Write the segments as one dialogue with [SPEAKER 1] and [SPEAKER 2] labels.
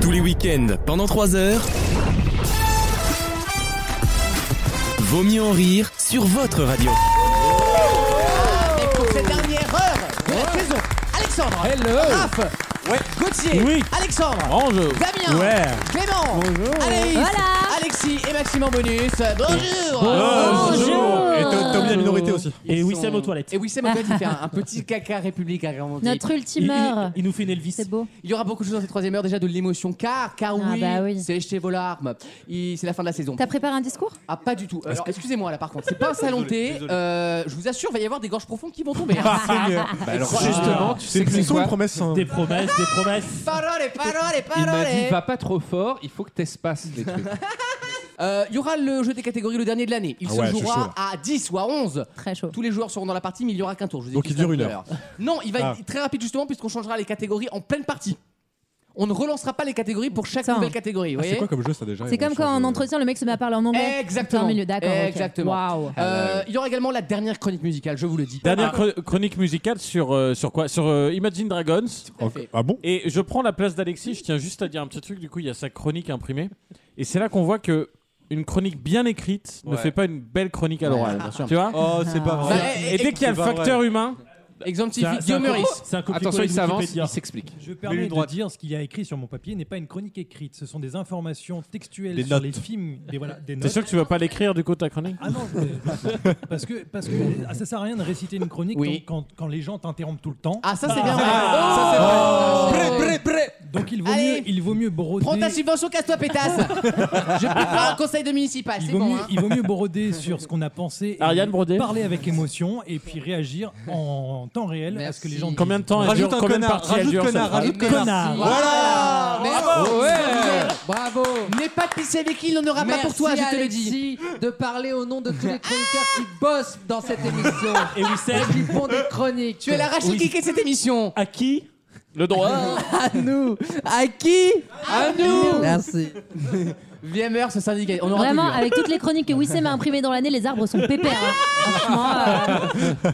[SPEAKER 1] Tous les week-ends, pendant 3 heures. Vaut mieux en rire sur votre radio.
[SPEAKER 2] Ah, Et pour cette dernière heure de la saison, Alexandre,
[SPEAKER 3] Hello.
[SPEAKER 2] Raph,
[SPEAKER 3] Ouais.
[SPEAKER 2] Gauthier,
[SPEAKER 3] Oui.
[SPEAKER 2] Alexandre,
[SPEAKER 3] Ange.
[SPEAKER 2] Damien,
[SPEAKER 3] Ouais.
[SPEAKER 2] Clément,
[SPEAKER 3] Bonjour.
[SPEAKER 2] Anaïs,
[SPEAKER 4] Voilà.
[SPEAKER 2] Alexis et Maxime en bonus. euh, Bonjour.
[SPEAKER 3] Bonjour.
[SPEAKER 5] Et t'as t'as oublié la minorité aussi.
[SPEAKER 3] Et Wissem aux toilettes.
[SPEAKER 2] Et oui, c'est mon il fait un, un petit caca république, hein, comme on dit.
[SPEAKER 4] Notre
[SPEAKER 3] Il,
[SPEAKER 4] ultimeur.
[SPEAKER 3] il- il nous fait une Elvis.
[SPEAKER 4] C'est beau.
[SPEAKER 2] Il y aura beaucoup de choses dans cette troisième heure, déjà de l'émotion, car, car
[SPEAKER 4] Ah
[SPEAKER 2] oui,
[SPEAKER 4] bah oui.
[SPEAKER 2] c'est jeter vos larmes. Il- C'est la fin de la saison.
[SPEAKER 4] T'as préparé un discours
[SPEAKER 2] Ah, pas du tout. Alors, excusez-moi là, par contre, c'est pas un salon de thé.
[SPEAKER 5] désolé.
[SPEAKER 2] Euh, je vous assure, il va y avoir des gorges profondes qui vont tomber.
[SPEAKER 3] Ah,
[SPEAKER 5] Ah,
[SPEAKER 6] Justement,
[SPEAKER 5] tu sais que sont Ah. une promesse. hein.
[SPEAKER 3] Des promesses, des promesses.
[SPEAKER 2] Parole, parole,
[SPEAKER 7] Il m'a
[SPEAKER 2] parole.
[SPEAKER 7] dit va pas trop fort, il faut que t'espaces les trucs.
[SPEAKER 2] Euh, Il y aura le jeu des catégories le dernier de l'année. Il
[SPEAKER 5] Ah
[SPEAKER 2] se
[SPEAKER 5] ouais, je suis
[SPEAKER 2] jouera
[SPEAKER 5] chaud.
[SPEAKER 2] à 10 ou à 11.
[SPEAKER 4] Très chaud.
[SPEAKER 2] Tous les joueurs seront dans la partie, mais il n'y aura qu'un tour. Je vous ai
[SPEAKER 5] Donc,
[SPEAKER 2] dit
[SPEAKER 5] il
[SPEAKER 2] ça
[SPEAKER 5] dure
[SPEAKER 2] tout
[SPEAKER 5] une
[SPEAKER 2] à
[SPEAKER 5] heure.
[SPEAKER 2] l'heure. Non, il va
[SPEAKER 5] Ah.
[SPEAKER 2] être très rapide justement, puisqu'on changera les catégories en pleine partie. On ne relancera pas les catégories pour chaque
[SPEAKER 4] Putain.
[SPEAKER 2] nouvelle catégorie. vous
[SPEAKER 5] Ah, c'est
[SPEAKER 2] voyez
[SPEAKER 5] quoi comme jeu ça déjà
[SPEAKER 4] C'est comme quand en
[SPEAKER 5] on
[SPEAKER 4] entretien, le mec se met à parler en anglais.
[SPEAKER 2] Exactement.
[SPEAKER 4] Au milieu, d'accord. ok.
[SPEAKER 2] Exactement.
[SPEAKER 4] Waouh.
[SPEAKER 2] Euh, Il y aura également la dernière chronique musicale, je vous le dis.
[SPEAKER 3] Dernière chro- chronique musicale sur, euh, sur quoi Sur euh, Imagine Dragons.
[SPEAKER 2] Tout à fait.
[SPEAKER 5] Ah bon
[SPEAKER 3] Et je prends la place d'Alexis, je tiens juste à dire un petit truc, du coup il y a sa chronique imprimée. Et c'est là qu'on voit que une chronique bien écrite ne
[SPEAKER 7] Ouais.
[SPEAKER 3] fait pas une belle chronique à
[SPEAKER 2] Ouais,
[SPEAKER 3] l'oral.
[SPEAKER 2] bien sûr.
[SPEAKER 3] Tu vois
[SPEAKER 5] Oh, c'est pas
[SPEAKER 2] Bah,
[SPEAKER 5] vrai.
[SPEAKER 3] Et dès qu'il y a le
[SPEAKER 5] C'est pas
[SPEAKER 3] facteur humain,
[SPEAKER 2] Exemple
[SPEAKER 3] C'est un-
[SPEAKER 2] typique,
[SPEAKER 3] c'est un
[SPEAKER 2] Guillaume
[SPEAKER 3] peu-
[SPEAKER 2] Meurice.
[SPEAKER 8] C'est un copier
[SPEAKER 7] Attention, il s'avance, il s'explique.
[SPEAKER 8] Je
[SPEAKER 5] Mets-lui
[SPEAKER 8] permets de
[SPEAKER 5] droite.
[SPEAKER 8] dire ce qu'il y a écrit sur mon papier n'est pas une chronique écrite. Ce sont des informations textuelles
[SPEAKER 5] Des
[SPEAKER 8] sur
[SPEAKER 5] notes.
[SPEAKER 8] les films, des, voilà, des
[SPEAKER 3] t'es
[SPEAKER 8] notes.
[SPEAKER 3] sûr que tu vas pas l'écrire du coup ta chronique
[SPEAKER 8] Ah non, je- parce que, parce que ah, ça sert à rien de réciter une chronique
[SPEAKER 2] Oui.
[SPEAKER 8] quand, quand- quand les gens t'interrompent tout le temps.
[SPEAKER 2] Ah, ça c'est bien. vrai.
[SPEAKER 5] Ah, ça, c'est vrai.
[SPEAKER 2] Oh.
[SPEAKER 5] Prêt, prêt, prêt.
[SPEAKER 8] Donc il vaut,
[SPEAKER 2] Allez.
[SPEAKER 8] mieux, il vaut mieux broder.
[SPEAKER 2] Prends ta subvention, casse-toi pétasse. je peux faire un conseil de municipal,
[SPEAKER 8] il
[SPEAKER 2] c'est
[SPEAKER 8] vaut,
[SPEAKER 2] bon.
[SPEAKER 8] mieux,
[SPEAKER 2] hein.
[SPEAKER 8] il vaut mieux broder sur ce qu'on a pensé, et
[SPEAKER 3] Ariane Brodé
[SPEAKER 8] parler avec émotion et puis réagir en temps réel à ce que les gens.
[SPEAKER 2] Merci.
[SPEAKER 3] Combien de temps elle
[SPEAKER 5] Rajoute
[SPEAKER 3] dure
[SPEAKER 5] un
[SPEAKER 3] Combien de
[SPEAKER 5] connard,
[SPEAKER 3] parties elle
[SPEAKER 5] rajoute
[SPEAKER 3] dure, cette
[SPEAKER 5] connard,
[SPEAKER 3] phrase
[SPEAKER 5] rajoute
[SPEAKER 8] Connard. Ah bah,
[SPEAKER 2] Voilà. Bravo.
[SPEAKER 7] Ouais.
[SPEAKER 2] Bravo. N'aie pas de pisser avec qui il n'en aura pas pour toi, je te le dis.
[SPEAKER 9] de parler au nom de tous les chroniqueurs qui bossent dans cette émission
[SPEAKER 3] Et Wissem,
[SPEAKER 9] et qui font des chroniques.
[SPEAKER 2] Tu es la rachis de cette émission.
[SPEAKER 3] à qui le droit
[SPEAKER 9] À nous À qui
[SPEAKER 2] À nous.
[SPEAKER 9] Merci.
[SPEAKER 2] VMR, ce syndicat. On aura
[SPEAKER 4] Vraiment,
[SPEAKER 2] tout vu, hein.
[SPEAKER 4] avec toutes les chroniques que Wissem a imprimées dans l'année, les arbres sont pépères. hein. Franchement, euh,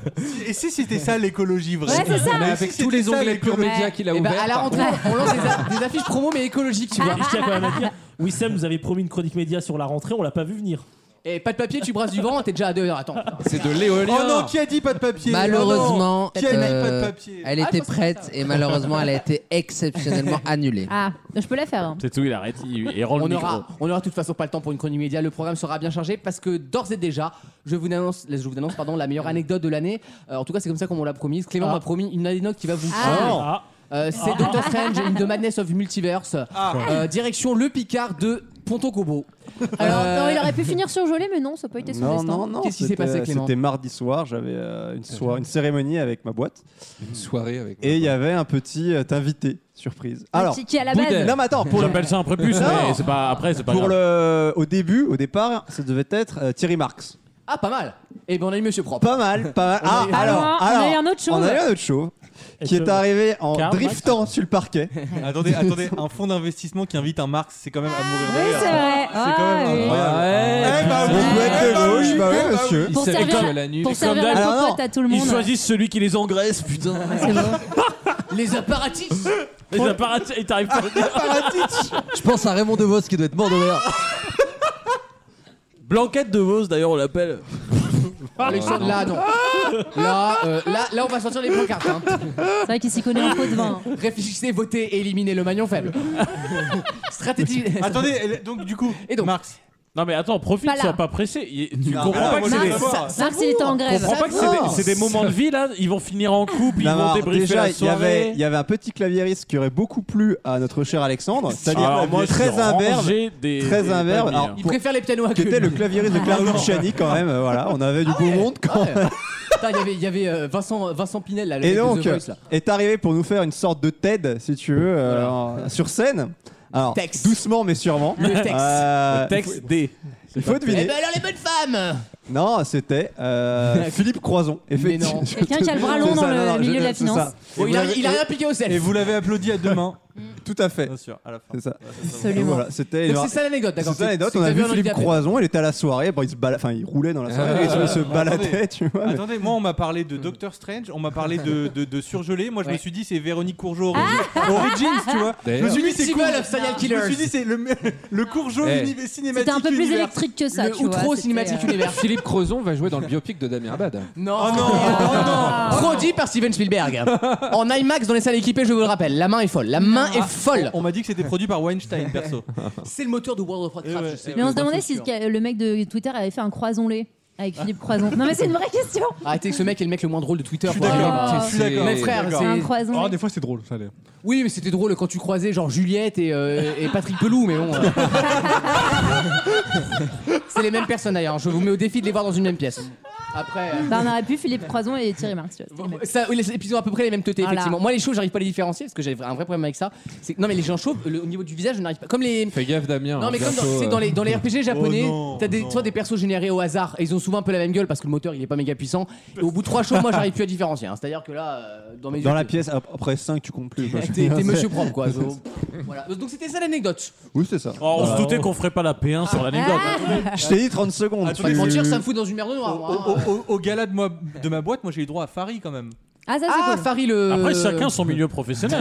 [SPEAKER 6] Et si c'était ça l'écologie
[SPEAKER 4] Ouais, c'est ça.
[SPEAKER 7] Mais avec tous les onglets pure média qu'il a
[SPEAKER 2] Eh ben, à la
[SPEAKER 7] ouvert.
[SPEAKER 2] rentrée, on lance des, a- des affiches promo mais écologiques, tu vois.
[SPEAKER 10] Je tiens quand même à dire, Wissem nous avait promis une chronique média sur la rentrée, on l'a pas vu venir.
[SPEAKER 2] Et Eh, pas de papier, tu brasses du vent, t'es déjà à deux heures. Attends.
[SPEAKER 7] C'est de
[SPEAKER 6] Oh non,
[SPEAKER 7] l'éolien.
[SPEAKER 6] qui a dit pas de papier Oh
[SPEAKER 9] Malheureusement,
[SPEAKER 6] Qui a dit
[SPEAKER 9] euh,
[SPEAKER 6] pas de papier
[SPEAKER 9] elle
[SPEAKER 2] Ah, je
[SPEAKER 9] était
[SPEAKER 2] pensais
[SPEAKER 9] prête et malheureusement, elle a été exceptionnellement annulée.
[SPEAKER 4] Ah, je peux la faire. hein.
[SPEAKER 3] C'est tout, il arrête, il, il rend le
[SPEAKER 2] On
[SPEAKER 3] micro.
[SPEAKER 2] aura, on aura de toute façon pas le temps pour une chronique média. Le programme sera bien chargé parce que d'ores et déjà, je vous annonce, je vous annonce pardon, la meilleure anecdote de l'année. Euh, en tout cas, c'est comme ça qu'on me l'a promise. Clément
[SPEAKER 3] Ah.
[SPEAKER 2] m'a promis une anecdote qui va vous.
[SPEAKER 4] Ah.
[SPEAKER 3] Ah.
[SPEAKER 2] Euh, c'est Doctor Strange in the Madness of Multiverse.
[SPEAKER 4] Ah.
[SPEAKER 2] Euh, direction le Picard de Ponto Cobo.
[SPEAKER 4] Alors, non, il aurait pu finir surgelé, mais non, ça n'a pas été son
[SPEAKER 6] Non,
[SPEAKER 4] destin.
[SPEAKER 6] non, non.
[SPEAKER 2] Euh, Qu'est-ce qui s'est
[SPEAKER 6] c'était-
[SPEAKER 2] passé, Clément
[SPEAKER 6] C'était mardi soir, j'avais euh, une, soir- une cérémonie avec ma boîte
[SPEAKER 7] Une soirée avec.
[SPEAKER 6] et il y avait un petit euh, invité surprise. Alors,
[SPEAKER 4] qui, qui, à la base.
[SPEAKER 6] non, mais attends, pour le,
[SPEAKER 3] J'appelle ça un prépuce,
[SPEAKER 6] Non.
[SPEAKER 3] mais c'est pas, après, c'est pas
[SPEAKER 6] pour
[SPEAKER 3] grave.
[SPEAKER 6] le, au début, au départ, ça devait être euh, Thierry Marx.
[SPEAKER 2] Ah, pas mal. Et ben on a eu Monsieur Propre.
[SPEAKER 6] Pas mal, pas mal.
[SPEAKER 2] On a
[SPEAKER 6] Ah,
[SPEAKER 2] eu-
[SPEAKER 6] alors,
[SPEAKER 4] on a eu
[SPEAKER 6] alors,
[SPEAKER 4] un autre chauve.
[SPEAKER 6] On a eu un autre chauve qui
[SPEAKER 3] Est-ce
[SPEAKER 6] est arrivé en
[SPEAKER 3] Karl Marx
[SPEAKER 6] driftant sur le parquet.
[SPEAKER 11] attendez, attendez, un fonds d'investissement qui invite un Marx, c'est quand même à mourir de
[SPEAKER 4] Oui,
[SPEAKER 11] rire.
[SPEAKER 4] c'est vrai. Ah,
[SPEAKER 11] quand même
[SPEAKER 4] oui.
[SPEAKER 6] Eh
[SPEAKER 7] Ouais.
[SPEAKER 6] bah, vous
[SPEAKER 4] oui,
[SPEAKER 6] êtes
[SPEAKER 4] eh
[SPEAKER 6] de
[SPEAKER 11] bah
[SPEAKER 6] gauche,
[SPEAKER 11] oui,
[SPEAKER 6] bah
[SPEAKER 11] eh
[SPEAKER 6] oui,
[SPEAKER 11] bah
[SPEAKER 6] monsieur.
[SPEAKER 7] Il
[SPEAKER 4] Pour
[SPEAKER 7] savait
[SPEAKER 4] servir-
[SPEAKER 7] que la nuit.
[SPEAKER 4] Pour servir
[SPEAKER 3] d'hab-
[SPEAKER 4] la
[SPEAKER 6] Alors,
[SPEAKER 4] cocotte à tout le
[SPEAKER 3] Ils
[SPEAKER 4] monde.
[SPEAKER 3] choisissent celui qui les engraisse, putain.
[SPEAKER 2] Les apparatifs.
[SPEAKER 3] Les apparatus, ils t'arrivent pas.
[SPEAKER 9] Je pense à Raymond DeVos qui doit être mort de rire.
[SPEAKER 3] Blanquette de Vos, d'ailleurs, on l'appelle.
[SPEAKER 2] Alexandre, là, non. Là, euh, là, là, on va sortir les pancartes. hein.
[SPEAKER 4] C'est vrai qu'il s'y connaît un peu de vin.
[SPEAKER 2] Réfléchissez, votez, et éliminez le magnon faible. Stratégie.
[SPEAKER 11] Attendez, elle- donc du coup,
[SPEAKER 2] Et donc,
[SPEAKER 11] Marx.
[SPEAKER 3] Non, mais attends, profite,
[SPEAKER 4] Pas là.
[SPEAKER 3] sois pas pressé. Il- Tu
[SPEAKER 6] Non,
[SPEAKER 3] comprends
[SPEAKER 6] bah,
[SPEAKER 3] pas que
[SPEAKER 6] moi,
[SPEAKER 3] c'est
[SPEAKER 6] je
[SPEAKER 3] des.
[SPEAKER 6] vais
[SPEAKER 4] Marx,
[SPEAKER 6] voir.
[SPEAKER 4] Marx, il était en grève.
[SPEAKER 3] comprends pas que c'est des-
[SPEAKER 6] Non.
[SPEAKER 3] c'est des, moments de vie là, ils vont finir en couple, ils
[SPEAKER 6] Non,
[SPEAKER 3] vont
[SPEAKER 6] alors,
[SPEAKER 3] débriefer
[SPEAKER 6] déjà,
[SPEAKER 3] la
[SPEAKER 6] il y
[SPEAKER 3] soirée.
[SPEAKER 6] avait, il y avait un petit claviériste qui aurait beaucoup plu à notre cher Alexandre, c'est-à-dire
[SPEAKER 3] Alors, Ah, moi,
[SPEAKER 6] très
[SPEAKER 3] je
[SPEAKER 6] imberbe,
[SPEAKER 3] rangeais des-
[SPEAKER 6] très
[SPEAKER 3] des
[SPEAKER 6] imberbe,
[SPEAKER 3] palmiers,
[SPEAKER 6] alors,
[SPEAKER 3] hein.
[SPEAKER 2] il
[SPEAKER 6] pour-
[SPEAKER 2] préfère les pianos à
[SPEAKER 6] qui
[SPEAKER 2] queue.
[SPEAKER 6] était le claviériste de
[SPEAKER 4] Ah,
[SPEAKER 6] Claire Luciani quand même. euh, Voilà, on avait du beau monde.
[SPEAKER 2] Ah ouais. Putain, il y avait, il y avait euh, Vincent, Vincent Pinel là, le
[SPEAKER 6] Et
[SPEAKER 2] mec de
[SPEAKER 6] donc,
[SPEAKER 2] The Voice, là.
[SPEAKER 6] est arrivé pour nous faire une sorte de TED, si tu veux, euh, en- sur scène. Alors,
[SPEAKER 2] Tex.
[SPEAKER 6] doucement mais sûrement.
[SPEAKER 2] Le Tex.
[SPEAKER 6] Euh,
[SPEAKER 3] Texte D.
[SPEAKER 6] Il faut
[SPEAKER 2] Eh
[SPEAKER 6] deviner.
[SPEAKER 2] ben alors les bonnes femmes
[SPEAKER 6] Non, c'était euh, Philippe
[SPEAKER 2] non.
[SPEAKER 6] Croison. Effectivement.
[SPEAKER 4] Quelqu'un qui a le bras long
[SPEAKER 6] C'est
[SPEAKER 4] dans
[SPEAKER 6] ça,
[SPEAKER 4] le
[SPEAKER 6] non, non,
[SPEAKER 4] milieu
[SPEAKER 6] je-
[SPEAKER 4] de la
[SPEAKER 6] c'est
[SPEAKER 4] finance.
[SPEAKER 6] ça.
[SPEAKER 2] Bon, il, a, il a rien piqué au self.
[SPEAKER 11] Et vous l'avez applaudi à deux mains.
[SPEAKER 6] Tout à fait.
[SPEAKER 11] Bien sûr, à la fin.
[SPEAKER 6] C'est ça.
[SPEAKER 11] Absolument.
[SPEAKER 6] Donc Voilà, c'était
[SPEAKER 2] Donc c'est ça l'anecdote, d'accord.
[SPEAKER 6] C'est ça l'anecdote.
[SPEAKER 2] C'est que
[SPEAKER 6] On a
[SPEAKER 2] t'as
[SPEAKER 6] vu
[SPEAKER 2] vu un
[SPEAKER 6] Philippe
[SPEAKER 2] handicapé. Ah,
[SPEAKER 6] Croison, il était à la soirée, bon, il, se bala- enfin, il roulait dans la
[SPEAKER 11] Ah,
[SPEAKER 6] soirée, il se- il se baladait, tu vois. mais-
[SPEAKER 11] Attendez, moi on m'a parlé de Doctor Strange, on m'a parlé de, de, de surgelé. Moi je me suis dit c'est Véronique Courgeot Origins, Origins, tu vois. Je me suis dit c'est
[SPEAKER 2] Ah Multiple
[SPEAKER 11] Cour-
[SPEAKER 2] of
[SPEAKER 11] Je
[SPEAKER 2] Serial
[SPEAKER 11] me suis
[SPEAKER 2] Killers.
[SPEAKER 11] dit c'est le, le Courgeot
[SPEAKER 7] Eh.
[SPEAKER 11] univ- cinématique.
[SPEAKER 4] C'était un peu plus
[SPEAKER 11] univers.
[SPEAKER 4] électrique que ça.
[SPEAKER 2] Le
[SPEAKER 4] tu vois,
[SPEAKER 2] outro
[SPEAKER 4] c'était,
[SPEAKER 2] cinématique
[SPEAKER 4] euh,
[SPEAKER 2] univers.
[SPEAKER 7] Philippe Crozon va jouer dans le biopic de Damien Abad.
[SPEAKER 2] Non.
[SPEAKER 11] Oh non, oh
[SPEAKER 2] Produit par Steven Spielberg. en IMAX dans les salles équipées, je vous le rappelle. La main est folle. La main
[SPEAKER 4] Ah.
[SPEAKER 2] est folle.
[SPEAKER 11] non On m'a dit que c'était produit par Weinstein perso.
[SPEAKER 2] C'est le moteur de World of Warcraft.
[SPEAKER 11] Eh ouais,
[SPEAKER 2] je sais.
[SPEAKER 4] Mais on se
[SPEAKER 2] Dans
[SPEAKER 4] demandait
[SPEAKER 2] le
[SPEAKER 4] si
[SPEAKER 2] futur.
[SPEAKER 4] ce- le mec de Twitter avait fait un croison-lait avec Philippe Croison. Non, mais c'est une vraie question.
[SPEAKER 2] Arrêtez que ce mec est le mec le moins drôle de Twitter.
[SPEAKER 5] suis
[SPEAKER 2] quoi.
[SPEAKER 5] d'accord.
[SPEAKER 2] Ah.
[SPEAKER 5] Je suis
[SPEAKER 7] C'est-
[SPEAKER 5] d'accord.
[SPEAKER 2] Mais frère,
[SPEAKER 5] D'accord.
[SPEAKER 4] C'est un
[SPEAKER 2] c'est.
[SPEAKER 4] croison.
[SPEAKER 5] Oh, des fois c'est drôle, ça allait.
[SPEAKER 2] Oui, mais c'était drôle quand tu croisais genre Juliette et, euh, et Patrick Pelou, mais bon. euh. c'est les mêmes personnes d'ailleurs. Je vous mets au défi de les voir dans une même pièce. Après. euh,
[SPEAKER 4] Bah, on aurait pu Philippe Croison et Thierry Marx. tu vois, c'était les mêmes.
[SPEAKER 2] Ça, oui, ils ont à peu près les mêmes teutés,
[SPEAKER 4] Voilà.
[SPEAKER 2] effectivement. Moi, les chauves, j'arrive pas à les différencier parce que j'ai un vrai problème avec ça. C'est- Non, mais les gens chauves, le- au niveau du visage, je n'arrive pas. Comme les.
[SPEAKER 7] Fais gaffe Damien.
[SPEAKER 2] Non, mais comme
[SPEAKER 7] bientôt,
[SPEAKER 2] dans, tu sais,
[SPEAKER 7] euh,
[SPEAKER 2] dans les, dans les RPG japonais,
[SPEAKER 11] Oh non,
[SPEAKER 2] t'as des,
[SPEAKER 11] non.
[SPEAKER 2] soit des persos générés au hasard et ils ont souvent un peu la même gueule parce que le moteur il est pas méga puissant. Et au bout de trois chauves, moi j'arrive plus à différencier. hein. C'est-à-dire que là, euh, dans mes
[SPEAKER 6] Dans
[SPEAKER 2] yeux,
[SPEAKER 6] la
[SPEAKER 2] t'es-
[SPEAKER 6] pièce, ap- après 5, tu comptes plus. quoi.
[SPEAKER 2] T'es t'es monsieur propre quoi. Donc, voilà. Donc c'était ça l'anecdote.
[SPEAKER 6] Oui, c'est ça.
[SPEAKER 3] Oh, on se doutait qu'on ferait pas la P1 Ah, sur l'anecdote. hein.
[SPEAKER 6] Je t'ai dit 30 secondes.
[SPEAKER 11] Attendez,
[SPEAKER 2] Pas de
[SPEAKER 6] tu-
[SPEAKER 2] Ah. mentir, ça me fout dans une merde
[SPEAKER 11] Au,
[SPEAKER 2] noire. moi,
[SPEAKER 11] au-
[SPEAKER 2] hein.
[SPEAKER 11] au- au- au gala de, moi, de ma boîte, moi j'ai eu droit à Farid quand même. Ah,
[SPEAKER 4] Ah, ça, c'est
[SPEAKER 2] Ah,
[SPEAKER 4] cool.
[SPEAKER 2] Farid le.
[SPEAKER 3] Après, chacun son milieu professionnel.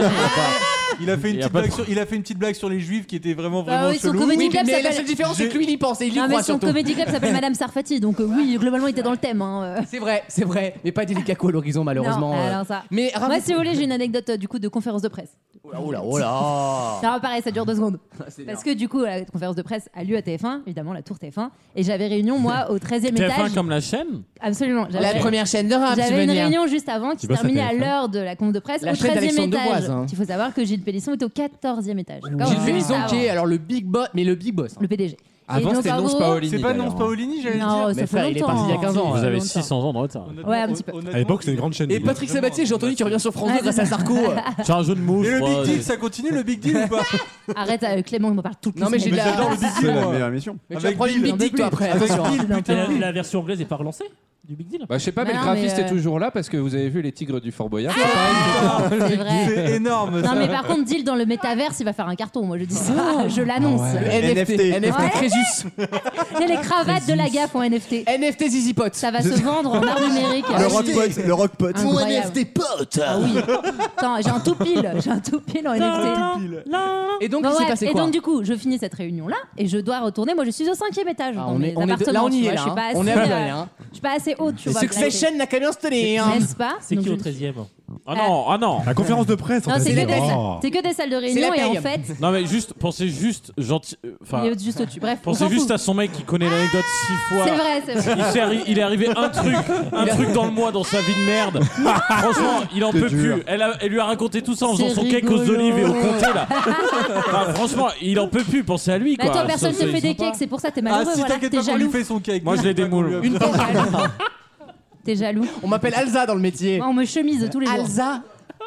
[SPEAKER 11] Il a fait une,
[SPEAKER 3] Il y a
[SPEAKER 11] petite
[SPEAKER 3] pas de
[SPEAKER 11] blague, sur, il a fait une petite blague sur les juifs qui était vraiment
[SPEAKER 4] Bah
[SPEAKER 11] vraiment
[SPEAKER 4] oui, son
[SPEAKER 11] chelou.
[SPEAKER 4] comédie
[SPEAKER 2] Oui,
[SPEAKER 4] club
[SPEAKER 2] mais la
[SPEAKER 4] s'appelle-
[SPEAKER 2] seule différence, c'est que lui il y pense et il y
[SPEAKER 4] Non, mais
[SPEAKER 2] croit
[SPEAKER 4] son
[SPEAKER 2] surtout.
[SPEAKER 4] comédie club s'appelle Madame Sarfati, donc euh, oui, globalement, il était dans le thème. hein, euh.
[SPEAKER 2] C'est vrai, c'est vrai, mais pas délicat à l'horizon malheureusement.
[SPEAKER 4] Non,
[SPEAKER 2] euh.
[SPEAKER 4] alors ça.
[SPEAKER 2] Mais
[SPEAKER 4] Moi, si vous voulez, j'ai une anecdote euh, du coup de conférence de presse.
[SPEAKER 2] Oh là, oh là, oh là.
[SPEAKER 4] Non, pareil, ça dure deux secondes.
[SPEAKER 2] C'est bien.
[SPEAKER 4] Parce que du coup, la conférence de presse a lieu à TF1, évidemment, la tour TF1. Et j'avais réunion, moi, au 13e étage.
[SPEAKER 3] TF1 comme la chaîne
[SPEAKER 4] Absolument.
[SPEAKER 2] La
[SPEAKER 4] J'avais
[SPEAKER 2] première chaîne d'Europe, tu veux
[SPEAKER 4] J'avais une
[SPEAKER 2] dire.
[SPEAKER 4] réunion juste avant qui se terminait à l'heure de la conf de presse
[SPEAKER 2] La
[SPEAKER 4] au
[SPEAKER 2] chaîne
[SPEAKER 4] 13e
[SPEAKER 2] d'Alexandre
[SPEAKER 4] étage.
[SPEAKER 2] Devoise, hein.
[SPEAKER 4] Il faut savoir que Gilles Pélisson était au 14e étage. Ah, D'accord
[SPEAKER 2] Gilles
[SPEAKER 4] Juste
[SPEAKER 2] Félisson
[SPEAKER 4] avant.
[SPEAKER 2] qui est alors le big boss, mais le big boss. hein.
[SPEAKER 4] le PDG.
[SPEAKER 7] Avant c'était
[SPEAKER 4] en
[SPEAKER 7] non
[SPEAKER 4] gros-
[SPEAKER 7] Paolini.
[SPEAKER 11] C'est pas non
[SPEAKER 7] d'ailleurs.
[SPEAKER 11] Paolini, j'allais dire.
[SPEAKER 4] Non,
[SPEAKER 2] Mais
[SPEAKER 4] ça
[SPEAKER 2] frère,
[SPEAKER 4] fait
[SPEAKER 2] il est parti il y a 15 ans,
[SPEAKER 4] longtemps.
[SPEAKER 3] Vous avez
[SPEAKER 4] Ça fait
[SPEAKER 3] 600 ans de retard.
[SPEAKER 11] Honnêtement,
[SPEAKER 4] Ouais, un petit peu.
[SPEAKER 11] honnêtement,
[SPEAKER 5] À l'époque, c'était une grande chaîne.
[SPEAKER 2] Et Patrick Sabatier, j'ai entendu qu'il revient
[SPEAKER 4] bah,
[SPEAKER 2] sur
[SPEAKER 4] ah,
[SPEAKER 2] France 2 grâce à Sarko.
[SPEAKER 3] C'est un jeu de mots,
[SPEAKER 11] Et
[SPEAKER 3] je
[SPEAKER 11] le
[SPEAKER 3] crois,
[SPEAKER 11] big deal,
[SPEAKER 3] des-
[SPEAKER 11] ça continue le big deal ou pas
[SPEAKER 4] Arrête, euh, Clément, il m'en parle tout le
[SPEAKER 2] Non,
[SPEAKER 4] temps.
[SPEAKER 2] mais j'ai de la-
[SPEAKER 11] J'adore le
[SPEAKER 4] Ah,
[SPEAKER 11] big
[SPEAKER 6] C'est
[SPEAKER 11] deal.
[SPEAKER 6] la
[SPEAKER 11] moi.
[SPEAKER 6] meilleure émission.
[SPEAKER 2] Mais tu vas
[SPEAKER 11] Avec
[SPEAKER 2] prendre une
[SPEAKER 11] Bill.
[SPEAKER 2] big dick, toi, après. attention.
[SPEAKER 10] Et la, la version anglaise est pas relancée du Big Deal.
[SPEAKER 7] Bah, je sais pas, mais,
[SPEAKER 4] Bah
[SPEAKER 7] le
[SPEAKER 4] non,
[SPEAKER 7] graphiste
[SPEAKER 4] mais, euh,
[SPEAKER 7] est toujours là parce que vous avez vu les tigres du Fort Boyard. c'est
[SPEAKER 4] C'est vrai.
[SPEAKER 11] C'est énorme.
[SPEAKER 4] Non,
[SPEAKER 11] ça.
[SPEAKER 4] mais par contre, deal dans le métaverse, il va faire un carton. Moi, je dis ça, je l'annonce.
[SPEAKER 2] Le NFT,
[SPEAKER 6] NFT.
[SPEAKER 2] NFT,
[SPEAKER 4] Ouais.
[SPEAKER 2] Crésus.
[SPEAKER 4] Il y a Les cravates de la gaffe en NFT.
[SPEAKER 2] NFT Zizi Pote.
[SPEAKER 4] Ça va se vendre en art numérique.
[SPEAKER 6] Le rockpot, le rockpot.
[SPEAKER 4] Mon NFT pote Ah oui Attends, j'ai un tout pile, j'ai un tout pile en NFT.
[SPEAKER 2] Et donc,
[SPEAKER 4] Bon,
[SPEAKER 2] il s'est
[SPEAKER 4] bref,
[SPEAKER 2] passé
[SPEAKER 4] et
[SPEAKER 2] quoi
[SPEAKER 4] donc du coup, je finis cette réunion là et je dois retourner. Moi, je suis au cinquième étage
[SPEAKER 2] Ah,
[SPEAKER 4] dans
[SPEAKER 2] on
[SPEAKER 4] mes
[SPEAKER 2] est- on est de-
[SPEAKER 4] appartements.
[SPEAKER 2] là, on y
[SPEAKER 4] tu
[SPEAKER 2] est,
[SPEAKER 4] vois,
[SPEAKER 2] là,
[SPEAKER 4] Je suis pas
[SPEAKER 2] hein.
[SPEAKER 4] assez,
[SPEAKER 2] On est à Noël,
[SPEAKER 4] euh,
[SPEAKER 2] hein.
[SPEAKER 4] je suis pas assez haute, tu vois.
[SPEAKER 2] Succession n'a qu'à bien se tenir. hein.
[SPEAKER 4] n'est-ce pas
[SPEAKER 10] C'est
[SPEAKER 4] Donc,
[SPEAKER 10] qui au
[SPEAKER 4] je-
[SPEAKER 10] 13 e
[SPEAKER 3] Ah non, ah non
[SPEAKER 5] La conférence de presse,
[SPEAKER 4] Non, c'est que, des
[SPEAKER 5] Oh.
[SPEAKER 4] salles- c'est que des salles de
[SPEAKER 2] la
[SPEAKER 4] réunion et en
[SPEAKER 2] paye.
[SPEAKER 4] fait,
[SPEAKER 3] Non, mais juste, pensez juste gentil. euh, Enfin,
[SPEAKER 4] il est juste au-dessus. Bref, on
[SPEAKER 3] pensez
[SPEAKER 4] s'en
[SPEAKER 3] juste
[SPEAKER 4] fout.
[SPEAKER 3] à son mec qui connaît l'anecdote six fois.
[SPEAKER 4] C'est vrai, c'est vrai.
[SPEAKER 3] Il, s'est arri- il est arrivé un truc, un truc dans le mois dans sa vie de merde. Franchement, il en
[SPEAKER 6] C'est
[SPEAKER 3] peut
[SPEAKER 6] dur.
[SPEAKER 3] plus. Elle, a- elle lui a raconté tout ça en
[SPEAKER 4] C'est
[SPEAKER 3] faisant son cake aux
[SPEAKER 4] rigolo.
[SPEAKER 3] olives et au comté là. Enfin, franchement, il en peut plus. Pensez à lui
[SPEAKER 4] Mais
[SPEAKER 3] quoi.
[SPEAKER 4] attends, Bah, personne
[SPEAKER 3] Ça,
[SPEAKER 4] te
[SPEAKER 3] c'est-
[SPEAKER 4] fait des cakes, c'est pour ça t'es
[SPEAKER 11] Ah
[SPEAKER 4] malheureux.
[SPEAKER 11] si
[SPEAKER 4] voilà,
[SPEAKER 11] t'inquiète
[SPEAKER 4] t'es
[SPEAKER 11] pas, on lui
[SPEAKER 4] jaloux.
[SPEAKER 11] fait son cake.
[SPEAKER 3] Moi, je les
[SPEAKER 11] T'inquiète pas qu'on lui
[SPEAKER 3] démoule.
[SPEAKER 11] a-
[SPEAKER 4] T'es jaloux. T'es jaloux.
[SPEAKER 2] On m'appelle Alza dans le métier.
[SPEAKER 4] Moi, on me chemise tous les jours.
[SPEAKER 2] Alza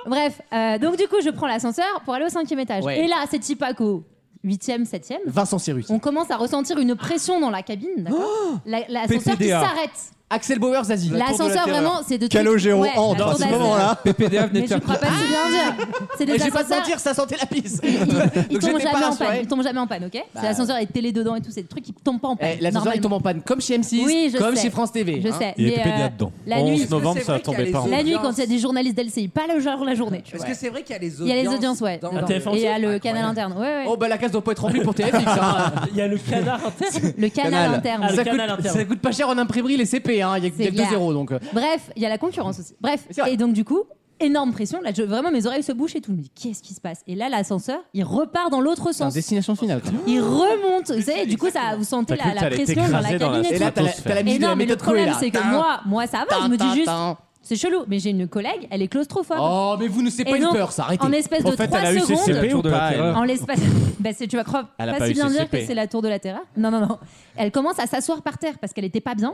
[SPEAKER 4] Bref, euh, donc du coup, je prends l'ascenseur pour aller au cinquième étage.
[SPEAKER 2] Ouais.
[SPEAKER 4] Et là, c'est Tipaco, huitième, septième.
[SPEAKER 2] Vincent Cyrus.
[SPEAKER 4] On commence à ressentir une pression dans la cabine, d'accord
[SPEAKER 2] Oh
[SPEAKER 4] La- L'ascenseur qui
[SPEAKER 7] PPDA.
[SPEAKER 4] s'arrête.
[SPEAKER 2] Axel Bauer Zazie.
[SPEAKER 4] L'ascenseur
[SPEAKER 11] terreur.
[SPEAKER 4] vraiment, c'est de tout-
[SPEAKER 6] Calogero
[SPEAKER 4] Ouais,
[SPEAKER 6] entre
[SPEAKER 4] la
[SPEAKER 6] à
[SPEAKER 4] tour
[SPEAKER 6] ce
[SPEAKER 4] de la-
[SPEAKER 6] moment-là.
[SPEAKER 7] PPDA
[SPEAKER 4] Mais
[SPEAKER 7] venait de
[SPEAKER 4] je
[SPEAKER 7] faire
[SPEAKER 4] crois pas si bien dire. C'est des
[SPEAKER 2] Et Ah je vais pas te
[SPEAKER 4] ascenseurs-
[SPEAKER 2] mentir, ça sentait la pisse.
[SPEAKER 4] Ils
[SPEAKER 2] Donc
[SPEAKER 4] tombent
[SPEAKER 2] j'étais pas
[SPEAKER 4] jamais en panne.
[SPEAKER 2] rassuré.
[SPEAKER 4] Ils tombent jamais en panne, ok C'est L'ascenseur est télé dedans et tout, c'est des trucs qui tombent pas en panne.
[SPEAKER 2] Eh, L'ascenseur il
[SPEAKER 4] normalement.
[SPEAKER 2] tombe en panne, comme chez M6,
[SPEAKER 4] Oui, je
[SPEAKER 2] comme
[SPEAKER 4] sais.
[SPEAKER 2] chez France TV.
[SPEAKER 4] Je
[SPEAKER 2] hein.
[SPEAKER 4] sais.
[SPEAKER 5] Il y a
[SPEAKER 4] mais,
[SPEAKER 5] PPDA
[SPEAKER 4] euh,
[SPEAKER 5] dedans.
[SPEAKER 4] La
[SPEAKER 3] 11
[SPEAKER 4] nuit,
[SPEAKER 3] novembre, ça
[SPEAKER 9] qu'il y a
[SPEAKER 3] tombait
[SPEAKER 9] les
[SPEAKER 3] pas. en-
[SPEAKER 9] autres
[SPEAKER 4] la nuit, quand
[SPEAKER 9] audiences
[SPEAKER 4] il y a des journalistes d'LCI, pas le genre la journée. tu
[SPEAKER 9] Parce
[SPEAKER 4] vois.
[SPEAKER 9] que c'est vrai qu'il y a les
[SPEAKER 4] Il
[SPEAKER 9] audiences.
[SPEAKER 4] y a les audiences, ouais.
[SPEAKER 9] dans
[SPEAKER 10] À
[SPEAKER 9] le-
[SPEAKER 10] TF1
[SPEAKER 4] Et il y a le
[SPEAKER 9] Incroyable.
[SPEAKER 4] canal interne. Ouais,
[SPEAKER 2] Oh
[SPEAKER 4] ouais.
[SPEAKER 2] bah la case doit pas être remplie pour TFX. hein.
[SPEAKER 10] Il y a le canard interne.
[SPEAKER 4] Le canal
[SPEAKER 6] Canal.
[SPEAKER 4] interne.
[SPEAKER 10] Ah, le
[SPEAKER 2] ça,
[SPEAKER 10] canal
[SPEAKER 2] coûte,
[SPEAKER 10] interne.
[SPEAKER 2] ça coûte pas cher en imprimerie les CP, hein. il y
[SPEAKER 4] C'est
[SPEAKER 2] a
[SPEAKER 4] clair.
[SPEAKER 2] 2-0 donc. euh,
[SPEAKER 4] Bref, il y a la concurrence aussi. Bref,
[SPEAKER 2] C'est vrai.
[SPEAKER 4] et donc du coup, énorme pression. Là, je- vraiment, mes oreilles se bouchent et tout. Je me dis, qu'est-ce qui se passe Et là, l'ascenseur, il repart dans l'autre
[SPEAKER 2] C'est un
[SPEAKER 4] sens.
[SPEAKER 2] destination finale. quoi.
[SPEAKER 4] Il remonte. Vous savez, du coup, ça, vous sentez
[SPEAKER 3] T'as cru
[SPEAKER 4] la,
[SPEAKER 3] que
[SPEAKER 4] la
[SPEAKER 3] t'allais
[SPEAKER 4] pression dans la
[SPEAKER 3] t'écraser dans
[SPEAKER 4] cabine
[SPEAKER 3] la
[SPEAKER 4] et
[SPEAKER 2] Et
[SPEAKER 4] tout.
[SPEAKER 2] là t'as la, t'as la
[SPEAKER 4] Et
[SPEAKER 2] musique de
[SPEAKER 4] non,
[SPEAKER 2] la
[SPEAKER 4] mais le
[SPEAKER 2] méthode Coué
[SPEAKER 4] problème,
[SPEAKER 2] là.
[SPEAKER 4] c'est que
[SPEAKER 2] Tin,
[SPEAKER 4] moi, moi, ça va. Je me dis
[SPEAKER 2] tin,
[SPEAKER 4] juste,
[SPEAKER 2] tin.
[SPEAKER 4] c'est chelou. Mais j'ai une collègue, elle est claustrophobe.
[SPEAKER 2] Oh mais vous ne c'est
[SPEAKER 4] Et
[SPEAKER 2] pas une
[SPEAKER 4] donc,
[SPEAKER 2] peur ça, arrêtez.
[SPEAKER 4] en espèce de
[SPEAKER 3] En fait, elle a
[SPEAKER 4] 3
[SPEAKER 3] eu ses
[SPEAKER 4] secondes,
[SPEAKER 3] CP ou
[SPEAKER 7] Tour de la
[SPEAKER 3] pas elle
[SPEAKER 7] terreur.
[SPEAKER 4] en l'espace. bah, c'est- tu vas croire
[SPEAKER 3] Elle a
[SPEAKER 4] pas,
[SPEAKER 3] pas
[SPEAKER 4] si
[SPEAKER 3] eu
[SPEAKER 4] bien
[SPEAKER 3] ses
[SPEAKER 4] dire
[SPEAKER 3] CP.
[SPEAKER 4] que c'est la tour de la terreur. Non, non, non. Elle commence à s'asseoir par terre parce qu'elle était pas bien.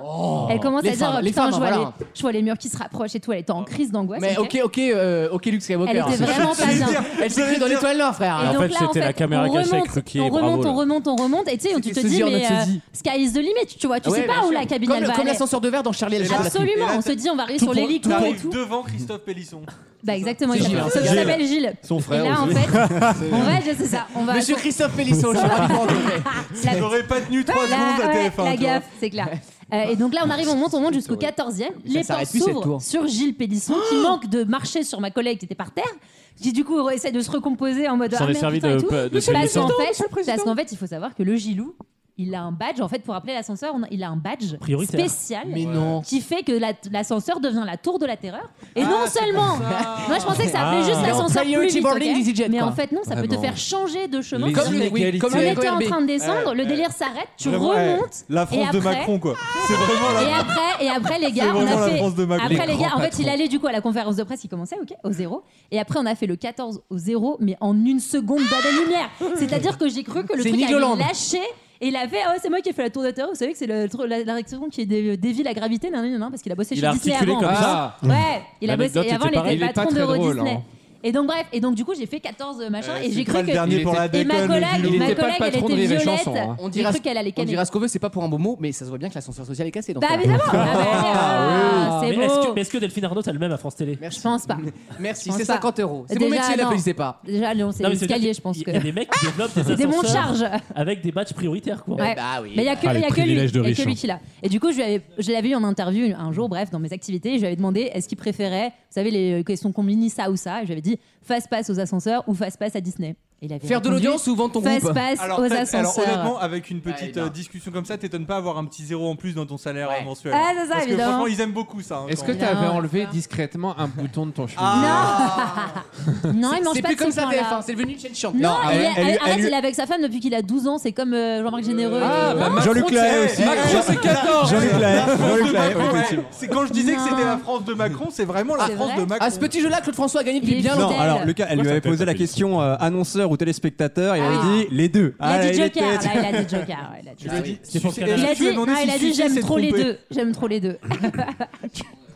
[SPEAKER 4] elle commence
[SPEAKER 2] Oh. les
[SPEAKER 4] à dire oh,
[SPEAKER 2] femmes, les
[SPEAKER 4] Putain,
[SPEAKER 2] femmes,
[SPEAKER 4] je, vois
[SPEAKER 2] voilà.
[SPEAKER 4] les, je vois les murs qui se rapprochent et tout. Elle était en crise d'angoisse.
[SPEAKER 2] Mais ok ok euh, ok Luke
[SPEAKER 4] Elle
[SPEAKER 2] Skywalker.
[SPEAKER 4] était vraiment pas bien.
[SPEAKER 2] Elle s'est pris dans l'étoile noire
[SPEAKER 4] Et
[SPEAKER 2] frère.
[SPEAKER 3] en
[SPEAKER 4] donc
[SPEAKER 3] fait,
[SPEAKER 4] là,
[SPEAKER 3] c'était la caméra
[SPEAKER 4] on
[SPEAKER 3] cachée avec
[SPEAKER 4] remonte,
[SPEAKER 3] Ruquier,
[SPEAKER 4] On
[SPEAKER 3] bravo,
[SPEAKER 4] remonte,
[SPEAKER 3] là.
[SPEAKER 4] on remonte, on remonte. Et tu sais, on- tu te
[SPEAKER 2] C'était
[SPEAKER 4] dis,
[SPEAKER 2] Zidane,
[SPEAKER 4] mais
[SPEAKER 2] notre
[SPEAKER 4] euh,
[SPEAKER 2] Zidane.
[SPEAKER 4] sky is the limit. Tu vois, tu
[SPEAKER 2] Ouais,
[SPEAKER 4] sais
[SPEAKER 2] bien
[SPEAKER 4] pas où
[SPEAKER 2] sûr.
[SPEAKER 4] la cabine
[SPEAKER 2] Comme
[SPEAKER 4] elle
[SPEAKER 2] le-
[SPEAKER 4] va
[SPEAKER 2] Comme
[SPEAKER 4] aller.
[SPEAKER 2] l'ascenseur de verre dans Charlie et la chocolatine.
[SPEAKER 4] Absolument. On se dit, on va arriver sur les
[SPEAKER 3] pour-
[SPEAKER 4] micro
[SPEAKER 11] T'arrives
[SPEAKER 4] et tout.
[SPEAKER 11] devant Christophe Pélisson.
[SPEAKER 4] Bah exactement, il
[SPEAKER 2] C'est
[SPEAKER 4] s'appelle-
[SPEAKER 2] Gilles, hein,
[SPEAKER 4] ça
[SPEAKER 2] c'est
[SPEAKER 4] s'appelle Gilles.
[SPEAKER 6] Son frère
[SPEAKER 4] Et là, en
[SPEAKER 6] aussi.
[SPEAKER 4] fait, on va, je sais ça, on va.
[SPEAKER 2] Monsieur Christophe Pélisson, je suis ravi de vous rencontrer.
[SPEAKER 4] la,
[SPEAKER 11] J'aurais pas tenu 3
[SPEAKER 4] la-
[SPEAKER 11] secondes à TF1.
[SPEAKER 4] ouais, la
[SPEAKER 11] tu vois.
[SPEAKER 4] gaffe, c'est clair. Euh, et donc là, on arrive, on monte, on monte jusqu'au 14e. Les portes
[SPEAKER 2] s'arrête plus, cette
[SPEAKER 4] s'ouvrent
[SPEAKER 2] tour.
[SPEAKER 4] sur Gilles Pédisson qui
[SPEAKER 11] Oh
[SPEAKER 4] manque de marcher sur ma collègue qui était par terre, qui du coup essaie de se recomposer en mode.
[SPEAKER 3] S'en
[SPEAKER 4] ah,
[SPEAKER 3] est
[SPEAKER 4] merde,
[SPEAKER 3] servi
[SPEAKER 4] putain,
[SPEAKER 3] de-
[SPEAKER 4] et tout.
[SPEAKER 3] de
[SPEAKER 4] Parce qu'en
[SPEAKER 3] Pédisson.
[SPEAKER 4] fait, parce qu'en fait, il faut savoir que le Gilou, il a un badge. En fait, pour appeler l'ascenseur, on a- il a un badge
[SPEAKER 10] Prioritaire.
[SPEAKER 4] spécial
[SPEAKER 2] Mais non.
[SPEAKER 4] qui fait que la- l'ascenseur devient la tour de la terreur.
[SPEAKER 11] Ah,
[SPEAKER 4] Et non seulement, moi je pensais que ça appelait juste
[SPEAKER 2] Mais en
[SPEAKER 4] l'ascenseur plus
[SPEAKER 2] priority
[SPEAKER 4] vite,
[SPEAKER 2] boarding
[SPEAKER 4] ok
[SPEAKER 2] d'EasyJet,
[SPEAKER 4] mais
[SPEAKER 2] quoi.
[SPEAKER 4] en fait non, ça peut te
[SPEAKER 7] Vraiment.
[SPEAKER 4] faire changer de chemin.
[SPEAKER 7] Les
[SPEAKER 2] Comme le- oui,
[SPEAKER 7] inégalités.
[SPEAKER 2] comme
[SPEAKER 4] on
[SPEAKER 2] le-
[SPEAKER 4] était en train de descendre, le délire s'arrête, tu
[SPEAKER 11] Vraiment, eh,
[SPEAKER 4] remontes.
[SPEAKER 11] La
[SPEAKER 4] et
[SPEAKER 11] France de
[SPEAKER 4] après-
[SPEAKER 11] Macron, quoi. C'est vraiment la
[SPEAKER 4] Et après, et après les gars, on
[SPEAKER 11] vraiment
[SPEAKER 4] a
[SPEAKER 11] la
[SPEAKER 4] fait.
[SPEAKER 11] France de Macron.
[SPEAKER 4] Après
[SPEAKER 7] Les
[SPEAKER 4] les gars,
[SPEAKER 7] grands
[SPEAKER 4] en fait, il
[SPEAKER 7] patrons.
[SPEAKER 4] allait du coup à la conférence de presse, il commençait, ok, au zéro. Et après, on a fait le 14 au zéro, mais en une seconde d'année lumière. C'est-à-dire que j'ai cru que le
[SPEAKER 2] C'est
[SPEAKER 4] truc allait
[SPEAKER 2] Nigoland.
[SPEAKER 4] lâcher. Et il a fait, Ah ouais, c'est moi qui ai fait la tour de terre. Vous savez que c'est le- la la réaction qui dé- dévie la gravité, non, non, non, parce qu'il a bossé
[SPEAKER 3] Il
[SPEAKER 4] chez
[SPEAKER 3] a
[SPEAKER 4] Disney
[SPEAKER 3] articulé
[SPEAKER 4] avant.
[SPEAKER 3] comme
[SPEAKER 4] en plus.
[SPEAKER 7] ça.
[SPEAKER 4] Ouais, il a bossé.
[SPEAKER 3] L'anecdote
[SPEAKER 4] Et avant,
[SPEAKER 3] était
[SPEAKER 4] il
[SPEAKER 3] pareil.
[SPEAKER 4] était
[SPEAKER 7] Il est pas
[SPEAKER 4] patron
[SPEAKER 7] très
[SPEAKER 4] d'Euro
[SPEAKER 7] drôle,
[SPEAKER 4] Disney.
[SPEAKER 7] hein.
[SPEAKER 4] Et donc, bref, et donc du coup, j'ai fait 14 machin, et j'ai
[SPEAKER 11] Ah, C'est
[SPEAKER 4] cru
[SPEAKER 11] pas
[SPEAKER 4] que.
[SPEAKER 11] le dernier
[SPEAKER 7] il
[SPEAKER 11] pour la euh,
[SPEAKER 4] Et ma
[SPEAKER 11] déconne,
[SPEAKER 4] collègue,
[SPEAKER 11] Gilou.
[SPEAKER 7] Il
[SPEAKER 4] ma
[SPEAKER 7] était pas le
[SPEAKER 4] collègue, elle
[SPEAKER 7] patron de
[SPEAKER 4] était
[SPEAKER 7] rire et
[SPEAKER 4] violette.
[SPEAKER 7] chanson, hein.
[SPEAKER 2] On
[SPEAKER 4] J'ai
[SPEAKER 2] dira,
[SPEAKER 4] cru qu'elle allait
[SPEAKER 2] on
[SPEAKER 4] canner.
[SPEAKER 2] dira ce qu'on veut, c'est pas pour un bon mot, mais ça se voit bien que l'ascenseur social est cassé. donc
[SPEAKER 4] Bah
[SPEAKER 2] voilà.
[SPEAKER 4] évidemment Ah
[SPEAKER 10] Mais
[SPEAKER 4] bah, C'est
[SPEAKER 10] est-ce que,
[SPEAKER 4] beau
[SPEAKER 10] mais est-ce que Delphine Arnault a le même à France Télé
[SPEAKER 4] Je pense pas.
[SPEAKER 2] Merci,
[SPEAKER 4] Je pense
[SPEAKER 2] c'est
[SPEAKER 4] pas.
[SPEAKER 2] 50 euros. C'est mon
[SPEAKER 4] Déjà,
[SPEAKER 2] métier,
[SPEAKER 4] non.
[SPEAKER 2] n'applaudissez pas.
[SPEAKER 4] Déjà, Lyon, c'est
[SPEAKER 10] Non, mais c'est-à-dire qu'il-
[SPEAKER 4] l'escalier, je pense que.
[SPEAKER 10] Il y a des mecs qui développent des
[SPEAKER 4] Des monts de
[SPEAKER 10] ascenseurs
[SPEAKER 4] charge
[SPEAKER 10] avec des badges prioritaires, quoi.
[SPEAKER 4] Ouais.
[SPEAKER 2] Bah oui.
[SPEAKER 4] Mais il n'y a que,
[SPEAKER 5] Ah,
[SPEAKER 4] il
[SPEAKER 5] les
[SPEAKER 4] y a que lui,
[SPEAKER 5] privilèges de
[SPEAKER 4] il y a
[SPEAKER 5] riches,
[SPEAKER 4] que
[SPEAKER 10] hein.
[SPEAKER 4] lui qui l'a. Et du coup, je, lui avais- je l'avais eu en interview un jour, bref, dans mes activités, et je lui avais demandé est-ce qu'il préférait, vous savez, les questions combini, ça ou ça. Et je lui avais dit face passe aux ascenseurs ou face passe à Disney. Et il avait
[SPEAKER 2] Faire de
[SPEAKER 4] répondu,
[SPEAKER 2] l'audience ou vendre ton
[SPEAKER 4] Face
[SPEAKER 2] groupe
[SPEAKER 4] passe
[SPEAKER 11] Alors,
[SPEAKER 4] aux
[SPEAKER 11] t'as- alors, honnêtement,
[SPEAKER 4] ascenseurs.
[SPEAKER 11] avec une petite
[SPEAKER 2] Ouais, Bah, non.
[SPEAKER 11] euh, discussion comme ça, t'étonnes pas à avoir un petit zéro en plus dans ton salaire
[SPEAKER 2] Ouais.
[SPEAKER 11] mensuel.
[SPEAKER 4] Ah, c'est ça,
[SPEAKER 11] Parce que
[SPEAKER 4] évidemment.
[SPEAKER 11] franchement, ils aiment beaucoup ça. hein,
[SPEAKER 7] Est-ce que
[SPEAKER 11] quand-
[SPEAKER 7] tu avais enlevé discrètement un bouton de ton chemise
[SPEAKER 4] Non, il mange
[SPEAKER 2] Ah. C'est
[SPEAKER 4] pas
[SPEAKER 2] plus
[SPEAKER 4] de ce
[SPEAKER 2] comme ça
[SPEAKER 4] pain-là.
[SPEAKER 2] TF1, c'est devenu une chaîne chiante.
[SPEAKER 4] Non,
[SPEAKER 2] Ah,
[SPEAKER 4] il est-
[SPEAKER 6] elle-
[SPEAKER 4] elle-
[SPEAKER 6] elle-
[SPEAKER 4] arrête,
[SPEAKER 6] elle-
[SPEAKER 4] il est avec sa femme depuis qu'il a 12 ans, c'est comme euh, Jean-Marc Généreux.
[SPEAKER 7] Ah, bah, Macron,
[SPEAKER 6] Jean-Luc Lahaye
[SPEAKER 11] c'est-
[SPEAKER 6] aussi.
[SPEAKER 7] Macron, c'est 14
[SPEAKER 6] Jean-Luc Lahaye. Jean-Luc Lahaye, oui,
[SPEAKER 11] Ouais,
[SPEAKER 6] effectivement.
[SPEAKER 11] C'est quand je disais que c'était
[SPEAKER 4] Non.
[SPEAKER 11] la France de Macron, c'est vraiment la
[SPEAKER 4] C'est
[SPEAKER 11] France
[SPEAKER 4] vrai
[SPEAKER 11] de Macron.
[SPEAKER 2] à ce petit jeu-là, Claude François a gagné
[SPEAKER 4] Il
[SPEAKER 2] depuis
[SPEAKER 4] est
[SPEAKER 2] bien
[SPEAKER 4] fou.
[SPEAKER 6] Non,
[SPEAKER 2] longtemps.
[SPEAKER 4] Hôtel.
[SPEAKER 6] alors Lucas, elle lui avait
[SPEAKER 3] s'appelle
[SPEAKER 6] posé la
[SPEAKER 3] pas
[SPEAKER 6] question euh, annonceur ou téléspectateur, et elle
[SPEAKER 4] Ah.
[SPEAKER 6] avait dit les deux.
[SPEAKER 4] Il a
[SPEAKER 6] Ah,
[SPEAKER 4] dit
[SPEAKER 6] les
[SPEAKER 4] Joker,
[SPEAKER 6] têtes.
[SPEAKER 4] là, il a dit Joker. ouais, il a dit
[SPEAKER 11] Tu lui as
[SPEAKER 4] Joker.
[SPEAKER 11] dit-
[SPEAKER 10] C'est pour
[SPEAKER 11] Est-ce
[SPEAKER 10] Canal+.
[SPEAKER 11] que
[SPEAKER 4] Il a
[SPEAKER 11] tu lui as
[SPEAKER 4] dit,
[SPEAKER 11] demandé
[SPEAKER 4] non,
[SPEAKER 11] si
[SPEAKER 4] il a dit
[SPEAKER 11] Suzy
[SPEAKER 4] j'aime
[SPEAKER 11] s'est
[SPEAKER 4] trop les
[SPEAKER 11] trompée
[SPEAKER 4] deux. J'aime trop les deux.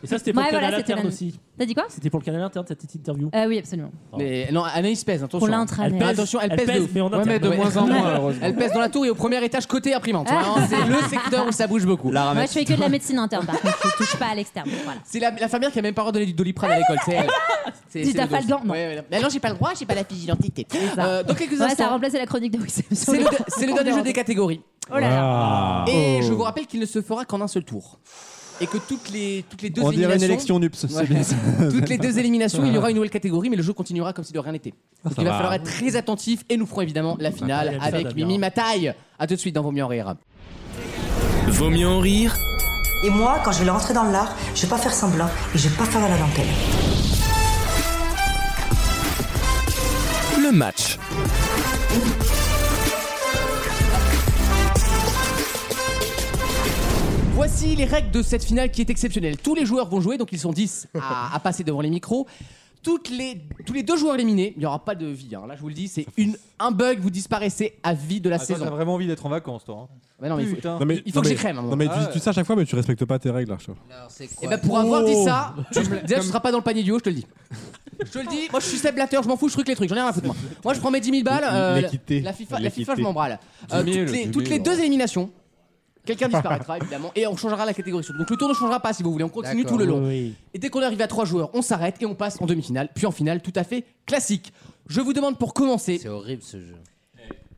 [SPEAKER 10] Et ça, c'était pour
[SPEAKER 4] Ouais,
[SPEAKER 10] le
[SPEAKER 4] voilà,
[SPEAKER 10] Canal
[SPEAKER 4] c'était
[SPEAKER 10] Interne
[SPEAKER 4] la-
[SPEAKER 10] aussi.
[SPEAKER 4] T'as dit quoi
[SPEAKER 10] C'était pour le Canal Interne, cette petite interview.
[SPEAKER 4] Euh, Oui, absolument.
[SPEAKER 2] Mais non, Anaïs pèse, attention.
[SPEAKER 4] Pour l'intranet.
[SPEAKER 10] pèse,
[SPEAKER 2] Attention, elle
[SPEAKER 10] elle
[SPEAKER 2] pèse de
[SPEAKER 10] pèse
[SPEAKER 2] ouf.
[SPEAKER 10] mais en
[SPEAKER 7] Ouais, mais
[SPEAKER 10] interne.
[SPEAKER 7] de moins en moins, malheureusement.
[SPEAKER 2] Elle pèse dans la tour et au premier étage côté imprimante.
[SPEAKER 4] Ah.
[SPEAKER 2] Vraiment, C'est le secteur où ça bouge beaucoup.
[SPEAKER 4] Moi, je fais que de la médecine interne, par contre. Je touche pas à l'externe. Voilà.
[SPEAKER 2] C'est la, la infirmière qui a même pas redonné du doliprane à l'école. C'est elle. C'est-
[SPEAKER 4] Du
[SPEAKER 2] c'est le dos.
[SPEAKER 4] Trafalgar, non.
[SPEAKER 2] Ouais, ouais, non. Ah non, j'ai pas le droit, j'ai pas la fiche d'identité. Euh, dans quelques
[SPEAKER 4] Ouais, ça a
[SPEAKER 2] instants,
[SPEAKER 4] remplacé la chronique de Wissem.
[SPEAKER 2] c'est le, c'est le dernier jeu des catégories.
[SPEAKER 4] Oh là là.
[SPEAKER 2] Ah.
[SPEAKER 6] Ah.
[SPEAKER 2] Et
[SPEAKER 6] Oh.
[SPEAKER 2] je vous rappelle qu'il ne se fera qu'en un seul tour. Et que toutes les, toutes les deux
[SPEAKER 6] On dirait une
[SPEAKER 2] éliminations.
[SPEAKER 6] élection NUPS.
[SPEAKER 2] Ouais.
[SPEAKER 6] c'est bien ça.
[SPEAKER 2] Toutes les deux éliminations, il y aura une nouvelle catégorie, mais le jeu continuera comme si de rien n'était. Donc il va, falloir être très attentif et nous ferons évidemment la finale
[SPEAKER 10] Incroyable, ça,
[SPEAKER 2] avec
[SPEAKER 10] Damien.
[SPEAKER 2] Mimi Mataille. A tout de suite dans Vaut mieux en rire.
[SPEAKER 1] Vaut mieux en rire
[SPEAKER 12] Et moi, quand je vais rentrer dans l'art, je vais pas faire semblant et je vais pas faire la dentelle.
[SPEAKER 1] le match.
[SPEAKER 2] Voici les règles de cette finale qui est exceptionnelle. Tous les joueurs vont jouer, donc ils sont 10 à, à passer devant les micros. Toutes les, tous les deux joueurs éliminés, il n'y aura pas de vie. hein. Là, je vous le dis, c'est une, un bug, vous disparaissez à vie de la
[SPEAKER 11] Ah, toi, T'as
[SPEAKER 2] saison.
[SPEAKER 11] vraiment envie d'être en vacances, toi. hein.
[SPEAKER 2] Bah non, mais il faut-
[SPEAKER 11] Putain.
[SPEAKER 5] Non, mais-
[SPEAKER 2] il faut
[SPEAKER 5] non,
[SPEAKER 2] que
[SPEAKER 5] mais-
[SPEAKER 2] j'y crème, à un moment.
[SPEAKER 5] Non, mais
[SPEAKER 11] Ah
[SPEAKER 5] tu
[SPEAKER 11] ouais.
[SPEAKER 5] dis ça à chaque fois, mais tu respectes pas tes règles, Archie.
[SPEAKER 2] Eh ben, pour avoir dit ça, tu, déjà, tu seras pas dans le panier du haut, je te le dis. Je te le dis, moi je suis Seb Blatter, je m'en fous, je truc les trucs, j'en ai rien à foutre. Moi, moi je prends mes 10 000 balles, euh,
[SPEAKER 5] L'équité.
[SPEAKER 2] la FIFA, la
[SPEAKER 5] L'équité.
[SPEAKER 2] FIFA je m'en brale. Euh,
[SPEAKER 7] 10 000,
[SPEAKER 2] toutes les,
[SPEAKER 7] 10
[SPEAKER 2] toutes les
[SPEAKER 7] 000,
[SPEAKER 2] deux éliminations, quelqu'un disparaîtra évidemment, et on changera la catégorie. Donc le tour ne changera pas si vous voulez, on continue tout le long.
[SPEAKER 10] Oui.
[SPEAKER 2] Et dès qu'on arrive à trois joueurs, on s'arrête et on passe en demi-finale, puis en finale, tout à fait classique. Je vous demande pour commencer,
[SPEAKER 9] C'est horrible ce jeu.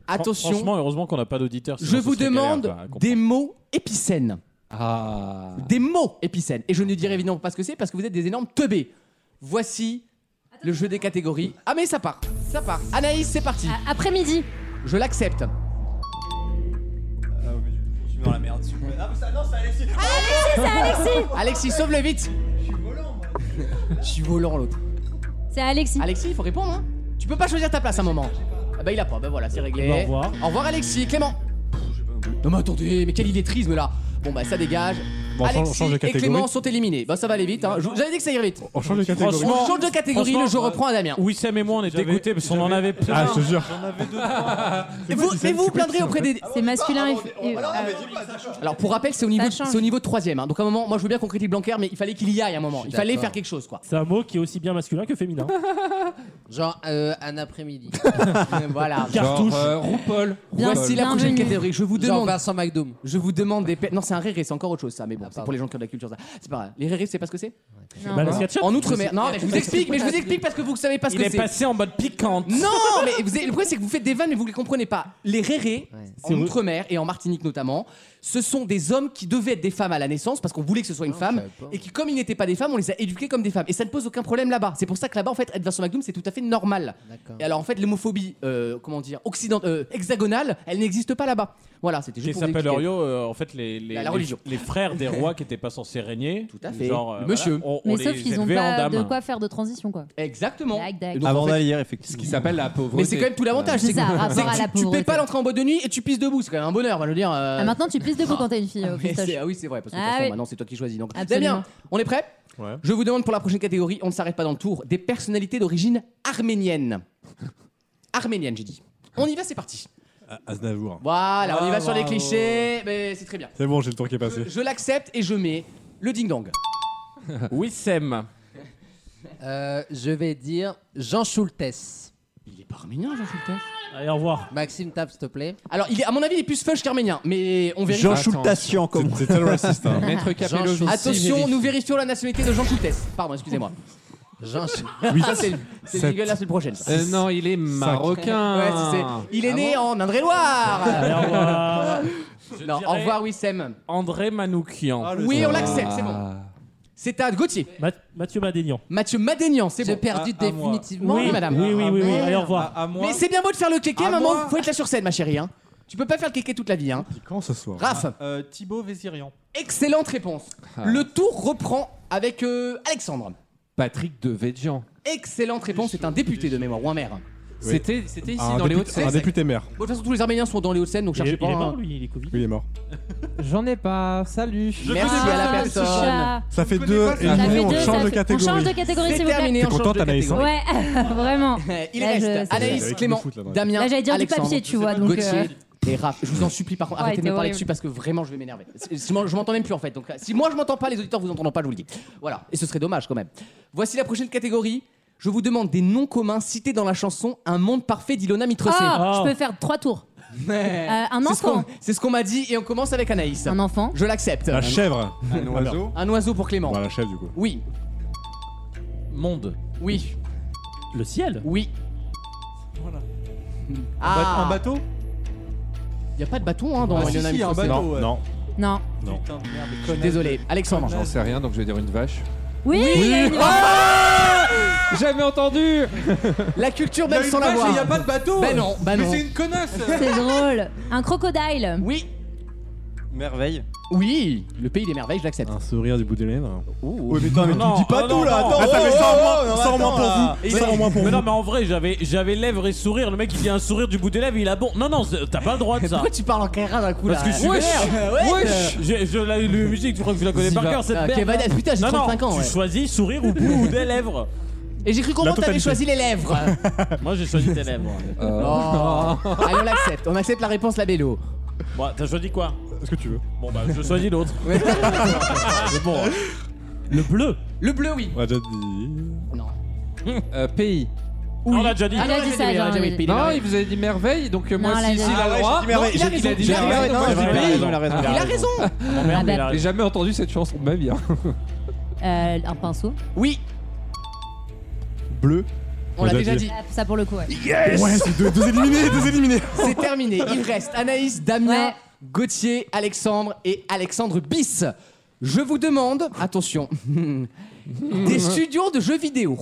[SPEAKER 3] Fran-
[SPEAKER 2] attention,
[SPEAKER 3] Franchement, heureusement qu'on n'a pas d'auditeur.
[SPEAKER 2] je
[SPEAKER 3] sinon ce
[SPEAKER 2] vous
[SPEAKER 3] serait galère,
[SPEAKER 2] demande
[SPEAKER 3] quoi, à comprendre.
[SPEAKER 2] des mots épicènes.
[SPEAKER 7] Ah.
[SPEAKER 2] Des mots épicènes. Et je ne dirai évidemment pas ce que c'est parce que vous êtes des énormes teubés. Voici le jeu des catégories. Ah mais ça part, ça part. Anaïs, c'est parti.
[SPEAKER 4] Ah, Après-midi.
[SPEAKER 2] Je l'accepte.
[SPEAKER 6] Ah,
[SPEAKER 11] Je suis dans la merde. Ah, mais ça, non, ça allait.
[SPEAKER 4] C'est Alexis.
[SPEAKER 2] Alexis, sauve-le vite. Je suis volant l'autre.
[SPEAKER 4] C'est Alexis.
[SPEAKER 2] Alexis, il faut répondre. Hein tu peux pas choisir ta place à un moment. Ah bah il a pas. Bah voilà, c'est réglé.
[SPEAKER 10] Au revoir.
[SPEAKER 2] Au revoir Alexis, Clément. Non mais attendez, mais quel illettrisme là. Bon bah ça dégage.
[SPEAKER 5] Bon, on change- on
[SPEAKER 2] Alexis
[SPEAKER 5] change de
[SPEAKER 2] et
[SPEAKER 5] catégorie.
[SPEAKER 2] Clément sont éliminés. Bah ça va aller vite. hein. Je- J'avais dit que ça irait vite.
[SPEAKER 5] On change de catégorie.
[SPEAKER 3] Franchement,
[SPEAKER 2] On change de catégorie, le jeu
[SPEAKER 3] franchement,
[SPEAKER 2] reprend à Damien.
[SPEAKER 3] Wissem et moi, on est dégoûtés parce qu'on en avait plein.
[SPEAKER 5] Ah, je te jure.
[SPEAKER 2] Et vous, mais vous vous plaindrez auprès des,
[SPEAKER 4] C'est masculin. et-
[SPEAKER 2] oh,
[SPEAKER 4] et- euh,
[SPEAKER 2] Alors pour rappel, c'est au niveau,
[SPEAKER 4] Ça change.
[SPEAKER 2] c'est au niveau 3 hein. Donc à un moment, moi je veux bien qu'on critique Blanquer, mais il fallait qu'il y aille à un moment. Il fallait faire quelque chose, quoi.
[SPEAKER 10] C'est un mot qui est aussi bien masculin que féminin.
[SPEAKER 9] Genre euh, un après-midi.
[SPEAKER 2] voilà.
[SPEAKER 10] Cartouche.
[SPEAKER 7] Genre, euh, RuPaul.
[SPEAKER 4] Bien
[SPEAKER 2] Voici la prochaine
[SPEAKER 4] bienvenue.
[SPEAKER 2] catégorie. Je vous
[SPEAKER 9] Genre
[SPEAKER 2] demande,
[SPEAKER 9] Vincent McDoom.
[SPEAKER 2] je vous demande des. pe- Non, c'est un rire et c'est encore autre chose, ça. Mais bon. Ah, c'est pour les gens qui ont de la culture, ça. C'est pas grave. Les rires, c'est pas ce que c'est
[SPEAKER 10] Non. Bah, la SketchUp.
[SPEAKER 2] En outre-mer. Non, mais je vous
[SPEAKER 10] C'est-
[SPEAKER 2] explique, mais je vous explique parce que vous ne savez pas ce
[SPEAKER 3] Il
[SPEAKER 2] que
[SPEAKER 3] est
[SPEAKER 2] c'est.
[SPEAKER 3] passé en mode piquante.
[SPEAKER 2] Non, mais vous avez- le problème c'est que vous faites des vannes mais vous ne les comprenez pas. Les rérés, en
[SPEAKER 3] C'est re-
[SPEAKER 2] Outre-mer et en Martinique notamment, ce sont des hommes qui devaient être des femmes à la naissance parce qu'on voulait que ce soit une femme et qui, comme ils n'étaient pas des femmes, on les a éduqués comme des femmes. Et ça ne pose aucun problème là-bas. C'est pour ça que là-bas, en fait, être Vincent McDoom, c'est tout à fait normal. Et alors, en fait, l'homophobie, euh, comment dire, occident, euh, hexagonale, elle n'existe pas là-bas. Voilà, c'était
[SPEAKER 3] Les
[SPEAKER 2] juste pour vous expliquer.
[SPEAKER 3] Sapelerio, euh, en fait, les, les,
[SPEAKER 2] La- la
[SPEAKER 3] les-
[SPEAKER 2] religion.
[SPEAKER 3] les frères des rois qui n'étaient pas censés régner. Tout
[SPEAKER 2] à fait.
[SPEAKER 3] Genre, euh,
[SPEAKER 2] Le monsieur.
[SPEAKER 3] voilà, on- on
[SPEAKER 4] Mais
[SPEAKER 3] les
[SPEAKER 4] sauf qu'ils n'ont
[SPEAKER 3] élevait en
[SPEAKER 4] pas de
[SPEAKER 3] dames.
[SPEAKER 4] quoi faire de transition, quoi.
[SPEAKER 2] Exactement.
[SPEAKER 4] Dac,
[SPEAKER 2] Et
[SPEAKER 4] dac.
[SPEAKER 2] donc, en fait-
[SPEAKER 6] effectivement.
[SPEAKER 7] Ce qui s'appelle la pauvreté.
[SPEAKER 2] Mais c'est quand même tout l'avantage,
[SPEAKER 4] C'est
[SPEAKER 2] c'est que,
[SPEAKER 4] ça, rapport
[SPEAKER 2] c'est que
[SPEAKER 4] à
[SPEAKER 2] tu-
[SPEAKER 4] la
[SPEAKER 2] tu, payes pas l'entrée en boîte de nuit et tu pisses debout, c'est quand même un bonheur, on va le dire. euh.
[SPEAKER 4] Ah, maintenant, tu pisses debout quand t'es une fille. euh, au
[SPEAKER 2] Mais
[SPEAKER 4] pistoche.
[SPEAKER 2] c'est- ah oui, c'est vrai, parce que de
[SPEAKER 4] Ah
[SPEAKER 2] toute façon,
[SPEAKER 4] oui.
[SPEAKER 2] maintenant, c'est toi qui choisis. Donc,
[SPEAKER 4] Absolument.
[SPEAKER 2] Damien, on est prêt Je vous demande pour la prochaine catégorie, on ne s'arrête pas dans le tour, des personnalités d'origine arménienne. Arménienne, j'ai dit. On y va, c'est parti.
[SPEAKER 5] Aznavour.
[SPEAKER 2] Voilà, on y
[SPEAKER 5] Ah,
[SPEAKER 2] va sur les
[SPEAKER 5] bravo.
[SPEAKER 2] clichés, mais c'est très bien.
[SPEAKER 5] C'est bon, j'ai le temps qui est passé.
[SPEAKER 2] Je l'accepte et je mets le ding-dong.
[SPEAKER 3] Wissem.
[SPEAKER 9] Euh, je vais dire Jean Schultes.
[SPEAKER 2] Il est pas arménien, Jean Schultes
[SPEAKER 10] Allez, au revoir.
[SPEAKER 9] Maxime, tape, s'il te plaît.
[SPEAKER 2] Alors, il est, à mon avis, il est plus fâche qu'arménien, mais on vérifie.
[SPEAKER 6] Jean Schultatian, comme
[SPEAKER 5] C'est tellement raciste. hein.
[SPEAKER 7] Maître Capello,
[SPEAKER 9] Jean-
[SPEAKER 2] Attention, nous vérifions la nationalité de Jean Schultes. Pardon, excusez-moi.
[SPEAKER 9] Jean Schultes.
[SPEAKER 5] Oui.
[SPEAKER 2] Ça, c'est le- c'est le
[SPEAKER 5] Sept.
[SPEAKER 2] jingle la semaine prochaine. ça.
[SPEAKER 7] Euh, non, il est marocain.
[SPEAKER 2] Ouais, c'est- c'est- Il est né en Indre-et-Loire.
[SPEAKER 10] Allez, au revoir.
[SPEAKER 2] Non,
[SPEAKER 3] dirais-
[SPEAKER 2] au revoir, Wissem.
[SPEAKER 3] André Manoukian.
[SPEAKER 2] Oui, on l'accepte, c'est bon. C'est à Gauthier.
[SPEAKER 10] Math- Mathieu Madénian.
[SPEAKER 2] Mathieu Madénian, c'est
[SPEAKER 9] J'ai
[SPEAKER 2] bon.
[SPEAKER 9] perdu
[SPEAKER 11] À- à moi.
[SPEAKER 9] définitivement.
[SPEAKER 2] Oui, madame.
[SPEAKER 10] Oui, oui, oui, oui. Allez, au revoir.
[SPEAKER 11] À, à moi.
[SPEAKER 2] Mais c'est bien beau de faire le kéké,
[SPEAKER 11] À
[SPEAKER 2] maman.
[SPEAKER 11] moi.
[SPEAKER 2] Faut être là sur scène, ma chérie. Hein. Tu peux pas faire le kéké toute la vie. Hein.
[SPEAKER 5] Piquant ce soir.
[SPEAKER 2] Raph,
[SPEAKER 11] Euh, Thibaut Vézirian.
[SPEAKER 2] excellente réponse.
[SPEAKER 7] Ah.
[SPEAKER 2] Le tour reprend avec euh, Alexandre.
[SPEAKER 7] Patrick Devedjian.
[SPEAKER 2] Excellente réponse, c'est un député de mémoire ou un maire.
[SPEAKER 7] C'était c'était ici
[SPEAKER 5] Un
[SPEAKER 7] dans les
[SPEAKER 5] député-
[SPEAKER 7] Hauts-de-Seine.
[SPEAKER 5] Un député maire.
[SPEAKER 2] Bon, de toute façon, tous les Arméniens sont dans les Hauts-de-Seine, donc
[SPEAKER 10] Il, est-
[SPEAKER 2] cherchez
[SPEAKER 10] il
[SPEAKER 2] pas. hein.
[SPEAKER 10] est
[SPEAKER 2] un-
[SPEAKER 10] mort, lui, il est Covid.
[SPEAKER 5] Oui, il est mort.
[SPEAKER 7] J'en ai pas. Salut.
[SPEAKER 2] Merci à la personne.
[SPEAKER 4] Ça
[SPEAKER 5] Ça fait deux et
[SPEAKER 4] fait
[SPEAKER 5] nous,
[SPEAKER 4] deux, ça
[SPEAKER 5] on change de
[SPEAKER 4] fait- On change de
[SPEAKER 5] catégorie.
[SPEAKER 4] catégorie,
[SPEAKER 2] C'est
[SPEAKER 4] s'il vous plaît.
[SPEAKER 2] terminé,
[SPEAKER 5] T'es
[SPEAKER 2] on change
[SPEAKER 5] contente,
[SPEAKER 2] de
[SPEAKER 5] Anaïs, hein
[SPEAKER 2] catégorie.
[SPEAKER 4] Ouais, vraiment.
[SPEAKER 2] Il
[SPEAKER 4] Là, je-
[SPEAKER 2] reste
[SPEAKER 4] Bah, c'est-
[SPEAKER 5] Avec
[SPEAKER 2] Euh, Anaïs,
[SPEAKER 5] le
[SPEAKER 2] Clément,
[SPEAKER 5] foot, là-bas.
[SPEAKER 2] Damien,
[SPEAKER 4] Là, j'allais dire du
[SPEAKER 2] Alexandre,
[SPEAKER 4] papier, tu vois. Donc,
[SPEAKER 2] Gauthier
[SPEAKER 4] euh,
[SPEAKER 2] et Raph. Je vous en supplie, par contre,
[SPEAKER 4] Ouais,
[SPEAKER 2] arrêtez de
[SPEAKER 4] t'es
[SPEAKER 2] me parler
[SPEAKER 4] horrible.
[SPEAKER 2] dessus parce que vraiment, je vais m'énerver. C'est- c'est moi- Je m'entends même plus en fait. Donc, euh, si moi je m'entends pas, les auditeurs vous entendront pas, je vous le dis. Voilà, et ce serait dommage quand même. Voici la prochaine catégorie. Je vous demande des noms communs cités dans la chanson Un monde parfait d'Ilona
[SPEAKER 4] Oh,
[SPEAKER 2] Mitrocé.
[SPEAKER 10] Ah.
[SPEAKER 4] je peux faire trois tours. Euh,
[SPEAKER 2] Mais-
[SPEAKER 4] un
[SPEAKER 2] C'est ce qu'on-
[SPEAKER 4] enfant.
[SPEAKER 2] C'est ce qu'on m'a dit et on commence avec Anaïs.
[SPEAKER 4] Un enfant.
[SPEAKER 2] Je l'accepte.
[SPEAKER 5] La chèvre.
[SPEAKER 2] Ah,
[SPEAKER 5] Un oiseau.
[SPEAKER 2] Un oiseau pour Clément.
[SPEAKER 5] Bah, la chèvre, du coup.
[SPEAKER 2] Oui,
[SPEAKER 3] Monde.
[SPEAKER 2] oui,
[SPEAKER 10] Le ciel.
[SPEAKER 2] oui.
[SPEAKER 11] Ba-
[SPEAKER 2] Ah,
[SPEAKER 11] Un bateau
[SPEAKER 2] il n'y a pas de bâton hein, dans
[SPEAKER 11] Ah, si,
[SPEAKER 2] Ilona
[SPEAKER 11] si, un
[SPEAKER 2] Mitrocé.
[SPEAKER 11] bateau.
[SPEAKER 5] Non,
[SPEAKER 11] ouais.
[SPEAKER 5] non.
[SPEAKER 4] Non.
[SPEAKER 11] Putain de merde.
[SPEAKER 2] Je suis Désolé, Alexandre.
[SPEAKER 7] J'en sais rien, donc je vais dire une vache.
[SPEAKER 4] Oui, il y a une-
[SPEAKER 7] Jamais entendu
[SPEAKER 2] La culture,
[SPEAKER 11] Il y a
[SPEAKER 2] même
[SPEAKER 11] une
[SPEAKER 2] sans la
[SPEAKER 11] vache et
[SPEAKER 2] voir.
[SPEAKER 11] Il n'y a pas de bateau.
[SPEAKER 2] Bah non, bah
[SPEAKER 11] Mais
[SPEAKER 2] non.
[SPEAKER 11] c'est une connasse.
[SPEAKER 4] c'est drôle. Un crocodile.
[SPEAKER 2] Oui,
[SPEAKER 6] Merveille.
[SPEAKER 2] oui, le pays des merveilles, je l'accepte.
[SPEAKER 5] Un sourire du bout des lèvres.
[SPEAKER 6] Ouais, mais toi, mais
[SPEAKER 3] Non,
[SPEAKER 6] tu dis pas
[SPEAKER 3] oh
[SPEAKER 6] tout
[SPEAKER 3] non,
[SPEAKER 6] là.
[SPEAKER 3] non.
[SPEAKER 6] Attends,
[SPEAKER 5] Attends, mais sors moins-
[SPEAKER 6] non,
[SPEAKER 5] sors
[SPEAKER 6] attends,
[SPEAKER 5] moins pour
[SPEAKER 6] là.
[SPEAKER 5] vous. Sors moins pour
[SPEAKER 3] Mais non,
[SPEAKER 5] vous.
[SPEAKER 3] mais en vrai, j'avais, j'avais lèvres et sourire. Le mec, il dit un sourire du bout des lèvres, il a bon. Non, non, c'est- t'as pas le droit de ça.
[SPEAKER 2] Pourquoi tu parles en Kaira d'un coup
[SPEAKER 3] Parce
[SPEAKER 2] là
[SPEAKER 3] que je suis vert. Wesh. J'ai- Je la la musique, tu crois que je la connais par
[SPEAKER 7] Ziva.
[SPEAKER 3] cœur cette
[SPEAKER 2] Ah,
[SPEAKER 3] merde
[SPEAKER 2] Kevin,
[SPEAKER 3] là
[SPEAKER 2] putain, j'ai
[SPEAKER 3] Non,
[SPEAKER 2] 35
[SPEAKER 3] non,
[SPEAKER 2] ans,
[SPEAKER 3] tu
[SPEAKER 2] ouais.
[SPEAKER 3] choisis sourire ou bout des lèvres.
[SPEAKER 2] Et j'ai cru qu'on
[SPEAKER 5] La
[SPEAKER 2] t'avais
[SPEAKER 5] totalité.
[SPEAKER 2] choisi les lèvres.
[SPEAKER 3] Moi, j'ai choisi tes lèvres.
[SPEAKER 2] Oh. Allez, on l'accepte. On accepte la réponse, la Bello.
[SPEAKER 3] Bon, t'as choisi quoi
[SPEAKER 5] Est-ce que tu veux
[SPEAKER 3] Bon, bah, je choisis l'autre. C'est bon. hein.
[SPEAKER 10] Le bleu.
[SPEAKER 2] Le bleu, oui.
[SPEAKER 5] On a déjà dit.
[SPEAKER 2] Non.
[SPEAKER 7] Euh, pays.
[SPEAKER 3] On l'a déjà dit.
[SPEAKER 4] Ah, il a dit ça,
[SPEAKER 2] Il a
[SPEAKER 4] Jean,
[SPEAKER 2] déjà
[SPEAKER 4] oui.
[SPEAKER 2] dit pays des
[SPEAKER 7] Non,
[SPEAKER 2] merveilles.
[SPEAKER 7] il vous avait dit merveille, donc euh,
[SPEAKER 4] Non,
[SPEAKER 7] moi,
[SPEAKER 4] là,
[SPEAKER 7] si,
[SPEAKER 4] là.
[SPEAKER 7] si, il a le droit.
[SPEAKER 11] Il a raison.
[SPEAKER 7] Il a dit
[SPEAKER 2] Il a
[SPEAKER 7] merveille, donc
[SPEAKER 6] raison,
[SPEAKER 7] moi, je
[SPEAKER 6] il a
[SPEAKER 7] dis
[SPEAKER 6] raison,
[SPEAKER 7] pays.
[SPEAKER 6] il a raison.
[SPEAKER 2] Il a raison.
[SPEAKER 3] Non, merde, il a
[SPEAKER 4] Ah,
[SPEAKER 7] J'ai
[SPEAKER 3] raison.
[SPEAKER 7] jamais entendu cette chanson de ma vie. hein.
[SPEAKER 4] Euh, un pinceau.
[SPEAKER 2] Oui,
[SPEAKER 5] Bleu.
[SPEAKER 2] on l'a déjà dit.
[SPEAKER 4] Ah, Ça pour le coup, ouais.
[SPEAKER 5] Ouais, c'est deux, deux éliminés, deux éliminés.
[SPEAKER 2] C'est terminé. Il reste Anaïs, Damien,
[SPEAKER 4] Ouais.
[SPEAKER 2] Gauthier, Alexandre et Alexandre Bis. Je vous demande, attention, des studios de jeux vidéo.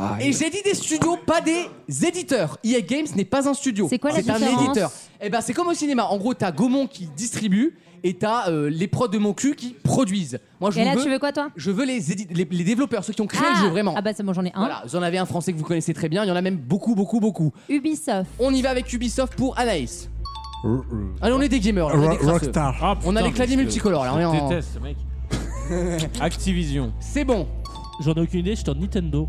[SPEAKER 4] Ah
[SPEAKER 2] Et j'ai dit des studios, pas des éditeurs. EA Games n'est pas un studio.
[SPEAKER 4] C'est quoi la
[SPEAKER 2] un
[SPEAKER 4] différence
[SPEAKER 2] éditeur. Eh ben, c'est comme au cinéma. En gros, t'as Gaumont qui distribue et t'as euh, les prods de mon cul qui produisent. Moi, je
[SPEAKER 4] Et
[SPEAKER 2] vous
[SPEAKER 4] là,
[SPEAKER 2] veux,
[SPEAKER 4] tu veux quoi, toi
[SPEAKER 2] je veux les, édi- les, les développeurs, ceux qui ont créé le jeu vraiment.
[SPEAKER 4] Ah bah c'est bon, j'en ai un.
[SPEAKER 2] Voilà, vous en avez un français que vous connaissez très bien. Il y en a même beaucoup, beaucoup, beaucoup.
[SPEAKER 4] Ubisoft.
[SPEAKER 2] On y va avec Ubisoft pour Anaïs. euh,
[SPEAKER 5] Euh,
[SPEAKER 2] Allez, on est des gamers. là, on est des crasseux.
[SPEAKER 5] Rockstar.
[SPEAKER 3] Ah, putain,
[SPEAKER 2] On a les
[SPEAKER 3] mais
[SPEAKER 2] claviers
[SPEAKER 3] je-
[SPEAKER 2] multicolores, là, on est
[SPEAKER 3] Je
[SPEAKER 2] en-
[SPEAKER 3] déteste, ce mec. Activision.
[SPEAKER 2] C'est bon.
[SPEAKER 10] J'en ai aucune idée, je suis en Nintendo.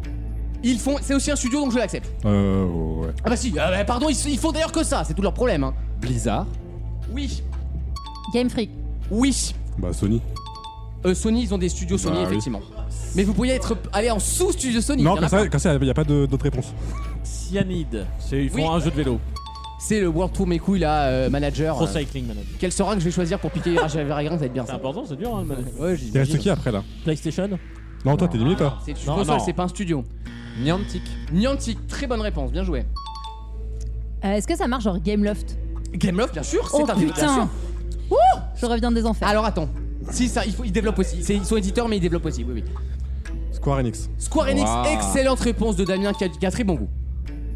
[SPEAKER 2] Ils font, c'est aussi un studio donc je l'accepte.
[SPEAKER 5] Euh, ouais.
[SPEAKER 2] Ah bah si, ah bah pardon, ils, ils font d'ailleurs que ça, c'est tout leur problème. hein.
[SPEAKER 7] Blizzard.
[SPEAKER 2] Oui,
[SPEAKER 4] Game Freak.
[SPEAKER 2] oui.
[SPEAKER 5] Bah, Sony.
[SPEAKER 2] Euh, Sony, ils ont des studios
[SPEAKER 3] Ah
[SPEAKER 2] Sony
[SPEAKER 5] Bah oui.
[SPEAKER 2] effectivement. Mais vous pourriez être aller en sous studio Sony.
[SPEAKER 5] Non,
[SPEAKER 2] il y en a
[SPEAKER 5] comme ça, comme ça, y a pas de- d'autre réponse.
[SPEAKER 3] Cyanide. C'est- Ils
[SPEAKER 2] Oui.
[SPEAKER 3] font un jeu de vélo.
[SPEAKER 2] pas. C'est le World Tour Mes Couilles, là, euh, manager.
[SPEAKER 3] Pro
[SPEAKER 2] euh,
[SPEAKER 3] Cycling Manager.
[SPEAKER 2] Quelle seringue je vais choisir pour piquer Rachel Varagran, ça va être bien.
[SPEAKER 3] C'est important, c'est dur, hein, le manager.
[SPEAKER 2] Ouais,
[SPEAKER 5] T'es resté qui après là
[SPEAKER 3] PlayStation
[SPEAKER 5] Non, toi, t'es éliminé toi
[SPEAKER 2] C'est une
[SPEAKER 5] Non,
[SPEAKER 2] console,
[SPEAKER 5] non.
[SPEAKER 2] c'est pas un studio. Niantic. Niantic, très bonne réponse, bien joué.
[SPEAKER 4] Euh, Est-ce que ça marche genre Gameloft
[SPEAKER 2] Gameloft, bien sûr, c'est
[SPEAKER 4] Oh
[SPEAKER 2] un bien sûr.
[SPEAKER 4] putain Ouh Je reviens des enfers.
[SPEAKER 2] Alors attends. Si ça, il faut- ils développent aussi. C'est- Ils sont éditeurs, mais ils développent aussi. Oui, oui.
[SPEAKER 5] Square Enix.
[SPEAKER 2] Square Enix,
[SPEAKER 5] Waouh.
[SPEAKER 2] excellente réponse de Damien qui a, qui a très bon goût.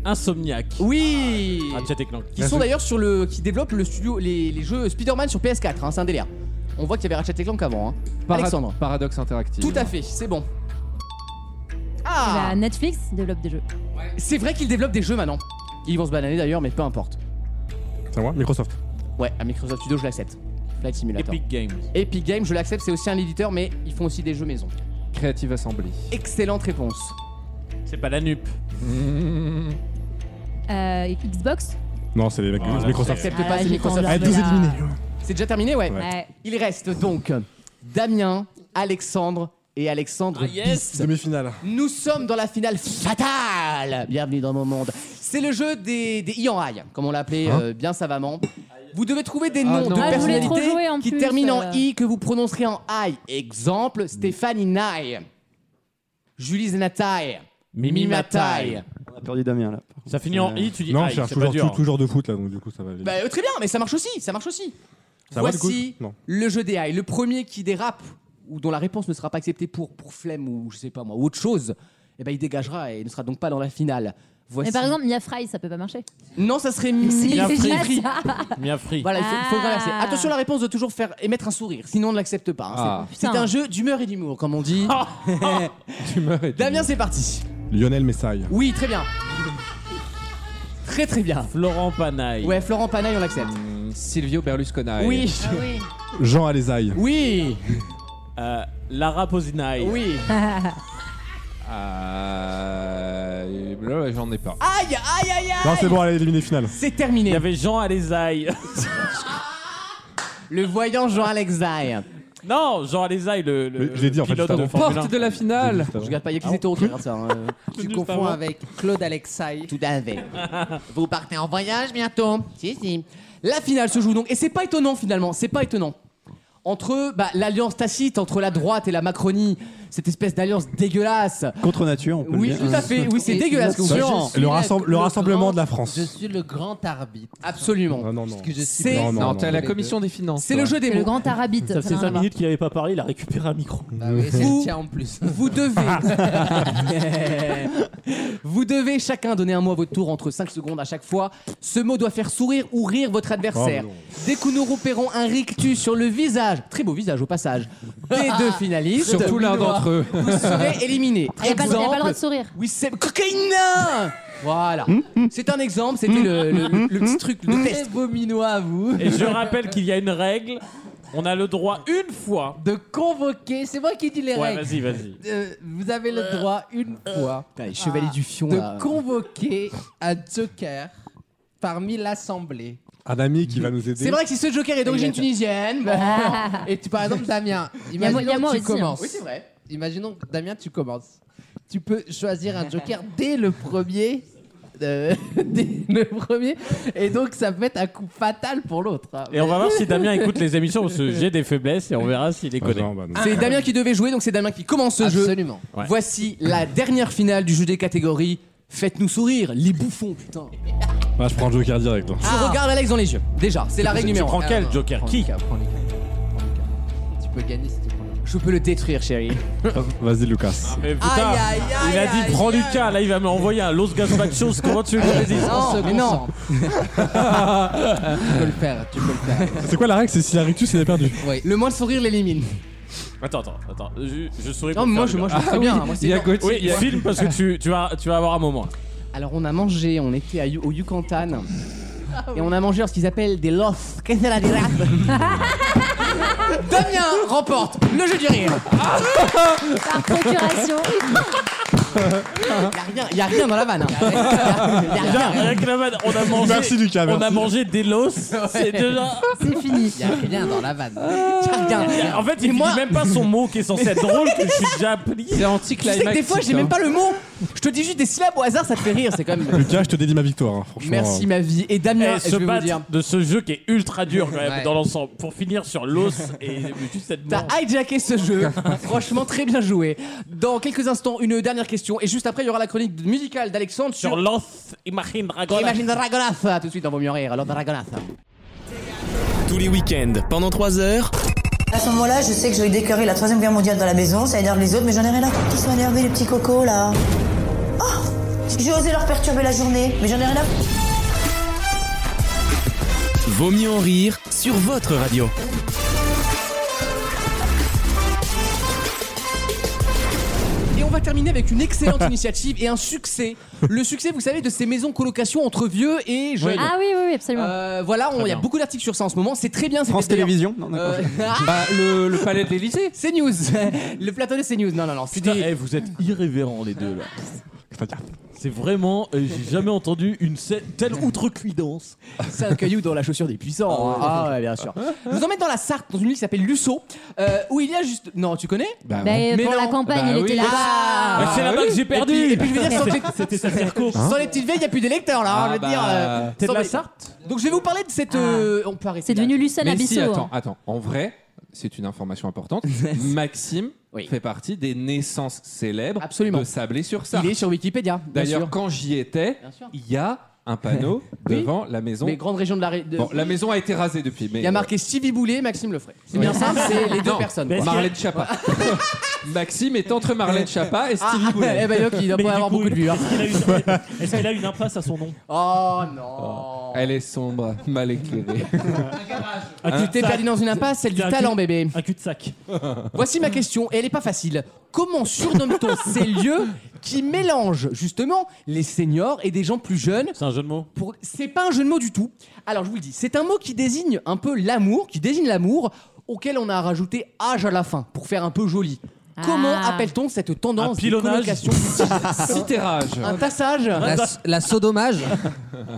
[SPEAKER 3] Insomniac. Ah,
[SPEAKER 2] Oui. Qui sont
[SPEAKER 3] Bien
[SPEAKER 2] d'ailleurs sur le, qui développent le studio, les, les jeux Spider-Man sur PS4. hein, c'est un délire. On voit qu'il y avait Ratchet Clank avant. Hein.
[SPEAKER 7] Para-
[SPEAKER 2] Alexandre.
[SPEAKER 7] Paradoxe interactif.
[SPEAKER 2] Tout à fait, c'est bon.
[SPEAKER 4] Bah, Netflix développe des jeux.
[SPEAKER 2] C'est vrai qu'ils développent des jeux maintenant. Ils vont se bananer d'ailleurs, mais peu importe.
[SPEAKER 5] C'est moi Microsoft.
[SPEAKER 2] Ouais, à Microsoft Studio, je l'accepte. Flight Simulator.
[SPEAKER 3] Epic Games.
[SPEAKER 2] Epic Games, je l'accepte, c'est aussi un éditeur, mais ils font aussi des jeux maison.
[SPEAKER 7] Creative Assembly.
[SPEAKER 2] Excellente réponse.
[SPEAKER 3] C'est pas la nupe.
[SPEAKER 4] Euh, Xbox
[SPEAKER 5] Non, c'est les mecs
[SPEAKER 3] Oh là,
[SPEAKER 5] Microsoft.
[SPEAKER 2] J'accepte pas, c'est Microsoft.
[SPEAKER 4] Ah, deux éliminés.
[SPEAKER 2] C'est déjà terminé, ouais.
[SPEAKER 4] Ouais.
[SPEAKER 2] Il reste donc Damien, Alexandre et Alexandre
[SPEAKER 5] Ah, yes.
[SPEAKER 2] Bis.
[SPEAKER 5] Demi-finale.
[SPEAKER 2] Nous sommes dans la finale fatale. Bienvenue dans mon monde. C'est le jeu des, des Ianrai, comme on l'appelait
[SPEAKER 5] Hein
[SPEAKER 2] euh, bien savamment. Vous devez trouver des
[SPEAKER 7] Ah
[SPEAKER 2] noms de
[SPEAKER 7] non. Ah, je voulais
[SPEAKER 4] trop
[SPEAKER 2] personnalités
[SPEAKER 4] jouer en
[SPEAKER 2] qui
[SPEAKER 4] plus,
[SPEAKER 2] terminent
[SPEAKER 4] euh.
[SPEAKER 2] en i que vous prononcerez en i. Exemple Stéphanie Nye, Julie Zenatai, Mimi Matai.
[SPEAKER 6] On a perdu Damien là.
[SPEAKER 3] Ça finit en i, tu dis
[SPEAKER 5] Non,
[SPEAKER 3] aïe,
[SPEAKER 5] je cherche
[SPEAKER 3] c'est pas
[SPEAKER 5] toujours,
[SPEAKER 3] dur.
[SPEAKER 5] tout- toujours de foot là, donc du coup ça va aller.
[SPEAKER 2] Bah, euh, très bien, mais ça marche aussi, ça marche aussi.
[SPEAKER 5] Ça va, du
[SPEAKER 2] Voici
[SPEAKER 5] coup Non.
[SPEAKER 2] le jeu des high. Le premier qui dérape ou dont la réponse ne sera pas acceptée pour, pour flemme ou je sais pas moi, ou autre chose, eh ben, il dégagera et ne sera donc pas dans la finale. Voici.
[SPEAKER 4] Mais par exemple, Mia Fry, ça peut pas marcher.
[SPEAKER 2] non, ça serait Mimi
[SPEAKER 4] Eh ben, c'est
[SPEAKER 2] Free.
[SPEAKER 4] déjà
[SPEAKER 2] Free.
[SPEAKER 4] ça.
[SPEAKER 3] Mia Free.
[SPEAKER 2] Voilà, il faut, faut
[SPEAKER 4] Ah.
[SPEAKER 2] renverser. Attention, la réponse de toujours faire émettre un sourire, sinon on ne l'accepte pas. hein.
[SPEAKER 7] Ah.
[SPEAKER 2] C'est
[SPEAKER 4] Putain.
[SPEAKER 2] c'est un jeu d'humeur et d'humour, comme on dit.
[SPEAKER 7] Tu meurs et tu-
[SPEAKER 2] Ah. Damien, c'est parti.
[SPEAKER 5] Lionel Messaï.
[SPEAKER 2] Oui, très bien. Très très bien.
[SPEAKER 3] Florent Panaille. Hmm.
[SPEAKER 2] Ouais, Florent Panaille, on l'accepte.
[SPEAKER 7] Silvio
[SPEAKER 5] euh,
[SPEAKER 7] Berlusconi.
[SPEAKER 2] Oui,
[SPEAKER 5] Jean Alézaï.
[SPEAKER 2] oui,
[SPEAKER 3] Euh, Lara Posinaille.
[SPEAKER 2] Ah oui.
[SPEAKER 7] Euh, là, J'en ai pas.
[SPEAKER 2] Aïe, aïe, aïe,
[SPEAKER 5] Non, c'est
[SPEAKER 2] aïe.
[SPEAKER 5] bon, allez, éliminer finale.
[SPEAKER 2] C'est
[SPEAKER 3] Il y
[SPEAKER 2] terminé.
[SPEAKER 3] avait Jean Alézaï.
[SPEAKER 2] Le voyant Jean-Alex Zaï.
[SPEAKER 3] non, Jean Alézaï, le, le
[SPEAKER 5] Mais je l'ai dit, en fait,
[SPEAKER 3] pilote
[SPEAKER 5] juste
[SPEAKER 3] de
[SPEAKER 5] avant.
[SPEAKER 3] Formule
[SPEAKER 7] Porte
[SPEAKER 3] 1.
[SPEAKER 7] de la finale.
[SPEAKER 2] Je regarde pas, il y a que les hétéros qui regardent ça. hein.
[SPEAKER 9] Tu
[SPEAKER 3] Juste
[SPEAKER 9] confonds
[SPEAKER 3] avant.
[SPEAKER 9] avec Claude Alexaï.
[SPEAKER 2] Tout à fait. Vous partez en voyage bientôt. Si, si. La finale se joue donc, et c'est pas étonnant finalement, c'est pas étonnant. Entre bah, l'alliance tacite, entre la droite et la Macronie, cette espèce d'alliance dégueulasse.
[SPEAKER 6] Contre nature, on peut
[SPEAKER 2] Oui,
[SPEAKER 6] le dire.
[SPEAKER 2] tout à fait, oui, c'est
[SPEAKER 9] Et
[SPEAKER 2] dégueulasse.
[SPEAKER 9] je
[SPEAKER 2] ce que vous
[SPEAKER 9] suis
[SPEAKER 2] faites.
[SPEAKER 5] Le rassemble- le rassemblement
[SPEAKER 9] grand-
[SPEAKER 5] de la France.
[SPEAKER 9] Je suis le grand arbitre.
[SPEAKER 2] Absolument.
[SPEAKER 5] Ah, non, non.
[SPEAKER 9] Parce que je suis
[SPEAKER 2] C'est-
[SPEAKER 9] blanc.
[SPEAKER 5] Non,
[SPEAKER 7] Non,
[SPEAKER 5] non,
[SPEAKER 7] t'as
[SPEAKER 5] non.
[SPEAKER 7] la commission des finances.
[SPEAKER 2] C'est le jeu des
[SPEAKER 4] C'est le
[SPEAKER 2] mots.
[SPEAKER 4] grand arabite.
[SPEAKER 10] Ça faisait
[SPEAKER 4] n'a rien
[SPEAKER 10] 5
[SPEAKER 4] à voir.
[SPEAKER 10] minutes qu'il avait pas parlé, il a récupéré un micro.
[SPEAKER 9] Ah oui, c'est
[SPEAKER 2] Vous-
[SPEAKER 9] le tien en plus. Ah.
[SPEAKER 2] Vous devez. vous devez chacun donner un mot à votre tour entre 5 secondes à chaque fois. Ce mot doit faire sourire ou rire votre adversaire.
[SPEAKER 5] Oh, non.
[SPEAKER 2] Dès que nous repérons un rictus sur le visage, très beau visage au passage, des deux finalistes,
[SPEAKER 7] Surtout l'un d'entre eux.
[SPEAKER 2] vous serez éliminés.
[SPEAKER 4] Il n'y a, pas le- il y a pas le droit de sourire.
[SPEAKER 2] Oui, c'est cocaïna Voilà.
[SPEAKER 9] Hum,
[SPEAKER 2] C'est un exemple, c'était le, le- le- le petit truc de
[SPEAKER 9] Très
[SPEAKER 2] test.
[SPEAKER 9] beau minois à vous.
[SPEAKER 3] Et je rappelle qu'il y a une règle. On a le droit une fois.
[SPEAKER 9] De convoquer, c'est moi qui dis les
[SPEAKER 3] Ouais,
[SPEAKER 9] règles.
[SPEAKER 3] vas-y, vas-y.
[SPEAKER 9] Euh, vous avez le droit une fois
[SPEAKER 2] Chevalier du fion. là.
[SPEAKER 9] Euh, ah. de convoquer un joker parmi l'assemblée.
[SPEAKER 5] Un ami qui va nous aider.
[SPEAKER 2] C'est vrai que si ce joker est d'origine
[SPEAKER 9] Exactement.
[SPEAKER 2] tunisienne, bon.
[SPEAKER 9] Et tu, par exemple, Damien,
[SPEAKER 4] y a moi-
[SPEAKER 9] imaginons
[SPEAKER 4] y a moi
[SPEAKER 9] que tu
[SPEAKER 4] aussi, hein.
[SPEAKER 9] commences.
[SPEAKER 2] Oui, c'est vrai.
[SPEAKER 9] Imaginons que Damien, tu commences. Tu peux choisir un joker dès le premier. euh, dès le premier. Et donc, ça peut être un coup fatal pour l'autre. hein.
[SPEAKER 3] Et on va voir si Damien écoute les émissions parce que j'ai des faiblesses et on verra s'il les
[SPEAKER 5] Ah,
[SPEAKER 3] connaît.
[SPEAKER 5] Jean, bah, non.
[SPEAKER 2] C'est Damien qui devait jouer, donc c'est Damien qui commence ce jeu.
[SPEAKER 9] Absolument.
[SPEAKER 3] Ouais.
[SPEAKER 2] Voici la dernière finale du jeu des catégories. Faites-nous sourire, les bouffons, putain.
[SPEAKER 5] Ah, je prends le Joker direct. là.
[SPEAKER 2] Je regarde Alex dans les yeux. Déjà, c'est la
[SPEAKER 3] Ah.
[SPEAKER 2] règle
[SPEAKER 3] Tu
[SPEAKER 2] numéro Euh,
[SPEAKER 3] prends
[SPEAKER 2] 1.
[SPEAKER 3] quel Joker
[SPEAKER 9] Prends
[SPEAKER 3] Qui
[SPEAKER 9] les cas, prends les cas, prends les cas. Tu peux gagner si tu prends le
[SPEAKER 2] Je peux le détruire, chérie.
[SPEAKER 5] Vas-y, Lucas.
[SPEAKER 3] Mais putain,
[SPEAKER 9] Aïe, aïe, aïe,
[SPEAKER 3] il a dit
[SPEAKER 9] aïe,
[SPEAKER 3] prends
[SPEAKER 9] aïe.
[SPEAKER 3] du cas, là il va me envoyer un Los Gazpachos, comment tu veux que je dise
[SPEAKER 9] Non,
[SPEAKER 2] se
[SPEAKER 9] mais non. tu peux le faire, tu peux le faire.
[SPEAKER 5] C'est quoi la règle C'est si la rictus, il a perdu.
[SPEAKER 9] Oui.
[SPEAKER 2] Le moins de sourire l'élimine.
[SPEAKER 3] Attends, attends, attends, je, je souris
[SPEAKER 2] Non,
[SPEAKER 3] pour
[SPEAKER 2] mais moi
[SPEAKER 3] faire
[SPEAKER 2] je,
[SPEAKER 3] du
[SPEAKER 2] moi, je
[SPEAKER 3] bien.
[SPEAKER 2] le ferais bien. hein, moi, c'est
[SPEAKER 7] Il y a
[SPEAKER 2] bien.
[SPEAKER 7] Gauthier.
[SPEAKER 3] Oui, il filme parce que tu, tu, vas, tu vas avoir un moment.
[SPEAKER 2] Alors, on a mangé, on était à Yu- au Yucatan. Et on a mangé ce qu'ils appellent des lofts. Qu'est-ce que c'est la dérape Damien remporte le jeu du rire.
[SPEAKER 4] Ah. Par procuration.
[SPEAKER 2] Y'a rien, y a rien dans la vanne. hein. Y a rien.
[SPEAKER 3] Rien que la vanne, on a mangé,
[SPEAKER 5] Merci, Lucas,
[SPEAKER 3] on a
[SPEAKER 5] merci.
[SPEAKER 3] mangé des los, c'est déjà... Ah.
[SPEAKER 4] C'est fini.
[SPEAKER 9] Il y a rien dans la vanne.
[SPEAKER 3] En fait, il dit
[SPEAKER 2] Mais moi-
[SPEAKER 3] même pas son mot qui est censé être drôle que je suis déjà pris.
[SPEAKER 2] Tu
[SPEAKER 7] C'est
[SPEAKER 2] sais que des
[SPEAKER 7] anticlimatique.
[SPEAKER 2] hein. fois, j'ai même pas le mot. Je te dis juste des syllabes au hasard, ça te fait rire, c'est quand même.
[SPEAKER 5] Lucas, je te dédie ma victoire, hein, franchement.
[SPEAKER 2] Merci ma vie. Et Damien,
[SPEAKER 3] Et
[SPEAKER 2] je
[SPEAKER 3] se
[SPEAKER 2] vais vous
[SPEAKER 3] battre
[SPEAKER 2] dire.
[SPEAKER 3] Eh, de ce jeu qui est ultra dur quand même
[SPEAKER 2] Ouais.
[SPEAKER 3] dans l'ensemble pour finir sur l'os et juste cette
[SPEAKER 2] T'as
[SPEAKER 3] mort.
[SPEAKER 2] hijacké ce jeu. Franchement, très bien joué. Dans quelques instants, une dernière question. Et juste après, il y aura la chronique musicale d'Alexandre sur,
[SPEAKER 3] Sur l'os, imagine Dragon.
[SPEAKER 2] Imagine Dragonaf. Tout de suite, dans Vaut mieux en rire. Alors, Dragonaf.
[SPEAKER 1] Tous les week-ends, pendant 3 heures,
[SPEAKER 12] À ce moment-là, je sais que je vais déclarer la troisième guerre mondiale dans la maison, ça énerve les autres, mais j'en ai rien à foutre. Ils sont énervés, les petits cocos, là. Oh J'ai osé leur perturber la journée, mais j'en ai rien à foutre.
[SPEAKER 1] Vaut mieux en rire sur votre radio.
[SPEAKER 2] Et on va terminer avec une excellente initiative et un succès. Le succès, vous savez, de ces maisons colocation entre vieux et jeunes.
[SPEAKER 4] Ah oui, oui, oui, absolument.
[SPEAKER 2] Euh, voilà, on- il y a beaucoup d'articles sur ça en ce moment. C'est très bien. c'était
[SPEAKER 6] France
[SPEAKER 2] d'ailleurs-
[SPEAKER 6] Télévisions Non, d'accord.
[SPEAKER 2] Euh,
[SPEAKER 3] Bah,
[SPEAKER 7] le, palais de l'Elysée
[SPEAKER 2] C'est News. le plateau de CNews. Non, non, non.
[SPEAKER 3] Putain,
[SPEAKER 2] c'était-
[SPEAKER 3] eh, vous êtes irrévérents les deux là. C'est vraiment, euh, j'ai jamais entendu une se- telle outrecuidance.
[SPEAKER 2] C'est un caillou dans la chaussure des puissants. Ah, ouais, bien sûr. Je vous emmène dans la Sarthe, dans une ville qui s'appelle Lusso, euh, où il y a juste. Non, tu connais
[SPEAKER 7] Bah,
[SPEAKER 4] Bah,
[SPEAKER 2] Mais
[SPEAKER 4] pour la
[SPEAKER 2] non.
[SPEAKER 4] campagne,
[SPEAKER 7] Bah
[SPEAKER 4] il
[SPEAKER 7] oui.
[SPEAKER 4] était là.
[SPEAKER 2] Ah,
[SPEAKER 3] Bah, c'est là-bas que j'ai perdu.
[SPEAKER 2] Et puis je veux dire, sans, les-
[SPEAKER 10] C'était sa circo.
[SPEAKER 2] sans les petites veilles, il n'y a plus d'électeurs là. hein,
[SPEAKER 7] Ah,
[SPEAKER 2] je veux
[SPEAKER 7] bah,
[SPEAKER 2] dire. euh,
[SPEAKER 7] t'es de
[SPEAKER 2] sans
[SPEAKER 7] la
[SPEAKER 2] les-
[SPEAKER 7] Sarthe
[SPEAKER 2] Donc je vais vous parler de cette. euh, on peut arrêter.
[SPEAKER 4] C'est
[SPEAKER 2] là.
[SPEAKER 4] devenu Lucen
[SPEAKER 7] Mais si,
[SPEAKER 4] Abisso.
[SPEAKER 2] hein.
[SPEAKER 7] attends, attends. En vrai, c'est une information importante. Maxime
[SPEAKER 2] Oui.
[SPEAKER 7] fait partie des naissances célèbres
[SPEAKER 2] Absolument.
[SPEAKER 7] de Sablé sur
[SPEAKER 4] hein.
[SPEAKER 7] Sarthe.
[SPEAKER 2] Il est sur Wikipédia. bien
[SPEAKER 7] D'ailleurs,
[SPEAKER 2] sûr.
[SPEAKER 7] quand j'y étais,
[SPEAKER 2] Bien sûr.
[SPEAKER 7] il y a un panneau
[SPEAKER 2] Oui.
[SPEAKER 7] devant la maison.
[SPEAKER 2] Mais grande région de la. ré- de-
[SPEAKER 7] Bon, la maison a été rasée depuis, mais
[SPEAKER 2] Il y a marqué Stevie Boulet, Maxime Lefray. C'est bien ça, c'est les deux
[SPEAKER 7] Non.
[SPEAKER 2] personnes.
[SPEAKER 10] Mais-
[SPEAKER 2] quoi.
[SPEAKER 7] Marlène Chapa. Maxime est entre Marlène Chapa et
[SPEAKER 2] Ah,
[SPEAKER 7] Stevie
[SPEAKER 2] ah,
[SPEAKER 7] Boulet.
[SPEAKER 2] eh ben, donc, il doit
[SPEAKER 10] Mais
[SPEAKER 2] pas
[SPEAKER 10] du
[SPEAKER 2] avoir
[SPEAKER 10] coup,
[SPEAKER 2] beaucoup de vues. hein.
[SPEAKER 10] Est-ce qu'il a eu- est-ce qu'il a une impasse à son nom
[SPEAKER 2] Oh non.
[SPEAKER 7] Elle est sombre, mal éclairée.
[SPEAKER 2] Ah,
[SPEAKER 3] Hein
[SPEAKER 2] Tu t'es perdu dans une impasse, celle du
[SPEAKER 10] Il a un
[SPEAKER 2] talent,
[SPEAKER 10] cul-
[SPEAKER 2] bébé.
[SPEAKER 10] Un cul-de-sac.
[SPEAKER 2] Voici ma question, et elle n'est pas facile. Comment surnomme-t-on ces lieux qui mélangent justement les seniors et des gens plus jeunes
[SPEAKER 3] C'est un jeu de mots.
[SPEAKER 2] pour... C'est pas un jeu de mots du tout. Alors je vous le dis, c'est un mot qui désigne un peu l'amour, qui désigne l'amour auquel on a rajouté âge à la fin pour faire un peu joli. Comment
[SPEAKER 4] Ah.
[SPEAKER 2] appelle-t-on cette tendance
[SPEAKER 3] Un
[SPEAKER 2] de
[SPEAKER 3] pilonnage.
[SPEAKER 2] colocation
[SPEAKER 7] Citérage.
[SPEAKER 2] Un tassage
[SPEAKER 10] La-
[SPEAKER 9] sodomage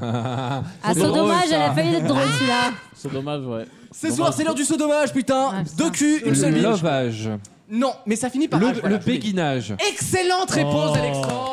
[SPEAKER 4] Ah,
[SPEAKER 7] C'est
[SPEAKER 4] son
[SPEAKER 7] drôle,
[SPEAKER 4] dommage,
[SPEAKER 7] ça. Ah
[SPEAKER 4] elle a failli être drôle celui-là.
[SPEAKER 3] C'est dommage, ouais.
[SPEAKER 2] Ce soir, c'est l'heure du sodomage, putain
[SPEAKER 4] Ah, putain.
[SPEAKER 2] Deux culs, une seule
[SPEAKER 7] Le
[SPEAKER 2] bille.
[SPEAKER 7] lovage.
[SPEAKER 2] Non, mais ça finit par
[SPEAKER 7] Le,
[SPEAKER 2] âge, voilà,
[SPEAKER 7] le
[SPEAKER 2] je vous l'ai dit.
[SPEAKER 7] béguinage.
[SPEAKER 2] Excellente réponse,
[SPEAKER 10] Oh.
[SPEAKER 2] Alexandre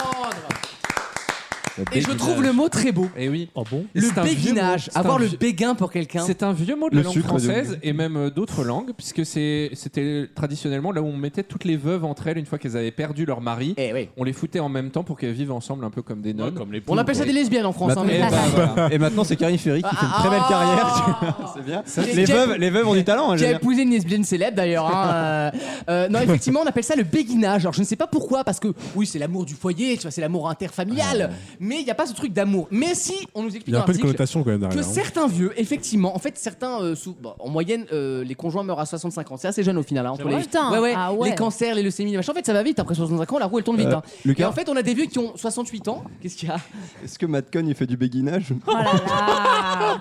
[SPEAKER 7] Le
[SPEAKER 2] Et je
[SPEAKER 7] béguinage.
[SPEAKER 2] trouve le mot très beau.
[SPEAKER 7] Eh oui.
[SPEAKER 4] Ah
[SPEAKER 10] Oh bon
[SPEAKER 7] C'est
[SPEAKER 2] Le
[SPEAKER 7] un vieux
[SPEAKER 2] béguinage,
[SPEAKER 7] mot. C'est un
[SPEAKER 2] avoir le
[SPEAKER 7] vieux-
[SPEAKER 2] béguin pour quelqu'un.
[SPEAKER 7] C'est un vieux mot de la
[SPEAKER 5] Le
[SPEAKER 7] langue
[SPEAKER 5] sucre
[SPEAKER 7] française
[SPEAKER 5] de-
[SPEAKER 7] et même euh, d'autres langues, puisque c'est- c'était traditionnellement là où on mettait toutes les veuves entre elles une fois qu'elles avaient perdu leur mari.
[SPEAKER 2] Eh oui.
[SPEAKER 7] On les foutait en même temps pour qu'elles vivent ensemble un peu comme des nonnes.
[SPEAKER 3] comme les
[SPEAKER 2] On
[SPEAKER 3] poules,
[SPEAKER 2] appelle ça
[SPEAKER 3] quoi.
[SPEAKER 2] des lesbiennes en France. hein,
[SPEAKER 7] Eh
[SPEAKER 2] mais-
[SPEAKER 7] ben, voilà.
[SPEAKER 6] Et maintenant, c'est Karine Ferry qui fait une très belle carrière.
[SPEAKER 2] Ah.
[SPEAKER 6] C'est bien.
[SPEAKER 2] Ça,
[SPEAKER 6] Les
[SPEAKER 2] c'est-
[SPEAKER 6] veuves, les veuves ont du talent. hein,
[SPEAKER 2] Qui
[SPEAKER 6] je
[SPEAKER 2] a
[SPEAKER 6] veux dire.
[SPEAKER 2] épousé une lesbienne célèbre d'ailleurs. hein, euh, euh, non, effectivement, on appelle ça le béguinage. Alors, je ne sais pas pourquoi, parce que oui, c'est l'amour du foyer, tu vois, c'est l'amour interfamilial,
[SPEAKER 7] Ah.
[SPEAKER 2] mais il n'y a pas ce truc d'amour. Mais si, on nous
[SPEAKER 5] Il
[SPEAKER 2] explique
[SPEAKER 5] y a
[SPEAKER 2] dans
[SPEAKER 5] un peu de
[SPEAKER 2] l'article
[SPEAKER 5] connotation quand même
[SPEAKER 2] que
[SPEAKER 5] derrière. hein.
[SPEAKER 2] certains vieux, effectivement, en fait, certains, euh, sous- bon, en moyenne, euh, les conjoints meurent à 65 ans. C'est assez jeune au final. hein, entre
[SPEAKER 4] vrai
[SPEAKER 2] les,
[SPEAKER 4] Putain.
[SPEAKER 2] ouais, ouais,
[SPEAKER 4] Ah ouais.
[SPEAKER 2] les cancers, les leucémies, les machins. En fait, ça va vite. Après 65 ans, la roue elle tourne vite.
[SPEAKER 6] Euh,
[SPEAKER 2] hein.
[SPEAKER 6] Lucas
[SPEAKER 2] Et en fait, on a des vieux qui ont 68 ans. Qu'est-ce qu'il y a
[SPEAKER 6] Est-ce que Matt Cohn, il fait du béguinage
[SPEAKER 4] Oh là là.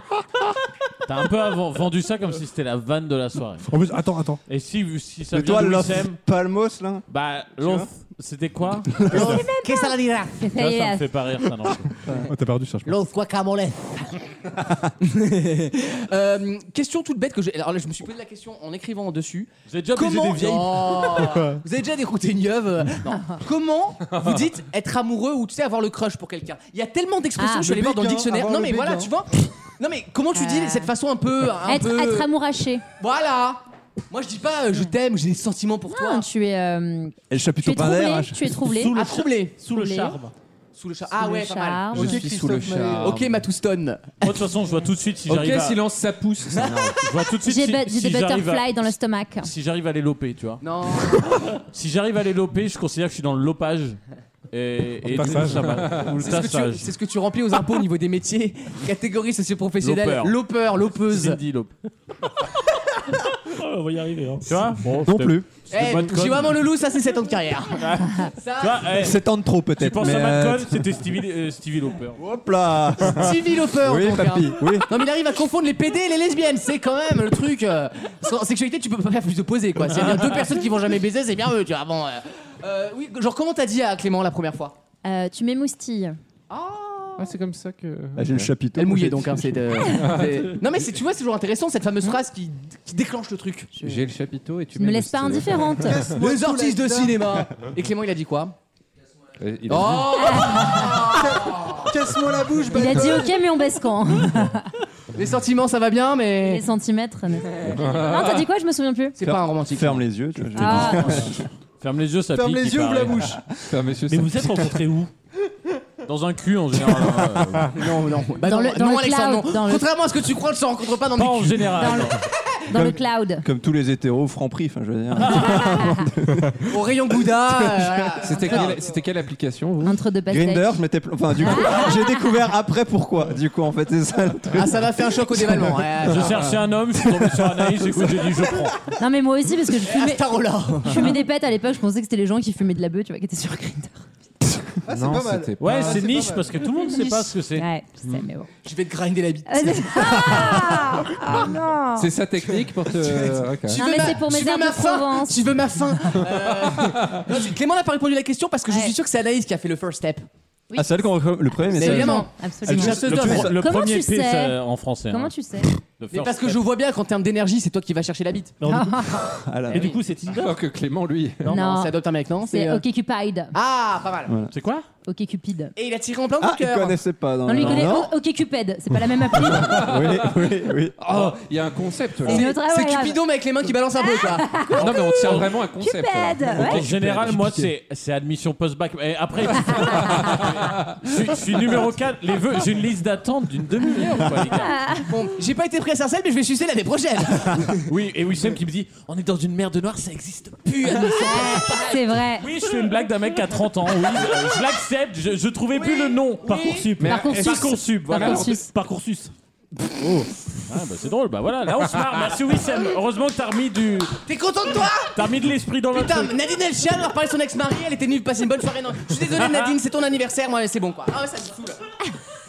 [SPEAKER 3] T'as un peu avant- vendu ça comme si c'était la vanne de la soirée.
[SPEAKER 5] En plus, attends, attends.
[SPEAKER 3] Et si, si ça
[SPEAKER 6] Mais
[SPEAKER 3] vient
[SPEAKER 6] toi,
[SPEAKER 3] de
[SPEAKER 6] l'os
[SPEAKER 3] Wissem,
[SPEAKER 6] Palmos, là
[SPEAKER 3] bah
[SPEAKER 6] vois
[SPEAKER 3] l'os, c'était quoi
[SPEAKER 2] Qu'est-ce que ça dira
[SPEAKER 3] Là, ça me
[SPEAKER 4] Yes.
[SPEAKER 3] fait pas rire, ça non.
[SPEAKER 5] Oh, T'as perdu ça, je pense.
[SPEAKER 2] Los guacamoles. euh, question toute bête que j'ai. Alors là, je me suis posé la question en écrivant en dessus.
[SPEAKER 3] Vous avez déjà baisé des vieilles
[SPEAKER 2] Oh, Vous avez déjà dérouté une yeuve euh, non. Comment vous dites être amoureux ou tu sais avoir le crush pour quelqu'un Il y a tellement d'expressions.
[SPEAKER 4] Ah.
[SPEAKER 2] je suis allé
[SPEAKER 6] Le
[SPEAKER 2] voir dans le
[SPEAKER 6] béguin,
[SPEAKER 2] dictionnaire.
[SPEAKER 6] avoir
[SPEAKER 2] Non
[SPEAKER 6] le
[SPEAKER 2] mais voilà,
[SPEAKER 6] béguin.
[SPEAKER 2] tu vois. Non mais comment tu dis
[SPEAKER 4] Euh.
[SPEAKER 2] cette façon un peu, un
[SPEAKER 4] Être,
[SPEAKER 2] peu-
[SPEAKER 4] être amouraché.
[SPEAKER 2] Voilà. Moi je dis pas euh, je t'aime, j'ai des sentiments pour
[SPEAKER 4] Non,
[SPEAKER 2] toi.
[SPEAKER 4] tu es, euh,
[SPEAKER 6] Et le
[SPEAKER 4] tu
[SPEAKER 6] chapiteau
[SPEAKER 4] es troublé.
[SPEAKER 6] Pinder,
[SPEAKER 4] Tu es troublé.
[SPEAKER 10] Sous le
[SPEAKER 2] Ah, troublé.
[SPEAKER 10] Sous le
[SPEAKER 4] Les-
[SPEAKER 10] charme.
[SPEAKER 2] Sous le chat.
[SPEAKER 4] Sous
[SPEAKER 2] Ah
[SPEAKER 4] le
[SPEAKER 2] ouais, pas mal.
[SPEAKER 4] charme.
[SPEAKER 7] Je suis sous le charme.
[SPEAKER 2] Ok, Matouston.
[SPEAKER 3] Moi, de toute façon, je vois tout de suite si
[SPEAKER 7] Ok,
[SPEAKER 3] j'arrive à...
[SPEAKER 7] silence, ça pousse.
[SPEAKER 3] Je vois tout de suite
[SPEAKER 4] J'ai
[SPEAKER 3] si,
[SPEAKER 4] ba- j'ai
[SPEAKER 3] si
[SPEAKER 4] des
[SPEAKER 3] j'arrive à...
[SPEAKER 4] butterflies dans le stomac.
[SPEAKER 3] Si j'arrive à les loper, tu vois.
[SPEAKER 2] Non.
[SPEAKER 3] Si j'arrive à les loper, je considère que je suis dans le lopage. Et, et
[SPEAKER 5] Au
[SPEAKER 3] du coup,
[SPEAKER 5] passage.
[SPEAKER 3] ça va. Ou le
[SPEAKER 2] C'est ce, que tu,
[SPEAKER 3] tassage.
[SPEAKER 2] c'est ce que tu remplis aux impôts au niveau des métiers, catégorie socioprofessionnelle, lopeur, lopeuse.
[SPEAKER 3] Cindy lope.
[SPEAKER 10] Oh, on va y arriver. hein.
[SPEAKER 3] Tu vois Bon,
[SPEAKER 5] Non
[SPEAKER 3] c'était-
[SPEAKER 5] plus.
[SPEAKER 3] c'était
[SPEAKER 2] Eh,
[SPEAKER 3] Madcon.
[SPEAKER 2] j'ai vraiment le loup, ça c'est 7 ans de carrière.
[SPEAKER 3] Tu vois, eh,
[SPEAKER 6] C'est tant de trop,
[SPEAKER 3] tu
[SPEAKER 6] peut-être.
[SPEAKER 3] penses à
[SPEAKER 6] mais, euh,
[SPEAKER 3] Madcon, c'était Stevie, euh, Stevie Loper.
[SPEAKER 6] Hop là
[SPEAKER 2] Stevie Loper,
[SPEAKER 6] Oui,
[SPEAKER 2] donc,
[SPEAKER 6] papy,
[SPEAKER 2] hein.
[SPEAKER 6] oui.
[SPEAKER 2] Non mais il arrive à confondre les PD et les lesbiennes, c'est quand même le truc. euh, sans sexualité, tu peux pas faire plus opposé quoi. S'il y a bien deux personnes qui vont jamais baiser, c'est bien eux, tu vois. Bon, euh, euh, oui, genre comment t'as dit à Clément la première fois
[SPEAKER 4] Euh, tu m'émoustilles.
[SPEAKER 7] Ah, c'est comme ça que.
[SPEAKER 6] Ah, J'ai le chapiteau.
[SPEAKER 2] Elle
[SPEAKER 6] moi,
[SPEAKER 2] mouillait
[SPEAKER 6] j'ai-
[SPEAKER 2] donc. hein, c'est, euh, c'est- Non mais c'est- tu vois, c'est toujours intéressant cette fameuse phrase qui, qui déclenche le truc.
[SPEAKER 7] J'ai le chapiteau et tu
[SPEAKER 4] Tu me
[SPEAKER 7] mets
[SPEAKER 4] laisses
[SPEAKER 7] le
[SPEAKER 4] pas
[SPEAKER 7] stylet.
[SPEAKER 4] indifférente.
[SPEAKER 2] Les artistes de cinéma Et Clément il a dit quoi
[SPEAKER 3] Euh,
[SPEAKER 7] Il
[SPEAKER 9] Oh
[SPEAKER 6] Casse-moi la bouche,
[SPEAKER 4] Il a dit ok, mais on baisse quand
[SPEAKER 2] Les sentiments, ça va bien, mais.
[SPEAKER 4] Les centimètres. n'est- Non, t'as dit quoi Je me souviens plus.
[SPEAKER 2] C'est pas un romantique.
[SPEAKER 6] Ferme les yeux. tu vois, je-
[SPEAKER 4] Ah.
[SPEAKER 3] Ferme les yeux, ça
[SPEAKER 6] Ferme
[SPEAKER 3] pique.
[SPEAKER 6] les
[SPEAKER 3] il
[SPEAKER 6] yeux, ouvre la
[SPEAKER 3] paraît.
[SPEAKER 6] bouche.
[SPEAKER 7] Ferme les yeux,
[SPEAKER 3] Mais
[SPEAKER 7] ça
[SPEAKER 3] vous
[SPEAKER 7] pique.
[SPEAKER 3] êtes rencontrés où Dans un cul en général. hein, euh,
[SPEAKER 2] Non, non. Bah
[SPEAKER 4] Dans
[SPEAKER 2] non,
[SPEAKER 4] le- dans
[SPEAKER 2] non,
[SPEAKER 4] le
[SPEAKER 2] Alexandre,
[SPEAKER 4] cloud,
[SPEAKER 2] non.
[SPEAKER 4] dans le-
[SPEAKER 2] Contrairement à ce que tu crois, on ne se rencontre pas dans
[SPEAKER 3] Pas
[SPEAKER 2] des
[SPEAKER 3] en
[SPEAKER 2] culs.
[SPEAKER 4] Dans
[SPEAKER 3] général.
[SPEAKER 4] le, dans le cloud.
[SPEAKER 6] Comme tous les hétéros francs-prix, enfin, je veux dire.
[SPEAKER 4] Ah.
[SPEAKER 2] Au rayon Gouda. euh, voilà.
[SPEAKER 7] C'était quelle, c'était quelle application vous
[SPEAKER 4] Entre deux pastèques.
[SPEAKER 6] Grinder, je m'étais. pl- Enfin, du coup,
[SPEAKER 4] Ah.
[SPEAKER 6] j'ai découvert après pourquoi. Du coup, en fait, c'est ça le truc.
[SPEAKER 2] Ah, ça m'a fait un choc au dévalement. ouais, euh.
[SPEAKER 3] Je
[SPEAKER 2] ça.
[SPEAKER 3] cherchais un homme, je suis tombé sur Anaïs, écoute, j'ai dit je prends.
[SPEAKER 4] Non, mais moi aussi, parce que je fumais,
[SPEAKER 2] Tarola.
[SPEAKER 4] je fumais des pètes à l'époque, je pensais que c'était les gens qui fumaient de la bœuf, tu vois, qui étaient sur Grinder.
[SPEAKER 6] Ah, c'est
[SPEAKER 7] Non,
[SPEAKER 6] pas mal.
[SPEAKER 7] c'était pas-
[SPEAKER 3] Ouais,
[SPEAKER 6] Ah,
[SPEAKER 3] c'est
[SPEAKER 6] c'est pas
[SPEAKER 3] niche
[SPEAKER 6] mal.
[SPEAKER 3] parce que tout le monde ne sait pas ce que c'est.
[SPEAKER 4] Ouais, je sais, mais bon.
[SPEAKER 2] Je vais te grinder la bite.
[SPEAKER 4] Ah, c'est- Ah Ah, non
[SPEAKER 7] C'est sa technique pour te. Ok.
[SPEAKER 2] Tu
[SPEAKER 4] Non,
[SPEAKER 2] veux
[SPEAKER 4] mais
[SPEAKER 2] ma-
[SPEAKER 4] c'est pour mes
[SPEAKER 2] tu veux
[SPEAKER 4] herbes
[SPEAKER 2] ma
[SPEAKER 4] de
[SPEAKER 2] fin
[SPEAKER 4] Provence.
[SPEAKER 2] Tu veux ma fin Euh, non, j'ai- Clément n'a pas répondu à la question parce que je
[SPEAKER 4] Ouais.
[SPEAKER 2] suis sûr que c'est Anaïs qui a fait le first step.
[SPEAKER 6] Ah, c'est elle qu'on reconnaît- le premier message.
[SPEAKER 2] évidemment.
[SPEAKER 4] Absolument.
[SPEAKER 2] Elle cherche-
[SPEAKER 3] Ah, Le, pr- le
[SPEAKER 4] Comment
[SPEAKER 3] premier
[SPEAKER 4] tu
[SPEAKER 3] P
[SPEAKER 4] sais
[SPEAKER 3] ça, en français.
[SPEAKER 4] Comment
[SPEAKER 3] hein.
[SPEAKER 4] tu sais
[SPEAKER 3] The
[SPEAKER 2] Mais
[SPEAKER 3] first
[SPEAKER 2] parce que
[SPEAKER 3] step.
[SPEAKER 2] je vois bien qu'en termes d'énergie, c'est toi qui vas chercher la bite.
[SPEAKER 10] Non, du-
[SPEAKER 6] Ah, là,
[SPEAKER 10] Et du coup, c'est Tinder.
[SPEAKER 7] Alors que Clément, lui.
[SPEAKER 4] Non,
[SPEAKER 2] C'est adopte un mec, non
[SPEAKER 4] c'est
[SPEAKER 2] euh,
[SPEAKER 4] OK Cupid.
[SPEAKER 2] Ah, pas mal.
[SPEAKER 3] C'est quoi
[SPEAKER 4] OK Cupid.
[SPEAKER 2] Et il a tiré en plein
[SPEAKER 6] Ah,
[SPEAKER 2] coup
[SPEAKER 6] il
[SPEAKER 2] cœur.
[SPEAKER 6] connaissait pas. Non,
[SPEAKER 4] Non, lui il
[SPEAKER 6] non,
[SPEAKER 4] connaît
[SPEAKER 6] non.
[SPEAKER 4] OK Cupid, c'est pas la même appli.
[SPEAKER 6] Oui, oui, oui.
[SPEAKER 7] Oh, il y a un concept là.
[SPEAKER 4] C'est ah notre
[SPEAKER 2] C'est
[SPEAKER 4] travail.
[SPEAKER 2] Cupidon, mais avec les mains qui balancent un peu, quoi.
[SPEAKER 7] Non, mais on tient vraiment un concept. là.
[SPEAKER 4] Cupid ouais.
[SPEAKER 3] En général, moi, c'est c'est admission post-bac. Et après, je, suis- je suis numéro 4. Les vœux, j'ai une liste d'attente d'une demi-heure. quoi, les gars.
[SPEAKER 2] Bon, j'ai pas été pris à Sarcelles, mais je vais sucer l'année prochaine.
[SPEAKER 3] Oui, et Wissem qui me dit On est dans une merde noire, ça existe plus. admission.
[SPEAKER 4] C'est vrai.
[SPEAKER 3] Oui, je fais une blague d'un mec qui a 30 ans. Oui, euh, je l'accepte. Je, je trouvais plus le nom. Parcoursup.
[SPEAKER 4] Mais- Parcoursus.
[SPEAKER 3] Parcoursup, voilà.
[SPEAKER 4] Parcoursus.
[SPEAKER 3] Parcoursus. Ah, bah, c'est drôle, bah voilà, là on se marre. Merci Wissem. Heureusement que t'as remis du,
[SPEAKER 2] T'es content de toi
[SPEAKER 3] t'as remis de l'esprit dans le
[SPEAKER 2] Putain,
[SPEAKER 3] truc.
[SPEAKER 2] Nadine El Chial leur parlait de son ex-mari, elle était venue passer une bonne soirée. Non, je suis désolé Nadine, c'est ton anniversaire, moi c'est bon quoi. Ah ouais, ça me saoule.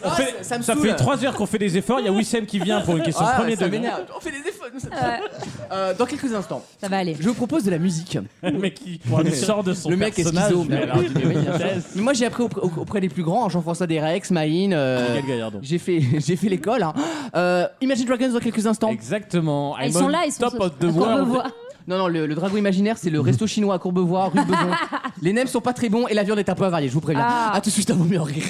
[SPEAKER 2] Ah,
[SPEAKER 3] fait-
[SPEAKER 2] ça, ça me
[SPEAKER 3] Ça
[SPEAKER 2] saoule.
[SPEAKER 3] fait 3 heures qu'on fait des efforts. Il y a Wissem qui vient pour une question
[SPEAKER 2] Ah,
[SPEAKER 3] premier
[SPEAKER 2] ça
[SPEAKER 3] degré.
[SPEAKER 2] m'énerve. On fait des efforts, nous, ça me saoule. Euh, Dans quelques instants,
[SPEAKER 4] Ça va aller.
[SPEAKER 2] je vous propose de la musique.
[SPEAKER 3] Le mec qui sort de son
[SPEAKER 2] Le mec est
[SPEAKER 3] personnage.
[SPEAKER 2] schizo,
[SPEAKER 3] mais
[SPEAKER 2] mais-
[SPEAKER 3] alors, tu
[SPEAKER 2] mais
[SPEAKER 3] dis,
[SPEAKER 2] oui,
[SPEAKER 3] mais
[SPEAKER 2] bien sûr.
[SPEAKER 3] yes.
[SPEAKER 2] Mais moi j'ai appris auprès, auprès des plus grands, Jean-François Derex, Maïn. euh,
[SPEAKER 3] Quel gaillard, donc.
[SPEAKER 2] j'ai fait, j'ai fait l'école. hein. Euh, Imagine Dragons dans quelques instants.
[SPEAKER 3] Exactement.
[SPEAKER 4] Ah, Ils
[SPEAKER 3] I'm
[SPEAKER 4] sont
[SPEAKER 3] on
[SPEAKER 4] là, ils sont
[SPEAKER 3] top
[SPEAKER 4] sur-
[SPEAKER 3] of the
[SPEAKER 4] à
[SPEAKER 3] world.
[SPEAKER 4] Courbevoie.
[SPEAKER 2] Non, non, le, le dragon imaginaire, c'est le resto chinois à Courbevoie, rue de Beson. Les nems sont pas très bons et la viande est un peu avariée, je vous préviens.
[SPEAKER 4] Ah.
[SPEAKER 2] À tout de suite, à vaut mieux en rire.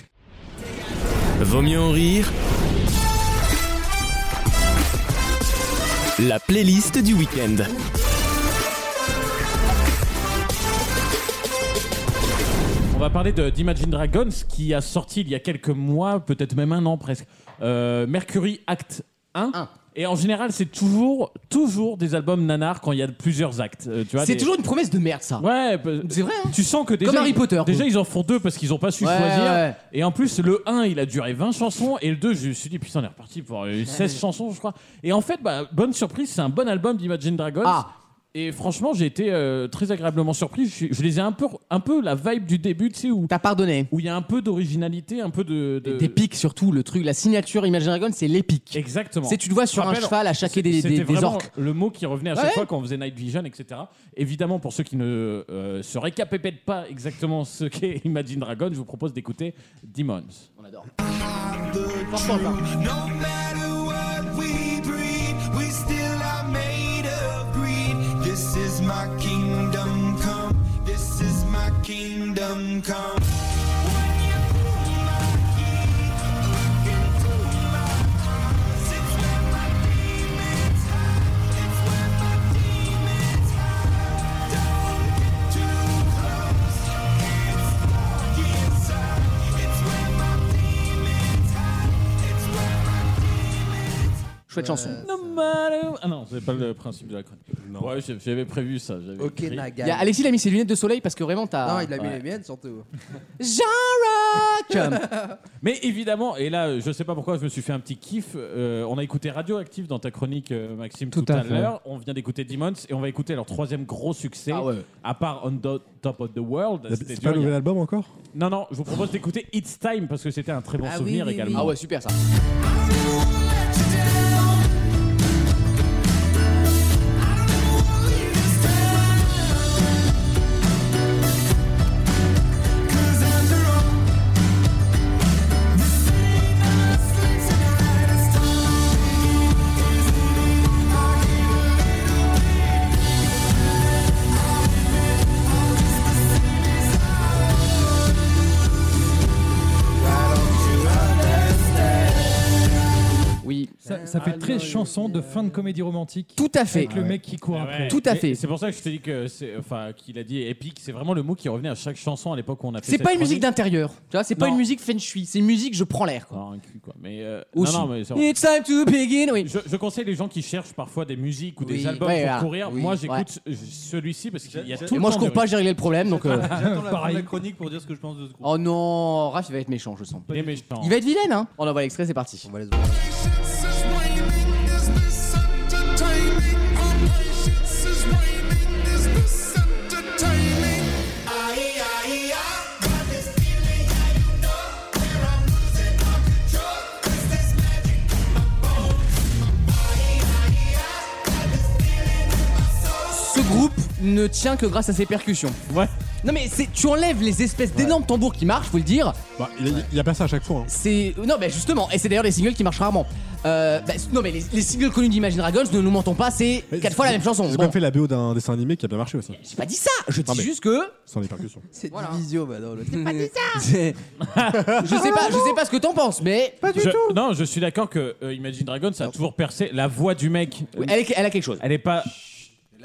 [SPEAKER 1] Vaut mieux en rire. La playlist du week-end.
[SPEAKER 3] On va parler de- d'Imagine Dragons qui a sorti il y a quelques mois, peut-être même un an presque, euh, Mercury Act 1.
[SPEAKER 2] Un.
[SPEAKER 3] Et en général, c'est toujours, toujours des albums nanars quand il y a plusieurs actes. euh, tu vois,
[SPEAKER 2] C'est
[SPEAKER 3] des-
[SPEAKER 2] toujours une promesse de merde, ça.
[SPEAKER 3] Ouais, bah,
[SPEAKER 2] C'est vrai, hein.
[SPEAKER 3] Tu sens que déjà.
[SPEAKER 2] Comme Harry
[SPEAKER 3] ils-
[SPEAKER 2] Potter,
[SPEAKER 3] Déjà,
[SPEAKER 2] quoi.
[SPEAKER 3] ils en font deux parce qu'ils ont pas su
[SPEAKER 2] Ouais,
[SPEAKER 3] choisir.
[SPEAKER 2] ouais.
[SPEAKER 3] Et en plus, le 1, il a duré 20 chansons. Et le 2, je me suis dit, putain, on est reparti pour euh, 16 chansons, je crois. Et en fait, bah, bonne surprise, c'est un bon album d'Imagine Dragons.
[SPEAKER 2] Ah.
[SPEAKER 3] Et franchement, j'ai été euh, très agréablement surpris. Je, suis- je les ai un peu, un peu la vibe du début, tu sais, où
[SPEAKER 2] T'as pardonné.
[SPEAKER 3] où il y a un peu d'originalité, un peu de. de-
[SPEAKER 2] Des pics surtout, le truc, la signature Imagine Dragon, c'est l'épique.
[SPEAKER 3] Exactement.
[SPEAKER 2] C'est tu te vois sur un
[SPEAKER 3] Rappelle-
[SPEAKER 2] cheval à
[SPEAKER 3] C'était
[SPEAKER 2] chaquer des, des, des
[SPEAKER 3] vraiment
[SPEAKER 2] orques.
[SPEAKER 3] le mot qui revenait à chaque
[SPEAKER 2] Ouais.
[SPEAKER 3] fois quand on faisait Night Vision, etc. Évidemment, pour ceux qui ne euh, se récapépètent pas exactement ce qu'est Imagine Dragon, je vous propose d'écouter Demons.
[SPEAKER 2] On adore.
[SPEAKER 1] No matter what we breed, we still are made of greed. This is my kingdom come. This is my kingdom come.
[SPEAKER 2] Chouette chanson.
[SPEAKER 9] Euh,
[SPEAKER 3] No matter- Ah non, c'est pas le principe de la chronique. Ouais, j'ai- j'avais prévu ça. j'avais
[SPEAKER 9] Ok,
[SPEAKER 3] écrit.
[SPEAKER 9] Naga.
[SPEAKER 2] Il y a Alexis, il a mis ses lunettes de soleil parce que vraiment t'as.
[SPEAKER 9] Non, il a mis
[SPEAKER 3] Ouais.
[SPEAKER 9] les miennes surtout.
[SPEAKER 2] Jean Rock
[SPEAKER 3] Mais évidemment, et là, je sais pas pourquoi, je me suis fait un petit kiff. euh, on a écouté Radioactive dans ta chronique, euh, Maxime, tout,
[SPEAKER 9] Tout
[SPEAKER 3] à,
[SPEAKER 9] à
[SPEAKER 3] l'heure. On vient d'écouter Demons et on va écouter leur troisième gros succès,
[SPEAKER 2] Ah ouais.
[SPEAKER 3] à part On the Top of the World. Bah, C'était
[SPEAKER 5] C'est pas
[SPEAKER 3] dur,
[SPEAKER 5] le
[SPEAKER 3] il y a-
[SPEAKER 5] nouvel album encore
[SPEAKER 3] Non, non, je vous propose d'écouter It's Time parce que c'était un très bon
[SPEAKER 9] Ah oui,
[SPEAKER 3] souvenir
[SPEAKER 9] oui,
[SPEAKER 3] également.
[SPEAKER 2] Ah ouais, super ça.
[SPEAKER 1] It's
[SPEAKER 8] Ça, ça fait très chanson de fin de comédie romantique.
[SPEAKER 2] Tout à fait.
[SPEAKER 8] Avec le mec qui court
[SPEAKER 3] Ah
[SPEAKER 8] après.
[SPEAKER 3] ouais. Mais C'est pour ça que je te dis que c'est, enfin, qu'il a dit épique. C'est vraiment le mot qui revenait à chaque chanson à l'époque où on a fait.
[SPEAKER 2] C'est
[SPEAKER 3] cette
[SPEAKER 2] pas une musique
[SPEAKER 3] chronique.
[SPEAKER 2] d'intérieur. Tu vois, c'est pas
[SPEAKER 3] Non.
[SPEAKER 2] une musique feng shui. C'est une musique je prends l'air. quoi.
[SPEAKER 3] Non, un cul, quoi. Mais, euh,
[SPEAKER 2] Aussi.
[SPEAKER 3] non, non, mais c'est vrai.
[SPEAKER 2] It's time to begin. Oui.
[SPEAKER 3] Je, je conseille les gens qui cherchent parfois des musiques ou
[SPEAKER 2] Oui,
[SPEAKER 3] des albums
[SPEAKER 2] ouais,
[SPEAKER 3] pour
[SPEAKER 2] voilà.
[SPEAKER 3] courir.
[SPEAKER 2] Oui,
[SPEAKER 3] Moi,
[SPEAKER 2] ouais.
[SPEAKER 3] j'écoute ce- celui-ci parce qu'il y a
[SPEAKER 2] Et
[SPEAKER 3] tout. le
[SPEAKER 2] moi, je
[SPEAKER 3] temps
[SPEAKER 2] cours
[SPEAKER 3] de-
[SPEAKER 2] pas, j'ai réglé le problème. Donc, euh,
[SPEAKER 11] J'attends la fin de la
[SPEAKER 2] pareil.
[SPEAKER 11] chronique pour dire ce que je pense de ce groupe.
[SPEAKER 2] Oh non, Raph, il va être méchant, je sens.
[SPEAKER 3] Il est méchant.
[SPEAKER 2] Il va être vilain, hein. On envoie l'extrait, c'est parti. Ce groupe ne tient que grâce à ses percussions.
[SPEAKER 3] Ouais.
[SPEAKER 2] Non mais c'est- tu enlèves les espèces d'énormes tambours qui marchent, faut le dire.
[SPEAKER 3] Bah,
[SPEAKER 5] Il y a pas ça à chaque fois. hein.
[SPEAKER 2] C'est euh, non mais justement et c'est d'ailleurs les singles qui marchent rarement. Euh, bah, non mais les, les singles connus d'Imagine Dragons ne nous mentons pas, c'est quatre fois la même chanson.
[SPEAKER 5] J'ai
[SPEAKER 2] Bon,
[SPEAKER 5] même fait la BO d'un dessin animé qui a bien marché aussi.
[SPEAKER 2] J'ai pas dit ça, je dis
[SPEAKER 5] mais-
[SPEAKER 2] juste que
[SPEAKER 5] Sans les percussions.
[SPEAKER 9] C'est du visio, bah non, l'autre.
[SPEAKER 2] pas dit ça. je sais pas, je sais pas ce que t'en penses, mais pas
[SPEAKER 3] Je- Non, je suis d'accord que euh, Imagine Dragons ça a toujours percé la voix du mec.
[SPEAKER 2] elle, est- elle a quelque chose.
[SPEAKER 3] Elle est pas.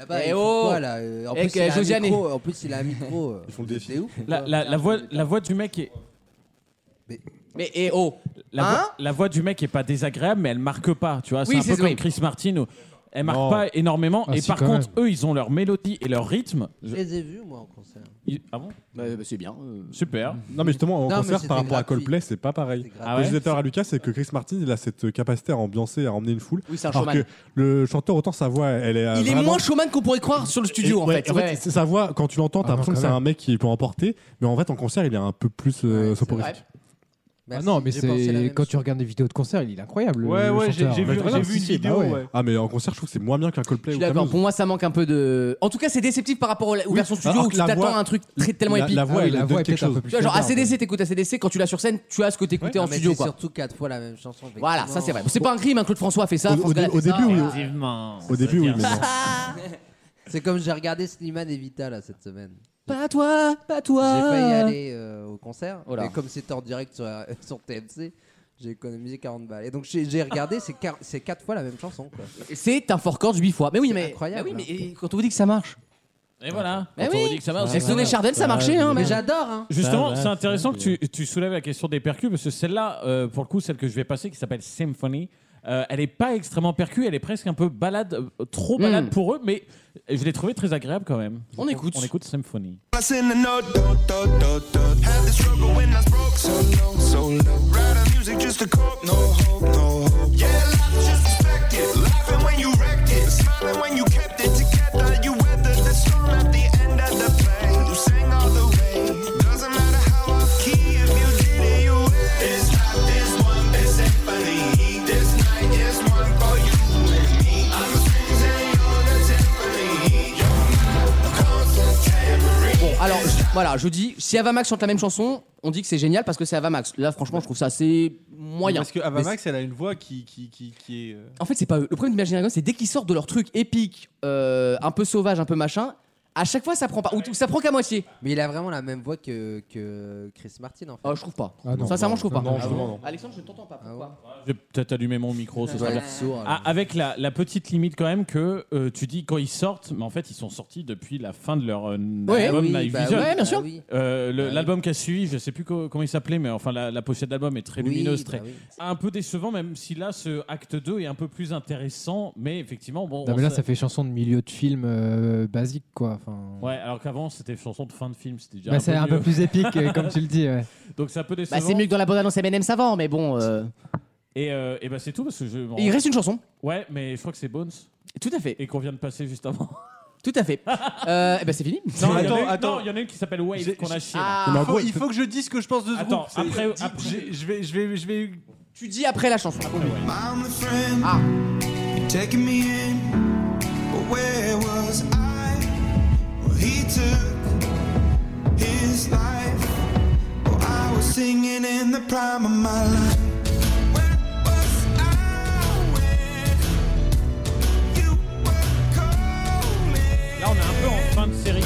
[SPEAKER 9] Là-bas,
[SPEAKER 2] Eh
[SPEAKER 9] Bah, il fait
[SPEAKER 2] oh
[SPEAKER 9] quoi, là Euh, en,
[SPEAKER 2] Eh,
[SPEAKER 9] plus,
[SPEAKER 2] que
[SPEAKER 9] il a un
[SPEAKER 2] Josiane est-
[SPEAKER 9] micro, en plus, il a un micro. euh, C'est ouf.
[SPEAKER 3] La, la, la voix, la voix du mec est.
[SPEAKER 2] Mais eh oh
[SPEAKER 3] La,
[SPEAKER 2] Hein
[SPEAKER 3] voix, la voix du mec est pas désagréable, mais elle marque pas. Tu vois, c'est
[SPEAKER 2] Oui,
[SPEAKER 3] un peu
[SPEAKER 2] c'est-
[SPEAKER 3] comme
[SPEAKER 2] oui.
[SPEAKER 3] Chris Martin. Où elle marque
[SPEAKER 5] Non.
[SPEAKER 3] pas énormément.
[SPEAKER 5] Ah,
[SPEAKER 3] et
[SPEAKER 5] si,
[SPEAKER 3] par
[SPEAKER 5] quand
[SPEAKER 3] contre, eux, ils ont leur mélodie et leur rythme.
[SPEAKER 9] Je les ai vus, moi, en concert.
[SPEAKER 3] Ils- Ah bon
[SPEAKER 2] C'est bien. euh.
[SPEAKER 3] Super.
[SPEAKER 5] Non, mais justement, en
[SPEAKER 9] Non, mais
[SPEAKER 5] concert,
[SPEAKER 9] c'était
[SPEAKER 5] par rapport à
[SPEAKER 9] gratuit.
[SPEAKER 5] Coldplay, c'est pas pareil.
[SPEAKER 9] C'était
[SPEAKER 5] Le
[SPEAKER 9] gratuit.
[SPEAKER 5] que je disais tout à l'heure à Lucas, c'est que Chris Martin, il a cette capacité à ambiancer, à emmener une foule.
[SPEAKER 2] Oui, c'est un
[SPEAKER 5] alors
[SPEAKER 2] showman.
[SPEAKER 5] que le chanteur, autant sa voix, elle est. euh,
[SPEAKER 2] Il est
[SPEAKER 5] vraiment-
[SPEAKER 2] moins showman qu'on pourrait croire sur le studio
[SPEAKER 5] Et-
[SPEAKER 2] en
[SPEAKER 5] ouais,
[SPEAKER 2] fait.
[SPEAKER 5] En
[SPEAKER 2] Ouais.
[SPEAKER 5] fait, c'est sa voix, quand tu l'entends,
[SPEAKER 8] Ah
[SPEAKER 5] t'as
[SPEAKER 8] non,
[SPEAKER 5] l'impression que
[SPEAKER 8] quand
[SPEAKER 5] c'est un
[SPEAKER 8] même.
[SPEAKER 5] mec qui peut emporter, mais en fait, en concert, il est un peu plus euh, soporifique.
[SPEAKER 9] Merci,
[SPEAKER 13] Ah non, mais
[SPEAKER 9] j'ai pensé la
[SPEAKER 13] c'est
[SPEAKER 9] même
[SPEAKER 13] quand tu regardes des vidéos de concert, il est incroyable.
[SPEAKER 11] Ouais,
[SPEAKER 13] le
[SPEAKER 11] ouais,
[SPEAKER 13] chanteur.
[SPEAKER 11] j'ai- j'ai vu-
[SPEAKER 13] Voilà,
[SPEAKER 11] j'ai vu
[SPEAKER 13] si,
[SPEAKER 11] une
[SPEAKER 13] si, bah
[SPEAKER 11] vidéo,
[SPEAKER 13] ouais.
[SPEAKER 11] ouais.
[SPEAKER 5] Ah, mais en concert, je trouve que c'est moins bien qu'un Coldplay.
[SPEAKER 2] Je suis
[SPEAKER 5] ou
[SPEAKER 2] d'accord.
[SPEAKER 5] Camille.
[SPEAKER 2] Pour moi, ça manque un peu de. En tout cas, c'est déceptif par rapport au- aux
[SPEAKER 5] Oui,
[SPEAKER 2] versions studio
[SPEAKER 5] alors
[SPEAKER 2] où
[SPEAKER 5] que
[SPEAKER 2] tu
[SPEAKER 5] la
[SPEAKER 2] t'attends
[SPEAKER 5] voix-
[SPEAKER 2] à un truc très, tellement
[SPEAKER 5] la-
[SPEAKER 2] épique.
[SPEAKER 5] la
[SPEAKER 13] Ah
[SPEAKER 5] voix,
[SPEAKER 13] oui,
[SPEAKER 5] elle
[SPEAKER 13] la
[SPEAKER 5] donne
[SPEAKER 13] voix est
[SPEAKER 5] quelque
[SPEAKER 13] peut-être un
[SPEAKER 5] chose.
[SPEAKER 13] peu
[SPEAKER 2] Tu
[SPEAKER 13] plus
[SPEAKER 2] vois, genre
[SPEAKER 13] standard,
[SPEAKER 2] ACDC, t'écoutes ACDC, quand tu l'as sur scène, tu as ce que t'écoutais
[SPEAKER 9] Non,
[SPEAKER 2] en
[SPEAKER 9] mais
[SPEAKER 2] studio
[SPEAKER 9] c'est
[SPEAKER 2] quoi.
[SPEAKER 9] surtout quatre fois la même chanson.
[SPEAKER 2] Voilà, ça c'est vrai. C'est pas un crime, hein, Claude François a fait ça.
[SPEAKER 5] Au-
[SPEAKER 2] France
[SPEAKER 5] au-
[SPEAKER 2] Gall a fait
[SPEAKER 5] au
[SPEAKER 2] ça.
[SPEAKER 5] début, oui.
[SPEAKER 3] Effectivement.
[SPEAKER 5] Au début, oui, mais non.
[SPEAKER 9] C'est comme j'ai regardé Slimane et Vita là cette semaine.
[SPEAKER 2] Pas toi, pas
[SPEAKER 9] J'ai
[SPEAKER 2] toi.
[SPEAKER 9] failli aller euh, au concert,
[SPEAKER 2] Oh là.
[SPEAKER 9] mais comme c'était en direct sur, la- sur TMC, j'ai économisé 40 balles. Et donc j'ai j'ai regardé, c'est quar- c'est quatre fois la même chanson. Quoi.
[SPEAKER 2] C'est un fort corps 8 fois. Mais oui, mais.
[SPEAKER 9] incroyable, hein.
[SPEAKER 2] mais oui, mais quand on vous dit que ça marche.
[SPEAKER 3] Et voilà.
[SPEAKER 2] Mais
[SPEAKER 3] Quand
[SPEAKER 2] oui.
[SPEAKER 3] on vous dit que ça marche,
[SPEAKER 2] Avec
[SPEAKER 3] c'est
[SPEAKER 2] Sonny
[SPEAKER 3] ça.
[SPEAKER 2] Chardin, ça marchait, hein.
[SPEAKER 9] Mais j'adore, hein.
[SPEAKER 3] Justement,
[SPEAKER 10] Ça va,
[SPEAKER 3] c'est intéressant que tu, tu soulèves la question des percus, parce que celle-là, euh, pour le coup, celle que je vais passer, qui s'appelle Symphony, euh, elle n'est pas extrêmement percue, elle est presque un peu balade, euh, trop balade
[SPEAKER 2] Mm.
[SPEAKER 3] pour eux, mais je l'ai trouvée très agréable quand même.
[SPEAKER 2] On
[SPEAKER 3] Donc,
[SPEAKER 2] écoute.
[SPEAKER 3] On écoute Symphony.
[SPEAKER 1] Passing the note, dot, dot, dot, dot. Had the struggle when I was broke, so low, so low. Writing music just to cope, no hope, no hope. Yeah, life is just perspective. Laughing when you wrecked it, smiling when you kept it together. You weathered the storm at the end of the play. You sang all the way. Doesn't matter how off key if you did it, you win. It's not this one, this symphony. This night is one for you and me. I'm the strings and you're the symphony. You're my constant tambourine.
[SPEAKER 2] Bon, alors je- voilà, je dis, si Avamax chante la même chanson, on dit que c'est génial parce que c'est Avamax. Là, franchement, je trouve ça assez moyen.
[SPEAKER 11] Parce que Ava Max, elle a une voix qui, qui, qui, qui est. euh,
[SPEAKER 2] En fait, c'est pas eux. Le problème d'Imagine Dragons, c'est dès qu'ils sortent de leur truc épique, euh, un peu sauvage, un peu machin, à chaque fois ça prend pas. Ou t- ça prend qu'à moitié.
[SPEAKER 9] Mais il a vraiment la même voix que, que Chris Martin en fait.
[SPEAKER 2] Ah, je trouve pas.
[SPEAKER 5] Ah non,
[SPEAKER 2] Sincèrement, je trouve pas. Ah
[SPEAKER 5] Non, justement, non.
[SPEAKER 2] Alexandre, je ne t'entends pas.
[SPEAKER 9] Ah
[SPEAKER 2] Pourquoi
[SPEAKER 3] Je vais peut-être allumer mon micro, ce
[SPEAKER 9] Il
[SPEAKER 3] sera
[SPEAKER 9] doit
[SPEAKER 3] bien.
[SPEAKER 9] être sourd, alors.
[SPEAKER 3] Ah, avec la, la petite limite quand même que euh, tu dis quand ils sortent, mais en fait ils sont sortis depuis la fin de leur euh,
[SPEAKER 2] Ouais.
[SPEAKER 3] album
[SPEAKER 9] Oui,
[SPEAKER 3] Night
[SPEAKER 9] bah
[SPEAKER 3] Vision.
[SPEAKER 9] oui,
[SPEAKER 2] Ouais, bien
[SPEAKER 9] bah
[SPEAKER 2] sûr.
[SPEAKER 9] oui.
[SPEAKER 3] Euh, le-
[SPEAKER 9] Ah oui.
[SPEAKER 3] L'album qui a suivi, je sais plus co- comment il s'appelait, mais enfin la, la pochette d'album est très
[SPEAKER 9] Oui,
[SPEAKER 3] lumineuse,
[SPEAKER 9] bah
[SPEAKER 3] très
[SPEAKER 9] oui.
[SPEAKER 3] un peu décevant, même si là ce acte 2 est un peu plus intéressant, mais effectivement bon.
[SPEAKER 13] Non,
[SPEAKER 3] on
[SPEAKER 13] mais là,
[SPEAKER 3] sait-
[SPEAKER 13] ça fait chanson de milieu de film euh, basique, quoi. Enfin,
[SPEAKER 3] Ouais, alors qu'avant c'était chanson de fin de film, c'était déjà.
[SPEAKER 13] bah, c'est un peu
[SPEAKER 3] mieux.
[SPEAKER 13] plus épique, euh, comme tu le dis. ouais.
[SPEAKER 3] Donc c'est un peu
[SPEAKER 2] Bah,
[SPEAKER 3] décevant.
[SPEAKER 2] c'est mieux que dans la bande annonce MM Savant, mais bon. euh,
[SPEAKER 3] Et, euh, et bah c'est tout parce que je. m'en-
[SPEAKER 2] et Il reste une chanson.
[SPEAKER 3] Ouais, mais je crois que c'est Bones
[SPEAKER 2] Tout à fait.
[SPEAKER 3] et qu'on vient de passer juste avant.
[SPEAKER 2] Tout à fait. euh, et bah, c'est fini.
[SPEAKER 3] Non,
[SPEAKER 11] Attends,
[SPEAKER 3] il y en a une-
[SPEAKER 11] attends.
[SPEAKER 3] non, il y en a une qui s'appelle Wave
[SPEAKER 11] J'ai-
[SPEAKER 3] qu'on a chié. là.
[SPEAKER 2] Ah,
[SPEAKER 5] Mais en
[SPEAKER 11] il, faut,
[SPEAKER 5] gros,
[SPEAKER 11] il faut que je dise ce que je pense de ce
[SPEAKER 3] Attends,
[SPEAKER 11] groupe. C'est-
[SPEAKER 3] après-
[SPEAKER 11] dis-
[SPEAKER 3] après-
[SPEAKER 11] j'ai- Je vais, je vais, je vais.
[SPEAKER 2] tu dis après la chanson.
[SPEAKER 1] I'm the friend.
[SPEAKER 2] Ah.
[SPEAKER 1] You're taking me in. But where was I? Well, he took his life. Well, I was singing in the prime of my life. Where was I when you were calling?
[SPEAKER 3] Là, on est un peu en fin de série.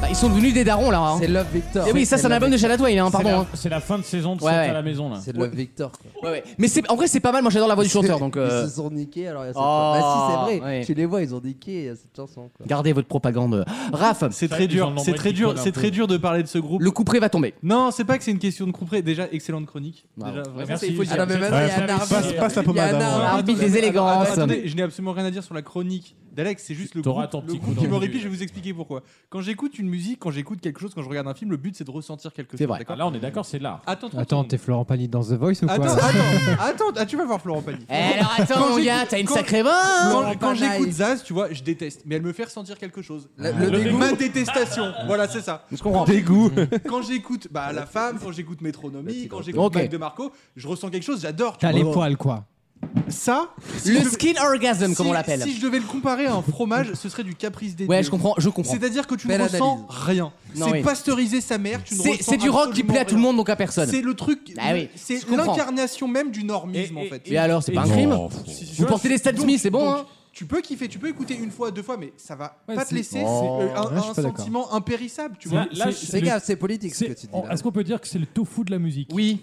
[SPEAKER 2] Bah, ils sont devenus des darons là. hein.
[SPEAKER 9] C'est Love Victor.
[SPEAKER 2] Eh oui, ça, c'est un album de Shania Twain, hein,
[SPEAKER 3] C'est la-
[SPEAKER 2] pardon. hein.
[SPEAKER 3] C'est la fin de saison de
[SPEAKER 2] Ouais,
[SPEAKER 3] Sorte
[SPEAKER 2] ouais.
[SPEAKER 3] à la maison là.
[SPEAKER 9] C'est de Love Victor.
[SPEAKER 2] Ouais, ouais. Mais c'est- en vrai, c'est pas mal. Moi, j'adore la voix du chanteur. Donc, euh,
[SPEAKER 9] Ils se sont niqués alors il y a cette
[SPEAKER 2] Oh,
[SPEAKER 9] chanson. Bah si, c'est vrai.
[SPEAKER 2] ouais.
[SPEAKER 9] Tu les vois, ils ont niqué euh, cette chanson. Quoi.
[SPEAKER 2] gardez votre propagande. Raph,
[SPEAKER 11] C'est très dur, c'est très dur, c'est très dur de parler de ce groupe.
[SPEAKER 2] Le couperet va tomber.
[SPEAKER 11] Non, c'est pas que c'est une question de couperet. Déjà, excellente chronique. Déjà,
[SPEAKER 2] Bravo.
[SPEAKER 11] vraiment.
[SPEAKER 2] Merci. Ah non, mais maintenant, il y a un arbitre.
[SPEAKER 11] Passe- passe la
[SPEAKER 2] Il y a un
[SPEAKER 11] pommade, hein.
[SPEAKER 2] arbitre Arbitre des élégances.
[SPEAKER 11] Attendez, je n'ai absolument rien à dire sur la chronique d'Alex. C'est juste le
[SPEAKER 3] T'auras
[SPEAKER 11] groupe,
[SPEAKER 3] ton
[SPEAKER 11] le
[SPEAKER 3] petit
[SPEAKER 11] groupe
[SPEAKER 3] coup dans
[SPEAKER 11] qui
[SPEAKER 3] le
[SPEAKER 11] me
[SPEAKER 3] cul,
[SPEAKER 11] répit. Je
[SPEAKER 3] là.
[SPEAKER 11] vais vous expliquer pourquoi. Quand j'écoute une musique, quand j'écoute quelque chose, quand je regarde un film, le but c'est de ressentir quelque chose. d'accord
[SPEAKER 3] Là, on est d'accord, c'est l'art.
[SPEAKER 11] Attends, attends,
[SPEAKER 13] Attends, t'es Florent Pagny dans The Voice ou quoi
[SPEAKER 11] Attends,
[SPEAKER 13] là
[SPEAKER 11] attends, attends, ah, tu vas voir Florent Pagny.
[SPEAKER 2] Eh, alors, attends,
[SPEAKER 11] Quand
[SPEAKER 2] mon
[SPEAKER 11] j'écoute-
[SPEAKER 2] gars, t'as une
[SPEAKER 11] quand-
[SPEAKER 2] sacrée main, hein.
[SPEAKER 11] quand-
[SPEAKER 2] Florent
[SPEAKER 11] Quand,
[SPEAKER 2] Pagny.
[SPEAKER 11] j'écoute Zaz, tu vois, je déteste, mais elle me fait ressentir quelque chose.
[SPEAKER 9] Le- le Le dégoût.
[SPEAKER 11] Ma détestation, voilà, c'est ça.
[SPEAKER 2] Ah, Je comprends.
[SPEAKER 11] Dégoût. quand j'écoute bah, La Femme, quand j'écoute Métronomie, quand j'écoute
[SPEAKER 13] Ok.
[SPEAKER 11] Mike de Marco, je ressens quelque chose, j'adore. tu
[SPEAKER 13] T'as
[SPEAKER 11] vois.
[SPEAKER 13] les poils quoi.
[SPEAKER 11] Ça,
[SPEAKER 2] Le
[SPEAKER 11] je-
[SPEAKER 2] skin orgasm, comme
[SPEAKER 11] si-
[SPEAKER 2] on l'appelle.
[SPEAKER 11] Si je devais le comparer à un fromage, ce serait du caprice des
[SPEAKER 2] Ouais,
[SPEAKER 11] dieux.
[SPEAKER 2] je comprends, je comprends.
[SPEAKER 11] C'est-à-dire que tu
[SPEAKER 2] Belle
[SPEAKER 11] ne ressens
[SPEAKER 2] analyse.
[SPEAKER 11] rien.
[SPEAKER 2] Non,
[SPEAKER 11] C'est
[SPEAKER 2] oui.
[SPEAKER 11] pasteurisé sa mère. tu ne
[SPEAKER 2] C'est-
[SPEAKER 11] ressens
[SPEAKER 2] c'est du rock qui
[SPEAKER 11] absolument
[SPEAKER 2] plaît à tout le
[SPEAKER 11] rien.
[SPEAKER 2] monde, donc à personne.
[SPEAKER 11] C'est le truc.
[SPEAKER 2] Ah oui, je
[SPEAKER 11] C'est
[SPEAKER 2] comprends.
[SPEAKER 11] l'incarnation même du normisme en fait.
[SPEAKER 2] et alors, c'est pas un crime Vous portez des Stan
[SPEAKER 11] Donc-
[SPEAKER 2] Smith, c'est bon,
[SPEAKER 11] donc,
[SPEAKER 2] hein
[SPEAKER 11] Tu peux kiffer, tu peux écouter une fois, deux fois, mais ça va
[SPEAKER 8] Ouais,
[SPEAKER 11] pas te
[SPEAKER 8] c'est-
[SPEAKER 11] laisser
[SPEAKER 8] Oh.
[SPEAKER 11] c'est, euh, un,
[SPEAKER 8] Ouais, je suis
[SPEAKER 11] un
[SPEAKER 8] pas d'accord.
[SPEAKER 11] sentiment impérissable. Tu vois.
[SPEAKER 8] Là,
[SPEAKER 9] C'est grave, c'est politique ce que tu dis.
[SPEAKER 8] Est-ce qu'on peut dire que c'est le tofu de la musique
[SPEAKER 2] Oui.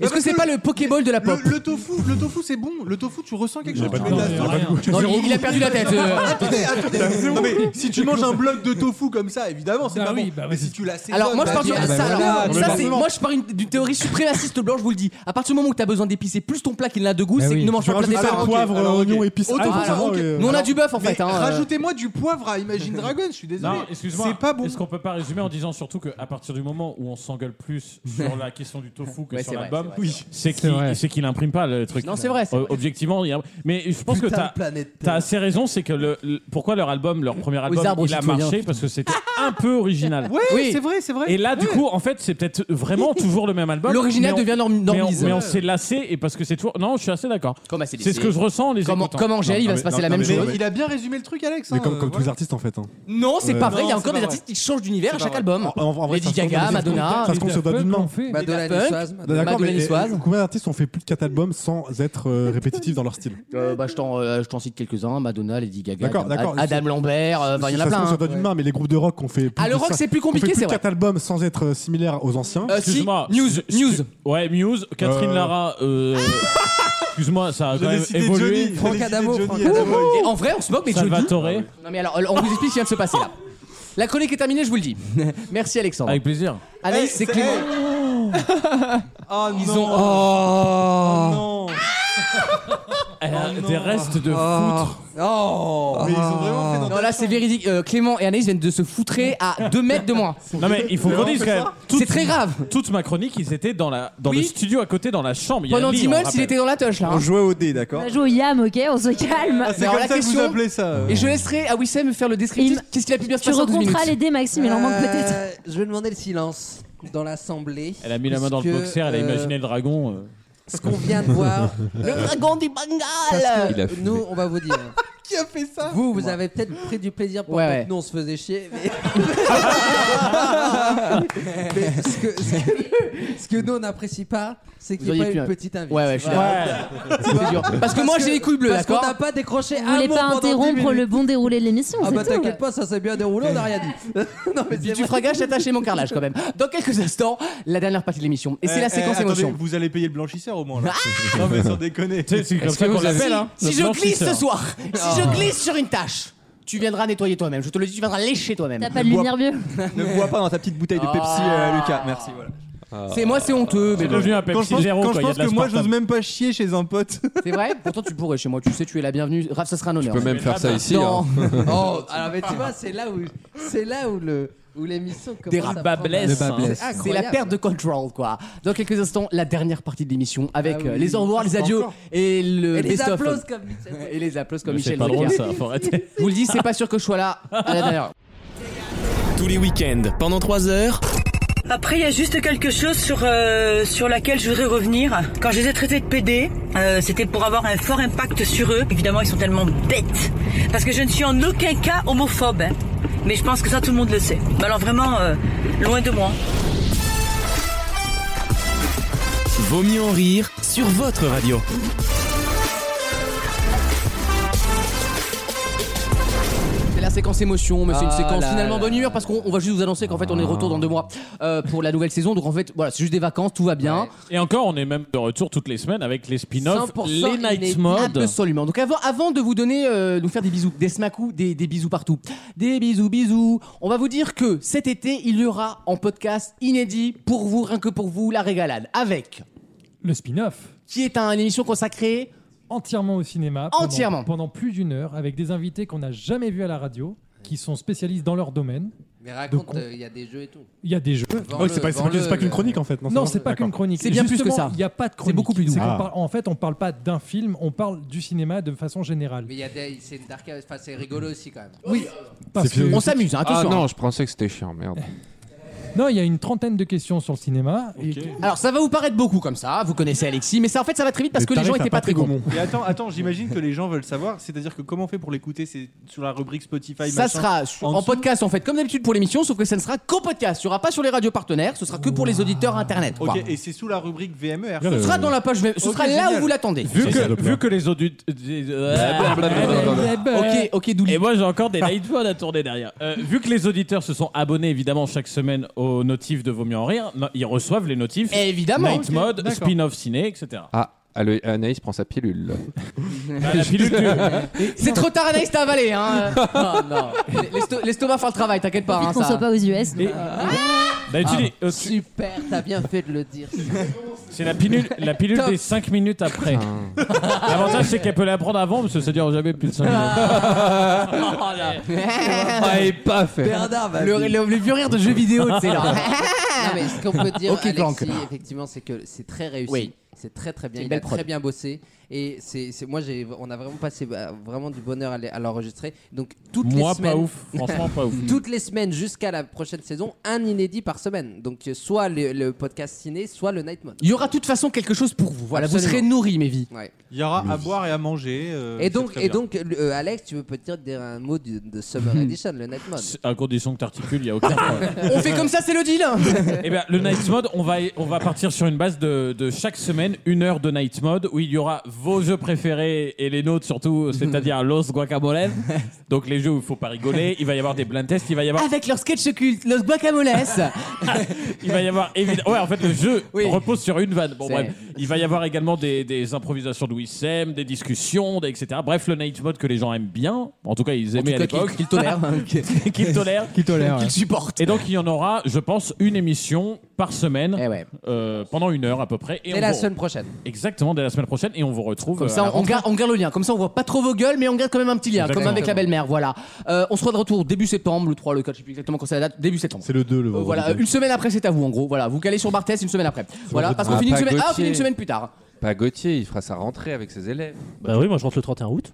[SPEAKER 11] Bah,
[SPEAKER 2] Est-ce que
[SPEAKER 11] parce
[SPEAKER 2] c'est
[SPEAKER 11] que
[SPEAKER 2] pas le Pokéball de la pop
[SPEAKER 11] Le, le tofu, le tofu, c'est bon. Le tofu, tu ressens quelque chose.
[SPEAKER 2] pas
[SPEAKER 11] tu
[SPEAKER 2] de
[SPEAKER 11] mets de
[SPEAKER 2] goût,
[SPEAKER 11] la
[SPEAKER 2] il a
[SPEAKER 11] sauce.
[SPEAKER 2] pas de goût. Non, il- il a perdu la tête, euh.
[SPEAKER 11] attendez, attendez. Non, mais si tu manges un bloc de tofu comme ça, évidemment, c'est
[SPEAKER 8] Ah
[SPEAKER 11] pas
[SPEAKER 8] oui,
[SPEAKER 11] bon.
[SPEAKER 8] bah
[SPEAKER 11] mais
[SPEAKER 8] oui.
[SPEAKER 11] si tu l'assaisonnes,
[SPEAKER 2] Alors moi je
[SPEAKER 11] bah,
[SPEAKER 2] pars
[SPEAKER 11] tu-
[SPEAKER 2] d'une
[SPEAKER 11] Ah, bah,
[SPEAKER 2] ça,
[SPEAKER 11] voilà,
[SPEAKER 2] alors,
[SPEAKER 11] mais
[SPEAKER 2] ça,
[SPEAKER 11] bah,
[SPEAKER 2] c'est- moi je pars une- d'une théorie suprémaciste blanche, je vous le dis. À partir du moment où t'as besoin d'épicer plus ton plat qu'il n'a de goût,
[SPEAKER 11] Bah
[SPEAKER 5] Eh
[SPEAKER 2] c'est que
[SPEAKER 5] oui.
[SPEAKER 2] ne mange
[SPEAKER 5] Tu
[SPEAKER 2] pas le plat
[SPEAKER 5] rajoutes
[SPEAKER 2] départ.
[SPEAKER 5] un poivre,
[SPEAKER 2] Ok, alors,
[SPEAKER 5] un oignon,
[SPEAKER 2] ok.
[SPEAKER 5] épices,
[SPEAKER 2] Autant-
[SPEAKER 5] ah,
[SPEAKER 2] alors,
[SPEAKER 5] forcément,
[SPEAKER 2] ok.
[SPEAKER 5] oui, euh,
[SPEAKER 2] Nous on a
[SPEAKER 5] alors-
[SPEAKER 2] du bœuf en
[SPEAKER 11] Mais
[SPEAKER 2] fait. hein, euh.
[SPEAKER 11] Rajoutez-moi du poivre à Imagine Dragon, je suis désolé.
[SPEAKER 3] Non, excuse-moi.
[SPEAKER 11] C'est pas bon.
[SPEAKER 3] Est-ce qu'on peut pas résumer en disant surtout qu'à partir du moment où on s'engueule plus sur la question du tofu que
[SPEAKER 2] Ouais,
[SPEAKER 3] sur
[SPEAKER 2] c'est
[SPEAKER 3] l'album,
[SPEAKER 2] vrai, c'est vrai, c'est
[SPEAKER 3] c'est
[SPEAKER 13] C'est vrai.
[SPEAKER 3] qu'il c'est qu'il imprime pas le truc.
[SPEAKER 2] Non, c'est vrai, c'est
[SPEAKER 3] Euh, Objectivement, il y a- mais je pense que
[SPEAKER 9] Putain
[SPEAKER 3] t'as
[SPEAKER 9] de planète
[SPEAKER 3] t'as assez raison, c'est que le, le- pourquoi leur album, leur premier album,
[SPEAKER 2] arbres
[SPEAKER 3] il a
[SPEAKER 2] citoyens,
[SPEAKER 3] marché
[SPEAKER 2] putain.
[SPEAKER 3] parce que c'était un peu original.
[SPEAKER 11] Ouais,
[SPEAKER 2] Oui.
[SPEAKER 11] c'est vrai, c'est vrai.
[SPEAKER 3] Et là, du coup, en fait, c'est peut-être vraiment toujours le même album.
[SPEAKER 2] L'original
[SPEAKER 3] mais on-
[SPEAKER 2] devient norm-
[SPEAKER 3] Mais on,
[SPEAKER 2] normise.
[SPEAKER 3] mais on s'est lassé et parce que c'est toujours. Non, je suis assez d'accord.
[SPEAKER 2] Comme à CDC.
[SPEAKER 3] C'est ce que je ressens en les
[SPEAKER 2] Comme-
[SPEAKER 3] écoutant.
[SPEAKER 2] comme Angèle, il va
[SPEAKER 5] non,
[SPEAKER 2] se
[SPEAKER 5] mais-
[SPEAKER 2] passer la
[SPEAKER 5] non,
[SPEAKER 2] même
[SPEAKER 5] mais-
[SPEAKER 2] chose.
[SPEAKER 11] il a bien résumé le truc, Alex.
[SPEAKER 5] Mais
[SPEAKER 11] hein,
[SPEAKER 5] comme, comme
[SPEAKER 11] euh,
[SPEAKER 5] tous les artistes en fait. hein.
[SPEAKER 2] Non, c'est pas
[SPEAKER 5] Ouais.
[SPEAKER 2] vrai, il y a
[SPEAKER 11] Non, c'est
[SPEAKER 2] encore des
[SPEAKER 11] pas
[SPEAKER 2] artistes qui changent d'univers à
[SPEAKER 11] C'est
[SPEAKER 2] chaque
[SPEAKER 11] pas
[SPEAKER 2] album.
[SPEAKER 5] En- en- en vrai,
[SPEAKER 2] Lady
[SPEAKER 5] ça se compte-
[SPEAKER 2] Gaga,
[SPEAKER 5] ça se compte-
[SPEAKER 2] Madonna,
[SPEAKER 5] Ça se compte sur le doigt d'une main.
[SPEAKER 13] fait
[SPEAKER 9] Madonna
[SPEAKER 2] Daft Punk,
[SPEAKER 9] Nichoise, Madonna-
[SPEAKER 5] D'accord, mais
[SPEAKER 2] Madeleine Soise.
[SPEAKER 5] euh, combien d'artistes ont fait plus de 4 albums sans être euh, répétitifs dans leur style
[SPEAKER 2] Euh, bah, je t'en euh, je t'en cite quelques-uns Madonna, Lady Gaga,
[SPEAKER 5] D'accord,
[SPEAKER 2] Adam,
[SPEAKER 5] d'accord.
[SPEAKER 2] Adam Lambert, euh, bah, il y en a plein.
[SPEAKER 5] Ça se compte
[SPEAKER 2] hein.
[SPEAKER 5] sur le doigt d'une main, mais les groupes de rock ont fait plus
[SPEAKER 2] Ah, le
[SPEAKER 5] de
[SPEAKER 2] rock,
[SPEAKER 5] ça-
[SPEAKER 2] c'est plus
[SPEAKER 5] ont fait
[SPEAKER 2] compliqué,
[SPEAKER 5] plus
[SPEAKER 2] c'est
[SPEAKER 5] de
[SPEAKER 2] vrai.
[SPEAKER 5] 4 albums sans être euh, similaires aux anciens.
[SPEAKER 2] Euh, si,
[SPEAKER 3] Excuse-moi.
[SPEAKER 2] Muse,
[SPEAKER 3] Excuse-
[SPEAKER 2] Muse.
[SPEAKER 3] Ouais, Muse, Catherine
[SPEAKER 5] Euh.
[SPEAKER 3] Lara. euh, Excuse-moi, ça a quand même
[SPEAKER 11] décidé
[SPEAKER 3] évolué.
[SPEAKER 11] Johnny.
[SPEAKER 9] Franck
[SPEAKER 11] J'avais
[SPEAKER 9] Adamo,
[SPEAKER 11] cité
[SPEAKER 9] Franck
[SPEAKER 11] Johnny
[SPEAKER 9] Adamo.
[SPEAKER 11] Adamo.
[SPEAKER 2] Et en vrai, on se moque, mais Jody.
[SPEAKER 3] Salvatore.
[SPEAKER 2] Non, mais alors, euh, on vous explique ce qui vient de se passer là. La chronique est terminée, je vous le dis. Merci Alexandre.
[SPEAKER 3] Avec plaisir.
[SPEAKER 2] Anaïs, c'est Clément.
[SPEAKER 11] Oh
[SPEAKER 2] Ils
[SPEAKER 11] non.
[SPEAKER 2] ont. Oh
[SPEAKER 11] Non.
[SPEAKER 3] Elle a
[SPEAKER 11] Oh non.
[SPEAKER 3] des restes de foutre.
[SPEAKER 9] Oh
[SPEAKER 11] Mais ils ont vraiment fait dans
[SPEAKER 2] Non, là c'est véridique. Euh, Clément et Anaïs viennent de se foutrer à 2 mètres de moi.
[SPEAKER 3] Non mais il faut qu'on dise quand même.
[SPEAKER 2] C'est très grave.
[SPEAKER 3] Toute ma chronique, ils étaient dans, la, dans
[SPEAKER 2] Oui.
[SPEAKER 3] le studio à côté, dans la chambre. Il y a
[SPEAKER 2] Pendant
[SPEAKER 3] un lit,
[SPEAKER 2] 10
[SPEAKER 3] on
[SPEAKER 2] months, il
[SPEAKER 3] rappelle.
[SPEAKER 2] était dans la toche là.
[SPEAKER 6] On
[SPEAKER 2] hein.
[SPEAKER 6] jouait au dé,
[SPEAKER 4] On
[SPEAKER 6] d'accord
[SPEAKER 4] a joué au yam, ok On se calme.
[SPEAKER 11] Ah, c'est
[SPEAKER 2] Alors,
[SPEAKER 11] comme
[SPEAKER 2] la
[SPEAKER 11] ça que vous
[SPEAKER 2] question-
[SPEAKER 11] appelez ça. euh.
[SPEAKER 2] Et je laisserai à Wissem faire le descriptif.
[SPEAKER 4] Il-
[SPEAKER 2] Qu'est-ce qu'il a pu bien se
[SPEAKER 4] Tu
[SPEAKER 2] passer en 12 minutes
[SPEAKER 4] recompteras les dés, Maxime, il en manque
[SPEAKER 9] Euh,
[SPEAKER 4] peut-être.
[SPEAKER 9] Je vais demander le silence dans l'assemblée.
[SPEAKER 3] Elle a mis la main dans le
[SPEAKER 9] puisque,
[SPEAKER 3] boxer, elle a
[SPEAKER 9] euh,
[SPEAKER 3] imaginé le dragon. euh.
[SPEAKER 9] Ce qu'on vient de voir.
[SPEAKER 2] Le dragon du
[SPEAKER 9] Parce
[SPEAKER 2] Bengale
[SPEAKER 9] que nous, on va vous dire.
[SPEAKER 11] Qui a fait ça
[SPEAKER 9] Vous, vous avez peut-être pris du plaisir pour
[SPEAKER 2] Ouais,
[SPEAKER 9] que
[SPEAKER 2] ouais.
[SPEAKER 9] nous, on se faisait chier. Mais, Mais ce, que, ce que- ce que nous, on n'apprécie pas, c'est qu'il
[SPEAKER 2] Vous
[SPEAKER 9] n'y ait pas
[SPEAKER 2] auriez pu,
[SPEAKER 9] une
[SPEAKER 2] hein.
[SPEAKER 9] petite invite.
[SPEAKER 2] Ouais, ouais, je suis
[SPEAKER 9] Voilà.
[SPEAKER 2] C'est dur. Parce que moi j'ai les couilles bleues,
[SPEAKER 9] Parce qu'on
[SPEAKER 2] d'accord
[SPEAKER 9] n'a pas décroché
[SPEAKER 4] Vous
[SPEAKER 9] un
[SPEAKER 4] voulez
[SPEAKER 9] mot
[SPEAKER 4] pas
[SPEAKER 9] pendant dix
[SPEAKER 4] interrompre le
[SPEAKER 9] minutes.
[SPEAKER 4] bon déroulé de l'émission
[SPEAKER 9] Ah
[SPEAKER 4] c'est
[SPEAKER 9] bah
[SPEAKER 4] tout.
[SPEAKER 9] t'inquiète pas, ça s'est bien déroulé, on n'a rien dit. non mais
[SPEAKER 2] Du
[SPEAKER 9] c'est
[SPEAKER 2] tu
[SPEAKER 9] vrai.
[SPEAKER 2] fragage attaché mon carrelage quand même. Dans quelques instants, la dernière partie de l'émission. Et c'est
[SPEAKER 11] Eh,
[SPEAKER 2] la
[SPEAKER 11] eh,
[SPEAKER 2] séquence
[SPEAKER 11] attendez,
[SPEAKER 2] émotion.
[SPEAKER 11] Vous allez payer le blanchisseur au moins là. non mais sans déconner.
[SPEAKER 3] Tu sais, C'est comme
[SPEAKER 13] Est-ce
[SPEAKER 3] ça
[SPEAKER 13] que
[SPEAKER 3] qu'on
[SPEAKER 13] vous avez-
[SPEAKER 3] l'appelle. hein,
[SPEAKER 2] Si
[SPEAKER 3] le
[SPEAKER 2] je glisse
[SPEAKER 3] blanchisseur.
[SPEAKER 2] ce soir, si
[SPEAKER 11] Oh.
[SPEAKER 2] je glisse sur une tâche, tu viendras nettoyer toi-même. Je te le dis, tu viendras lécher toi-même. Ah.
[SPEAKER 4] T'as pas de lumière vieux
[SPEAKER 6] Ne bois pas dans ta petite bouteille de Pepsi, euh, Lucas. Merci, voilà.
[SPEAKER 2] C'est moi, c'est honteux. Mais
[SPEAKER 3] C'est
[SPEAKER 2] bon.
[SPEAKER 3] devenu un
[SPEAKER 11] Quand je
[SPEAKER 3] Pepsi
[SPEAKER 11] pense,
[SPEAKER 3] Zero.
[SPEAKER 11] quand
[SPEAKER 3] quoi,
[SPEAKER 11] je
[SPEAKER 3] il y a
[SPEAKER 11] pense
[SPEAKER 3] de la
[SPEAKER 11] que moi
[SPEAKER 3] Spartan.
[SPEAKER 11] j'ose même pas chier chez un pote.
[SPEAKER 2] C'est vrai Pourtant, tu pourrais chez moi. Tu sais, tu es la bienvenue. Raph, ça sera un honneur.
[SPEAKER 7] Je peux même
[SPEAKER 3] Mais
[SPEAKER 7] faire
[SPEAKER 3] là,
[SPEAKER 7] ça
[SPEAKER 3] bah-
[SPEAKER 7] ici.
[SPEAKER 2] Non.
[SPEAKER 7] hein.
[SPEAKER 9] Oh, alors mais tu vois, c'est là où c'est là où le où l'émission commence à prendre-
[SPEAKER 2] bas blessent,
[SPEAKER 9] C'est
[SPEAKER 2] hein.
[SPEAKER 9] incroyable.
[SPEAKER 2] C'est la perte de control, quoi. Dans quelques instants, la dernière partie de l'émission avec
[SPEAKER 9] Ah oui.
[SPEAKER 2] euh, les au revoir, les adieux
[SPEAKER 9] Encore.
[SPEAKER 2] et le
[SPEAKER 9] Et les
[SPEAKER 2] best-of.
[SPEAKER 9] applaudissements comme Michel.
[SPEAKER 2] Et les applaudissements comme
[SPEAKER 3] Mais C'est
[SPEAKER 2] Michel.
[SPEAKER 3] pas
[SPEAKER 2] Drucker.
[SPEAKER 3] drôle ça, faut arrêter.
[SPEAKER 2] Je vous le dis, c'est pas sûr que je sois là à la dernière.
[SPEAKER 14] Tous les week-ends, pendant 3 heures.
[SPEAKER 15] Après, il y a juste quelque chose sur, euh, sur laquelle je voudrais revenir. Quand je les ai traités de PD, euh, c'était pour avoir un fort impact sur eux. Évidemment, ils sont tellement bêtes. Parce que je ne suis en aucun cas homophobe. hein. Mais je pense que ça, tout le monde le sait. Mais alors vraiment, euh, loin de moi.
[SPEAKER 14] Vaut mieux en rire sur votre radio.
[SPEAKER 2] C'est la séquence émotion, mais c'est une
[SPEAKER 9] Ah
[SPEAKER 2] séquence
[SPEAKER 9] là
[SPEAKER 2] finalement
[SPEAKER 9] là.
[SPEAKER 2] bonne humeur parce qu'on on va juste vous annoncer qu'en fait on est de retour dans deux mois euh, pour la nouvelle saison. Donc en fait, voilà, c'est juste des vacances, tout va bien.
[SPEAKER 3] Et encore, on est même de retour toutes les semaines avec les spin-offs,
[SPEAKER 2] 100%
[SPEAKER 3] les Night
[SPEAKER 2] inédit.
[SPEAKER 3] Mode.
[SPEAKER 2] Absolument. Donc avant, avant de vous donner, euh, de vous faire des bisous, des smacous, des, des bisous partout, des bisous, bisous, on va vous dire que cet été, il y aura en podcast inédit pour vous, rien que pour vous, la régalade avec
[SPEAKER 8] Le spin-off.
[SPEAKER 2] Qui est un- une émission consacrée
[SPEAKER 8] entièrement au cinéma. pendant-
[SPEAKER 2] Entièrement.
[SPEAKER 8] Pendant, plus d'une heure, avec des invités qu'on n'a jamais vus à la radio, qui sont spécialistes dans leur domaine.
[SPEAKER 9] Mais raconte,
[SPEAKER 8] Donc, on-
[SPEAKER 9] euh, il y a des jeux et tout. euh,
[SPEAKER 8] Il y a des jeux.
[SPEAKER 5] Ah oui, c'est pas- c'est pas- c'est pas qu'une chronique, en fait, non,
[SPEAKER 8] Non,
[SPEAKER 5] ça
[SPEAKER 8] c'est
[SPEAKER 5] va
[SPEAKER 8] pas
[SPEAKER 5] D'accord.
[SPEAKER 8] qu'une chronique.
[SPEAKER 5] C'est bien plus que
[SPEAKER 8] Justement,
[SPEAKER 5] ça.
[SPEAKER 8] Il n'y a pas de
[SPEAKER 5] C'est
[SPEAKER 8] chronique.
[SPEAKER 5] beaucoup plus doux.
[SPEAKER 8] C'est qu'on
[SPEAKER 5] Ah.
[SPEAKER 8] parle- en fait, on parle pas d'un film, on parle du cinéma de façon générale.
[SPEAKER 9] Mais il y a des, c'est une dark, enfin c'est rigolo aussi quand même.
[SPEAKER 2] Oui.
[SPEAKER 8] Parce que-
[SPEAKER 2] On s'amuse, hein, attention.
[SPEAKER 7] Ah non, je pensais que c'était chiant, merde.
[SPEAKER 8] Non, il y a une trentaine de questions sur le cinéma. et-
[SPEAKER 2] Alors ça va vous paraître beaucoup comme ça, vous connaissez Alexis, mais ça en fait ça va très vite parce que les gens étaient pas très bons.
[SPEAKER 11] Et attends, attends, j'imagine que les gens veulent savoir, c'est-à-dire que comment on fait pour l'écouter C'est sur la rubrique Spotify
[SPEAKER 2] Ça
[SPEAKER 11] machin,
[SPEAKER 2] sera sur- en,
[SPEAKER 11] dessous
[SPEAKER 2] podcast en fait, comme d'habitude pour l'émission, sauf que ça ne sera qu'en podcast. Il n'y aura pas sur les radios partenaires, ce sera que pour les auditeurs internet. quoi.
[SPEAKER 11] Ok, Euh. et c'est sous la rubrique VMER.
[SPEAKER 2] Ce sera dans la page, V- E ce
[SPEAKER 11] Ok,
[SPEAKER 2] sera là
[SPEAKER 11] génial.
[SPEAKER 2] où vous l'attendez.
[SPEAKER 3] Vu
[SPEAKER 2] C'est euh, ça, le
[SPEAKER 3] que,
[SPEAKER 2] plan.
[SPEAKER 3] vu que les auditeurs.
[SPEAKER 11] euh,
[SPEAKER 2] Ah, Ok, ok, Douli.
[SPEAKER 3] Et moi, j'ai encore
[SPEAKER 2] Ah.
[SPEAKER 3] des light à tourner derrière. Euh, vu que les auditeurs se sont abonnés évidemment chaque semaine aux notifs de Vaut mieux en rire, no- ils reçoivent les notifs.
[SPEAKER 2] Évidemment.
[SPEAKER 3] Night
[SPEAKER 2] Ok,
[SPEAKER 3] Mode,
[SPEAKER 2] d'accord.
[SPEAKER 3] spin-off ciné, etc.
[SPEAKER 7] Ah, allez, Anaïs prend sa pilule.
[SPEAKER 3] Ah, la pilule du-
[SPEAKER 2] C'est trop tard, Anaïs, t'as avalé. Hein. non, non. L'esto- L'estomac fait le travail, t'inquiète pas.
[SPEAKER 4] Vite
[SPEAKER 2] hein,
[SPEAKER 4] qu'on
[SPEAKER 2] ça. Ah,
[SPEAKER 4] soit pas aux US.
[SPEAKER 3] Bah, tu dis- euh, tu-
[SPEAKER 9] Super, t'as bien fait de le dire.
[SPEAKER 3] C'est la pilule, la pilule
[SPEAKER 9] Top.
[SPEAKER 3] des 5 minutes après. L'avantage, c'est qu'elle peut la prendre avant, parce que ça dure jamais plus de 5 minutes.
[SPEAKER 7] Ah, et paf
[SPEAKER 9] Bernard va
[SPEAKER 2] bah, le, le, le vieux rire de jeux vidéo, c'est là.
[SPEAKER 9] non, mais ce qu'on peut dire,
[SPEAKER 2] Ok,
[SPEAKER 9] Alexis,
[SPEAKER 2] Clank.
[SPEAKER 9] effectivement, c'est que c'est très réussi.
[SPEAKER 2] Oui.
[SPEAKER 9] C'est très très bien.
[SPEAKER 2] C'est une
[SPEAKER 9] Il
[SPEAKER 2] belle
[SPEAKER 9] a
[SPEAKER 2] prod.
[SPEAKER 9] très bien bossé. Et c'est, c'est- moi, j'ai, on a vraiment passé bah, vraiment du bonheur à l'e- à l'enregistrer. Donc toutes
[SPEAKER 3] Moi,
[SPEAKER 9] les
[SPEAKER 3] pas
[SPEAKER 9] semaines,
[SPEAKER 3] ouf. Franchement, pas ouf.
[SPEAKER 9] toutes les semaines jusqu'à la prochaine saison, un inédit par semaine. Donc euh, soit le, le podcast ciné, soit le night mode.
[SPEAKER 2] Il y aura de toute façon quelque chose pour vous. Voilà, vous
[SPEAKER 9] Absolument.
[SPEAKER 2] serez nourris, mes vies.
[SPEAKER 9] Ouais.
[SPEAKER 11] Il y aura à boire et à manger. euh,
[SPEAKER 9] Et
[SPEAKER 11] c'est
[SPEAKER 9] donc,
[SPEAKER 11] très
[SPEAKER 9] et
[SPEAKER 11] bien.
[SPEAKER 9] donc euh, Alex, tu veux peut-être dire un mot du- de Summer Edition, le night mode.
[SPEAKER 3] C'est- À condition que t'articules, il n'y a aucun problème.
[SPEAKER 2] On fait comme ça, c'est le deal.
[SPEAKER 3] Eh bien, le Night Mode, on va, on va partir sur une base de, de chaque semaine, une heure de Night Mode, où il y aura vos jeux préférés et les nôtres surtout, c'est-à-dire Los Guacamoles. Donc les jeux où il faut pas rigoler, il va y avoir des blind tests, il va y avoir...
[SPEAKER 2] Avec leur sketch culte, Los Guacamoles.
[SPEAKER 3] Il va y avoir évidemment... Ouais, en fait, le jeu
[SPEAKER 2] Oui.
[SPEAKER 3] repose sur une vanne. Bon,
[SPEAKER 2] C'est-
[SPEAKER 3] bref. Il va y avoir également des, des improvisations de Wissem, des discussions, des, etc. Bref, le Night Mode que les gens aiment bien. En tout cas, ils aimaient à
[SPEAKER 2] tout cas,
[SPEAKER 3] l'époque.
[SPEAKER 2] qu'ils- qu'ils tolèrent, hein, ok.
[SPEAKER 3] qu'ils tolèrent.
[SPEAKER 2] Qu'ils tolèrent, Qu'ils ouais. supportent.
[SPEAKER 3] Et donc, il y en aura, je pense, une émission par semaine.
[SPEAKER 2] Eh
[SPEAKER 3] euh, pendant une heure à peu près.
[SPEAKER 9] Dès
[SPEAKER 3] on
[SPEAKER 9] la
[SPEAKER 3] vous-
[SPEAKER 9] semaine prochaine.
[SPEAKER 3] Exactement, dès la semaine prochaine. Et on vous retrouve.
[SPEAKER 2] Comme
[SPEAKER 3] euh, à
[SPEAKER 2] ça,
[SPEAKER 3] la
[SPEAKER 2] on
[SPEAKER 3] rentrée.
[SPEAKER 2] garde, on garde le lien. Comme ça, on voit pas trop vos gueules, mais on garde quand même un petit lien,
[SPEAKER 3] Exactement.
[SPEAKER 2] comme avec la belle-mère. Voilà. Euh, on sera de retour début septembre, le 3, le 4, je sais plus exactement quand c'est la date. Début septembre.
[SPEAKER 5] C'est le 2, le
[SPEAKER 2] Euh, voilà, une semaine après, c'est à vous en gros. Voilà, vous calez sur Barthès une semaine après. Voilà, parce qu'on
[SPEAKER 7] Ah,
[SPEAKER 2] finit une
[SPEAKER 7] pas
[SPEAKER 2] semaine. Ah, on
[SPEAKER 7] Gauthier.
[SPEAKER 2] finit une semaine plus tard.
[SPEAKER 7] Pas Gauthier, il fera sa rentrée avec ses élèves.
[SPEAKER 10] Bah oui, moi je rentre le 31 août.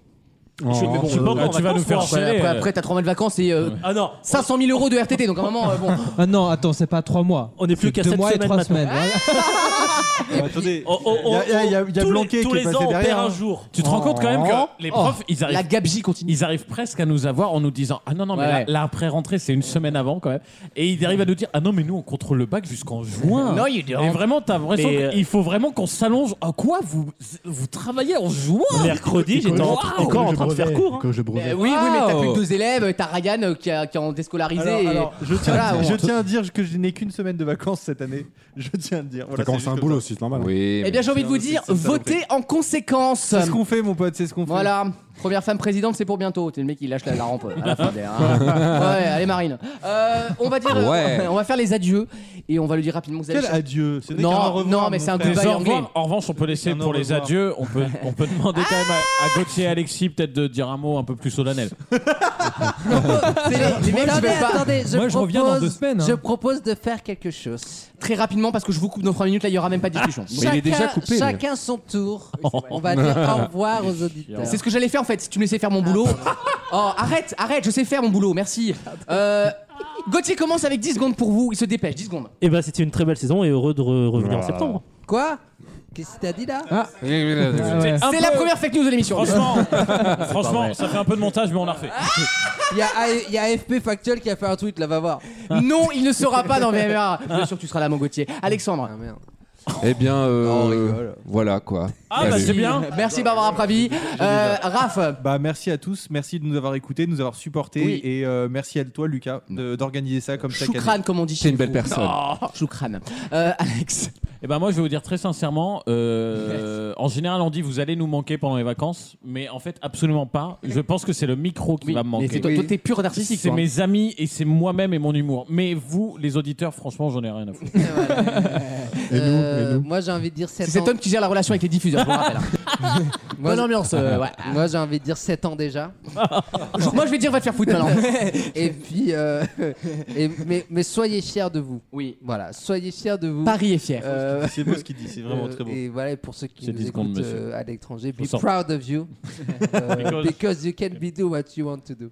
[SPEAKER 7] Oh,
[SPEAKER 10] je, mais bon, je suis
[SPEAKER 7] euh,
[SPEAKER 10] pas encore
[SPEAKER 7] là,
[SPEAKER 10] en
[SPEAKER 7] tu vas
[SPEAKER 10] vacances,
[SPEAKER 7] nous faire
[SPEAKER 10] moi.
[SPEAKER 7] chier.
[SPEAKER 2] Après,
[SPEAKER 10] euh,
[SPEAKER 2] après t'as 3 mois de vacances et euh,
[SPEAKER 10] Ah non,
[SPEAKER 2] 500 000 euros de RTT. Donc à un moment, euh, bon.
[SPEAKER 13] Ah non, attends, c'est pas 3 mois.
[SPEAKER 10] On est plus
[SPEAKER 13] C'est
[SPEAKER 10] qu'à
[SPEAKER 13] deux
[SPEAKER 10] sept
[SPEAKER 13] mois et
[SPEAKER 10] semaines
[SPEAKER 13] trois
[SPEAKER 10] maintenant. Oh,
[SPEAKER 13] semaines. voilà.
[SPEAKER 11] Attendez,
[SPEAKER 10] on- on-
[SPEAKER 11] il y a- il y a- il y a- il y a
[SPEAKER 10] tous les-
[SPEAKER 11] Blanquet
[SPEAKER 10] tous
[SPEAKER 11] qui est
[SPEAKER 10] les
[SPEAKER 11] passé
[SPEAKER 10] ans, on
[SPEAKER 11] derrière,
[SPEAKER 10] perd un
[SPEAKER 11] hein.
[SPEAKER 10] jour.
[SPEAKER 3] Tu te rends compte quand même
[SPEAKER 2] Oh.
[SPEAKER 3] que les profs,
[SPEAKER 2] Oh.
[SPEAKER 3] ils arrivent.
[SPEAKER 2] La gabegie continue.
[SPEAKER 3] Ils arrivent presque à nous avoir en nous disant Ah non, non, mais
[SPEAKER 2] Ouais.
[SPEAKER 3] la, la pré-rentrée, c'est une semaine avant quand même. Et ils arrivent à nous dire Ah non, mais nous, on contrôle le bac jusqu'en juin.
[SPEAKER 2] Non, you don't.
[SPEAKER 3] Et vraiment, t'as l'impression
[SPEAKER 10] Mais, euh,
[SPEAKER 3] qu'il faut vraiment qu'on s'allonge. À quoi vous, vous travaillez en juin
[SPEAKER 10] Mercredi, j'étais en-
[SPEAKER 3] Waouh.
[SPEAKER 10] encore en train de faire cours. hein.
[SPEAKER 2] Euh, oui, oui, mais t'as plus que deux élèves. T'as Ryan euh, qui, a, qui est en déscolarisé.
[SPEAKER 11] Alors,
[SPEAKER 2] et-
[SPEAKER 11] alors, je, tiens,
[SPEAKER 2] Voilà,
[SPEAKER 11] je
[SPEAKER 2] on-
[SPEAKER 11] tiens à dire que je n'ai qu'une semaine de vacances cette année. Je tiens à le dire. Voilà,
[SPEAKER 5] Ça commence
[SPEAKER 11] c'est
[SPEAKER 5] un
[SPEAKER 11] juste
[SPEAKER 5] boulot
[SPEAKER 11] comme
[SPEAKER 5] aussi, c'est normal.
[SPEAKER 7] Oui.
[SPEAKER 2] Eh bien, j'ai envie de vous
[SPEAKER 11] C'est-
[SPEAKER 2] dire,
[SPEAKER 11] c'est une
[SPEAKER 2] votez en conséquence.
[SPEAKER 11] ça. C'est ce qu'on fait, mon pote, c'est ce qu'on fait.
[SPEAKER 2] Voilà, première femme présidente, c'est pour bientôt. T'es le mec qui lâche la, la rampe à la fin des. hein. Ouais, allez Marine. Euh, on va dire,
[SPEAKER 3] Ouais.
[SPEAKER 2] on va faire les adieux et on va le dire rapidement. Vous allez
[SPEAKER 11] Ah Quel
[SPEAKER 2] chercher-
[SPEAKER 11] adieu Ce n'est qu'un au
[SPEAKER 2] Non,
[SPEAKER 11] revoir,
[SPEAKER 2] non, mais
[SPEAKER 11] mon
[SPEAKER 2] c'est un
[SPEAKER 11] frère.
[SPEAKER 2] goodbye
[SPEAKER 3] Au
[SPEAKER 2] anglais.
[SPEAKER 3] revoir. en revanche, on peut laisser
[SPEAKER 11] Non,
[SPEAKER 3] pour
[SPEAKER 11] au
[SPEAKER 3] les
[SPEAKER 11] revoir.
[SPEAKER 3] adieux, on peut, on peut demander quand même à,
[SPEAKER 2] Ah
[SPEAKER 3] à Gauthier et Alexis peut-être de dire un mot un peu plus solennel.
[SPEAKER 2] C'est les- les mecs qui
[SPEAKER 9] Attendez,
[SPEAKER 2] veulent pas-
[SPEAKER 9] attendez, je
[SPEAKER 3] Moi, je reviens dans
[SPEAKER 9] propose-
[SPEAKER 3] deux semaines, hein.
[SPEAKER 9] Je propose de faire quelque chose.
[SPEAKER 2] Très rapidement parce que je vous coupe dans 3 minutes. Là, il y aura même pas de
[SPEAKER 11] Ah,
[SPEAKER 2] discussion.
[SPEAKER 9] Chacun, Chacun son tour. On va dire au revoir aux auditeurs. Ah.
[SPEAKER 2] C'est ce que j'allais faire en fait. Si tu me laissais faire mon boulot. Oh, arrête, arrête, je sais faire mon boulot. Merci. Euh, Gauthier commence avec 10 secondes pour vous. Il se dépêche. 10 secondes.
[SPEAKER 10] Et bah c'était une très belle saison et heureux de re- revenir en
[SPEAKER 2] Ah.
[SPEAKER 10] septembre.
[SPEAKER 9] Quoi Qu'est-ce que t'as dit là
[SPEAKER 2] C'est la première fake news de l'émission.
[SPEAKER 3] Franchement,
[SPEAKER 2] pas
[SPEAKER 3] franchement
[SPEAKER 2] vrai.
[SPEAKER 3] ça fait un peu de montage, mais on a refait.
[SPEAKER 2] Ah
[SPEAKER 9] Il y, a A- il y a AFP Factuel qui a
[SPEAKER 2] Ah.
[SPEAKER 9] fait un tweet, là, va voir. Ah,
[SPEAKER 2] Non, il ne sera pas dans VMA. Bien sûr, tu seras là, mon Gauthier. Alexandre.
[SPEAKER 7] Eh bien, euh, voilà quoi.
[SPEAKER 13] Ah, bah,
[SPEAKER 7] Allez.
[SPEAKER 2] Merci Barbara Pravi. Euh, Raph.
[SPEAKER 11] Bah, merci à tous. Merci de nous avoir écoutés, de nous avoir supportés.
[SPEAKER 2] Oui.
[SPEAKER 11] Et euh, merci à toi, Lucas, de- d'organiser ça comme chaque
[SPEAKER 2] Choukran,
[SPEAKER 11] année.
[SPEAKER 2] comme on dit. chez vous. Oh, Choukran. Euh, Alex.
[SPEAKER 3] Eh ben moi, je vais vous dire très sincèrement, euh, en général, on dit vous allez nous manquer pendant les vacances, mais en fait, absolument pas. Je pense que c'est le micro qui va me manquer.
[SPEAKER 2] c'est toi- toi, t'es pur narcissique,
[SPEAKER 3] C'est
[SPEAKER 2] toi. hein.
[SPEAKER 3] mes amis et c'est moi-même et mon humour. Mais vous, les auditeurs, franchement, j'en ai rien à foutre.
[SPEAKER 9] Euh, Moi, j'ai envie de dire 7
[SPEAKER 2] C'est
[SPEAKER 9] ans.
[SPEAKER 2] cet homme qui gère la relation avec les diffuseurs, je vous rappelle. hein. Bonne ambiance. euh, ouais.
[SPEAKER 9] Moi, j'ai envie de dire 7 ans déjà.
[SPEAKER 2] hein. Moi, je vais dire va te faire foutre maintenant.
[SPEAKER 9] et puis, euh, et- mais, mais soyez fiers de vous.
[SPEAKER 2] Oui.
[SPEAKER 9] Voilà, soyez fiers de vous. Euh,
[SPEAKER 2] Paris est fier.
[SPEAKER 11] C'est beau ce qu'il dit, c'est vraiment très beau.
[SPEAKER 9] Et voilà, et pour ceux qui
[SPEAKER 11] C'est
[SPEAKER 9] nous
[SPEAKER 11] 10 secondes,
[SPEAKER 9] écoutent
[SPEAKER 11] monsieur.
[SPEAKER 9] euh, à l'étranger,
[SPEAKER 11] Faut
[SPEAKER 9] be
[SPEAKER 11] sortir.
[SPEAKER 9] proud of you. Euh,
[SPEAKER 11] Because-
[SPEAKER 9] because... you can be do what you want to do.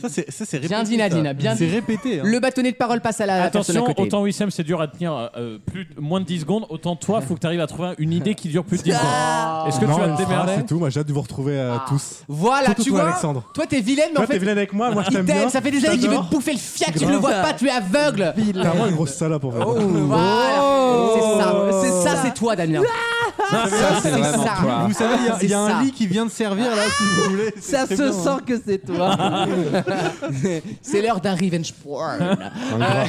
[SPEAKER 11] Ça, c'est ça, c'est répété.
[SPEAKER 2] Bien dit Nadine,
[SPEAKER 11] ça.
[SPEAKER 2] bien
[SPEAKER 11] C'est
[SPEAKER 2] dit.
[SPEAKER 11] répété. hein.
[SPEAKER 2] Le bâtonnet de parole passe à la personne à
[SPEAKER 3] Attention,
[SPEAKER 2] côté.
[SPEAKER 3] autant Wissem, c'est dur à tenir euh, euh, plus, moins de 10 secondes, autant toi, faut que tu arrives à trouver une idée qui dure plus de 10
[SPEAKER 9] Ah.
[SPEAKER 3] secondes. Est-ce que
[SPEAKER 5] Non,
[SPEAKER 3] tu vas
[SPEAKER 5] une
[SPEAKER 3] te
[SPEAKER 5] phrase,
[SPEAKER 3] démerder
[SPEAKER 5] C'est tout, moi j'ai hâte de vous retrouver euh, tous.
[SPEAKER 2] Voilà,
[SPEAKER 5] Surtout
[SPEAKER 2] tu
[SPEAKER 5] toi,
[SPEAKER 2] vois.
[SPEAKER 5] Alexandre.
[SPEAKER 2] Toi, t'es vilaine, mais en
[SPEAKER 5] Toi,
[SPEAKER 2] fait.
[SPEAKER 5] t'es vilaine avec moi, moi je
[SPEAKER 2] il
[SPEAKER 5] t'aime
[SPEAKER 2] t'aime,
[SPEAKER 5] bien.
[SPEAKER 2] ça fait des années qu'il veut
[SPEAKER 5] J'adore.
[SPEAKER 2] te bouffer le fiac,
[SPEAKER 5] C'est
[SPEAKER 2] tu ne le
[SPEAKER 5] grave.
[SPEAKER 2] vois pas, tu es aveugle.
[SPEAKER 5] T'es vraiment une grosse salope en fait.
[SPEAKER 2] Oh. Voilà. C'est ça, c'est ça, c'est toi, Damien.
[SPEAKER 11] Oh. Ah. Ça,
[SPEAKER 2] Ah, Ça,
[SPEAKER 11] c'est
[SPEAKER 2] c'est
[SPEAKER 11] vraiment
[SPEAKER 2] ça.
[SPEAKER 11] toi. Vous savez, il y a- il y, a
[SPEAKER 2] C'est ça.
[SPEAKER 11] un lit qui vient de servir là, si vous voulez. C'est
[SPEAKER 9] Ça
[SPEAKER 11] très
[SPEAKER 9] se
[SPEAKER 11] bien, hein.
[SPEAKER 9] sent que c'est toi.
[SPEAKER 2] C'est l'heure d'un revenge porn. Euh,
[SPEAKER 11] hein.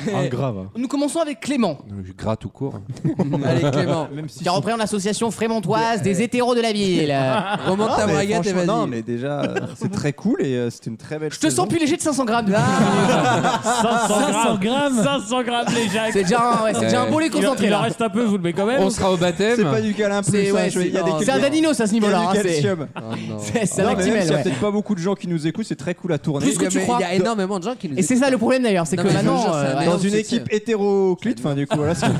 [SPEAKER 2] Nous commençons avec Clément.
[SPEAKER 7] Je gras tout court.
[SPEAKER 2] Allez, Clément. qui représente l'association frémontoise des hétéros de la ville.
[SPEAKER 6] Non, Ah, mais
[SPEAKER 2] brigade
[SPEAKER 6] franchement, Non, mais déjà, euh, c'est très cool et euh, c'est une très belle
[SPEAKER 2] Je te
[SPEAKER 6] saison.
[SPEAKER 2] sens plus léger de 500 grammes.
[SPEAKER 11] Ah.
[SPEAKER 3] 500
[SPEAKER 2] grammes.
[SPEAKER 3] 500 grammes, les Jacques.
[SPEAKER 2] C'est déjà un- ouais, c'est déjà un beau lait
[SPEAKER 3] Il en-
[SPEAKER 2] concentré,
[SPEAKER 3] Il en
[SPEAKER 2] là.
[SPEAKER 3] reste un peu, je vous le mets quand même.
[SPEAKER 7] On sera au baptême.
[SPEAKER 6] C'est pas du câlin plus.
[SPEAKER 2] C'est-
[SPEAKER 6] hein,
[SPEAKER 2] ouais,
[SPEAKER 6] je- il y
[SPEAKER 2] c'est-
[SPEAKER 6] a des
[SPEAKER 2] non.
[SPEAKER 6] calculs.
[SPEAKER 2] C'est un danino, ça, à ce niveau-là,
[SPEAKER 6] Il y a du
[SPEAKER 2] hein, c'est-
[SPEAKER 6] calcium.
[SPEAKER 2] C'est- c'est
[SPEAKER 6] Oh, Non,
[SPEAKER 2] un
[SPEAKER 6] mais même
[SPEAKER 2] actimel,
[SPEAKER 6] s'il y a
[SPEAKER 2] ouais.
[SPEAKER 6] peut-être pas beaucoup de gens qui nous écoutent, c'est très cool à tourner.
[SPEAKER 2] Plus que tu crois.
[SPEAKER 9] Il y a énormément de gens qui nous
[SPEAKER 2] Et c'est ça le problème d'ailleurs, c'est
[SPEAKER 9] Non,
[SPEAKER 2] que
[SPEAKER 9] mais je vous jure,
[SPEAKER 2] maintenant.
[SPEAKER 9] c'est un
[SPEAKER 2] euh, ouais.
[SPEAKER 9] énorme
[SPEAKER 6] Dans une
[SPEAKER 9] c'est-
[SPEAKER 6] équipe hétéroclite, enfin du coup, voilà ce qui ce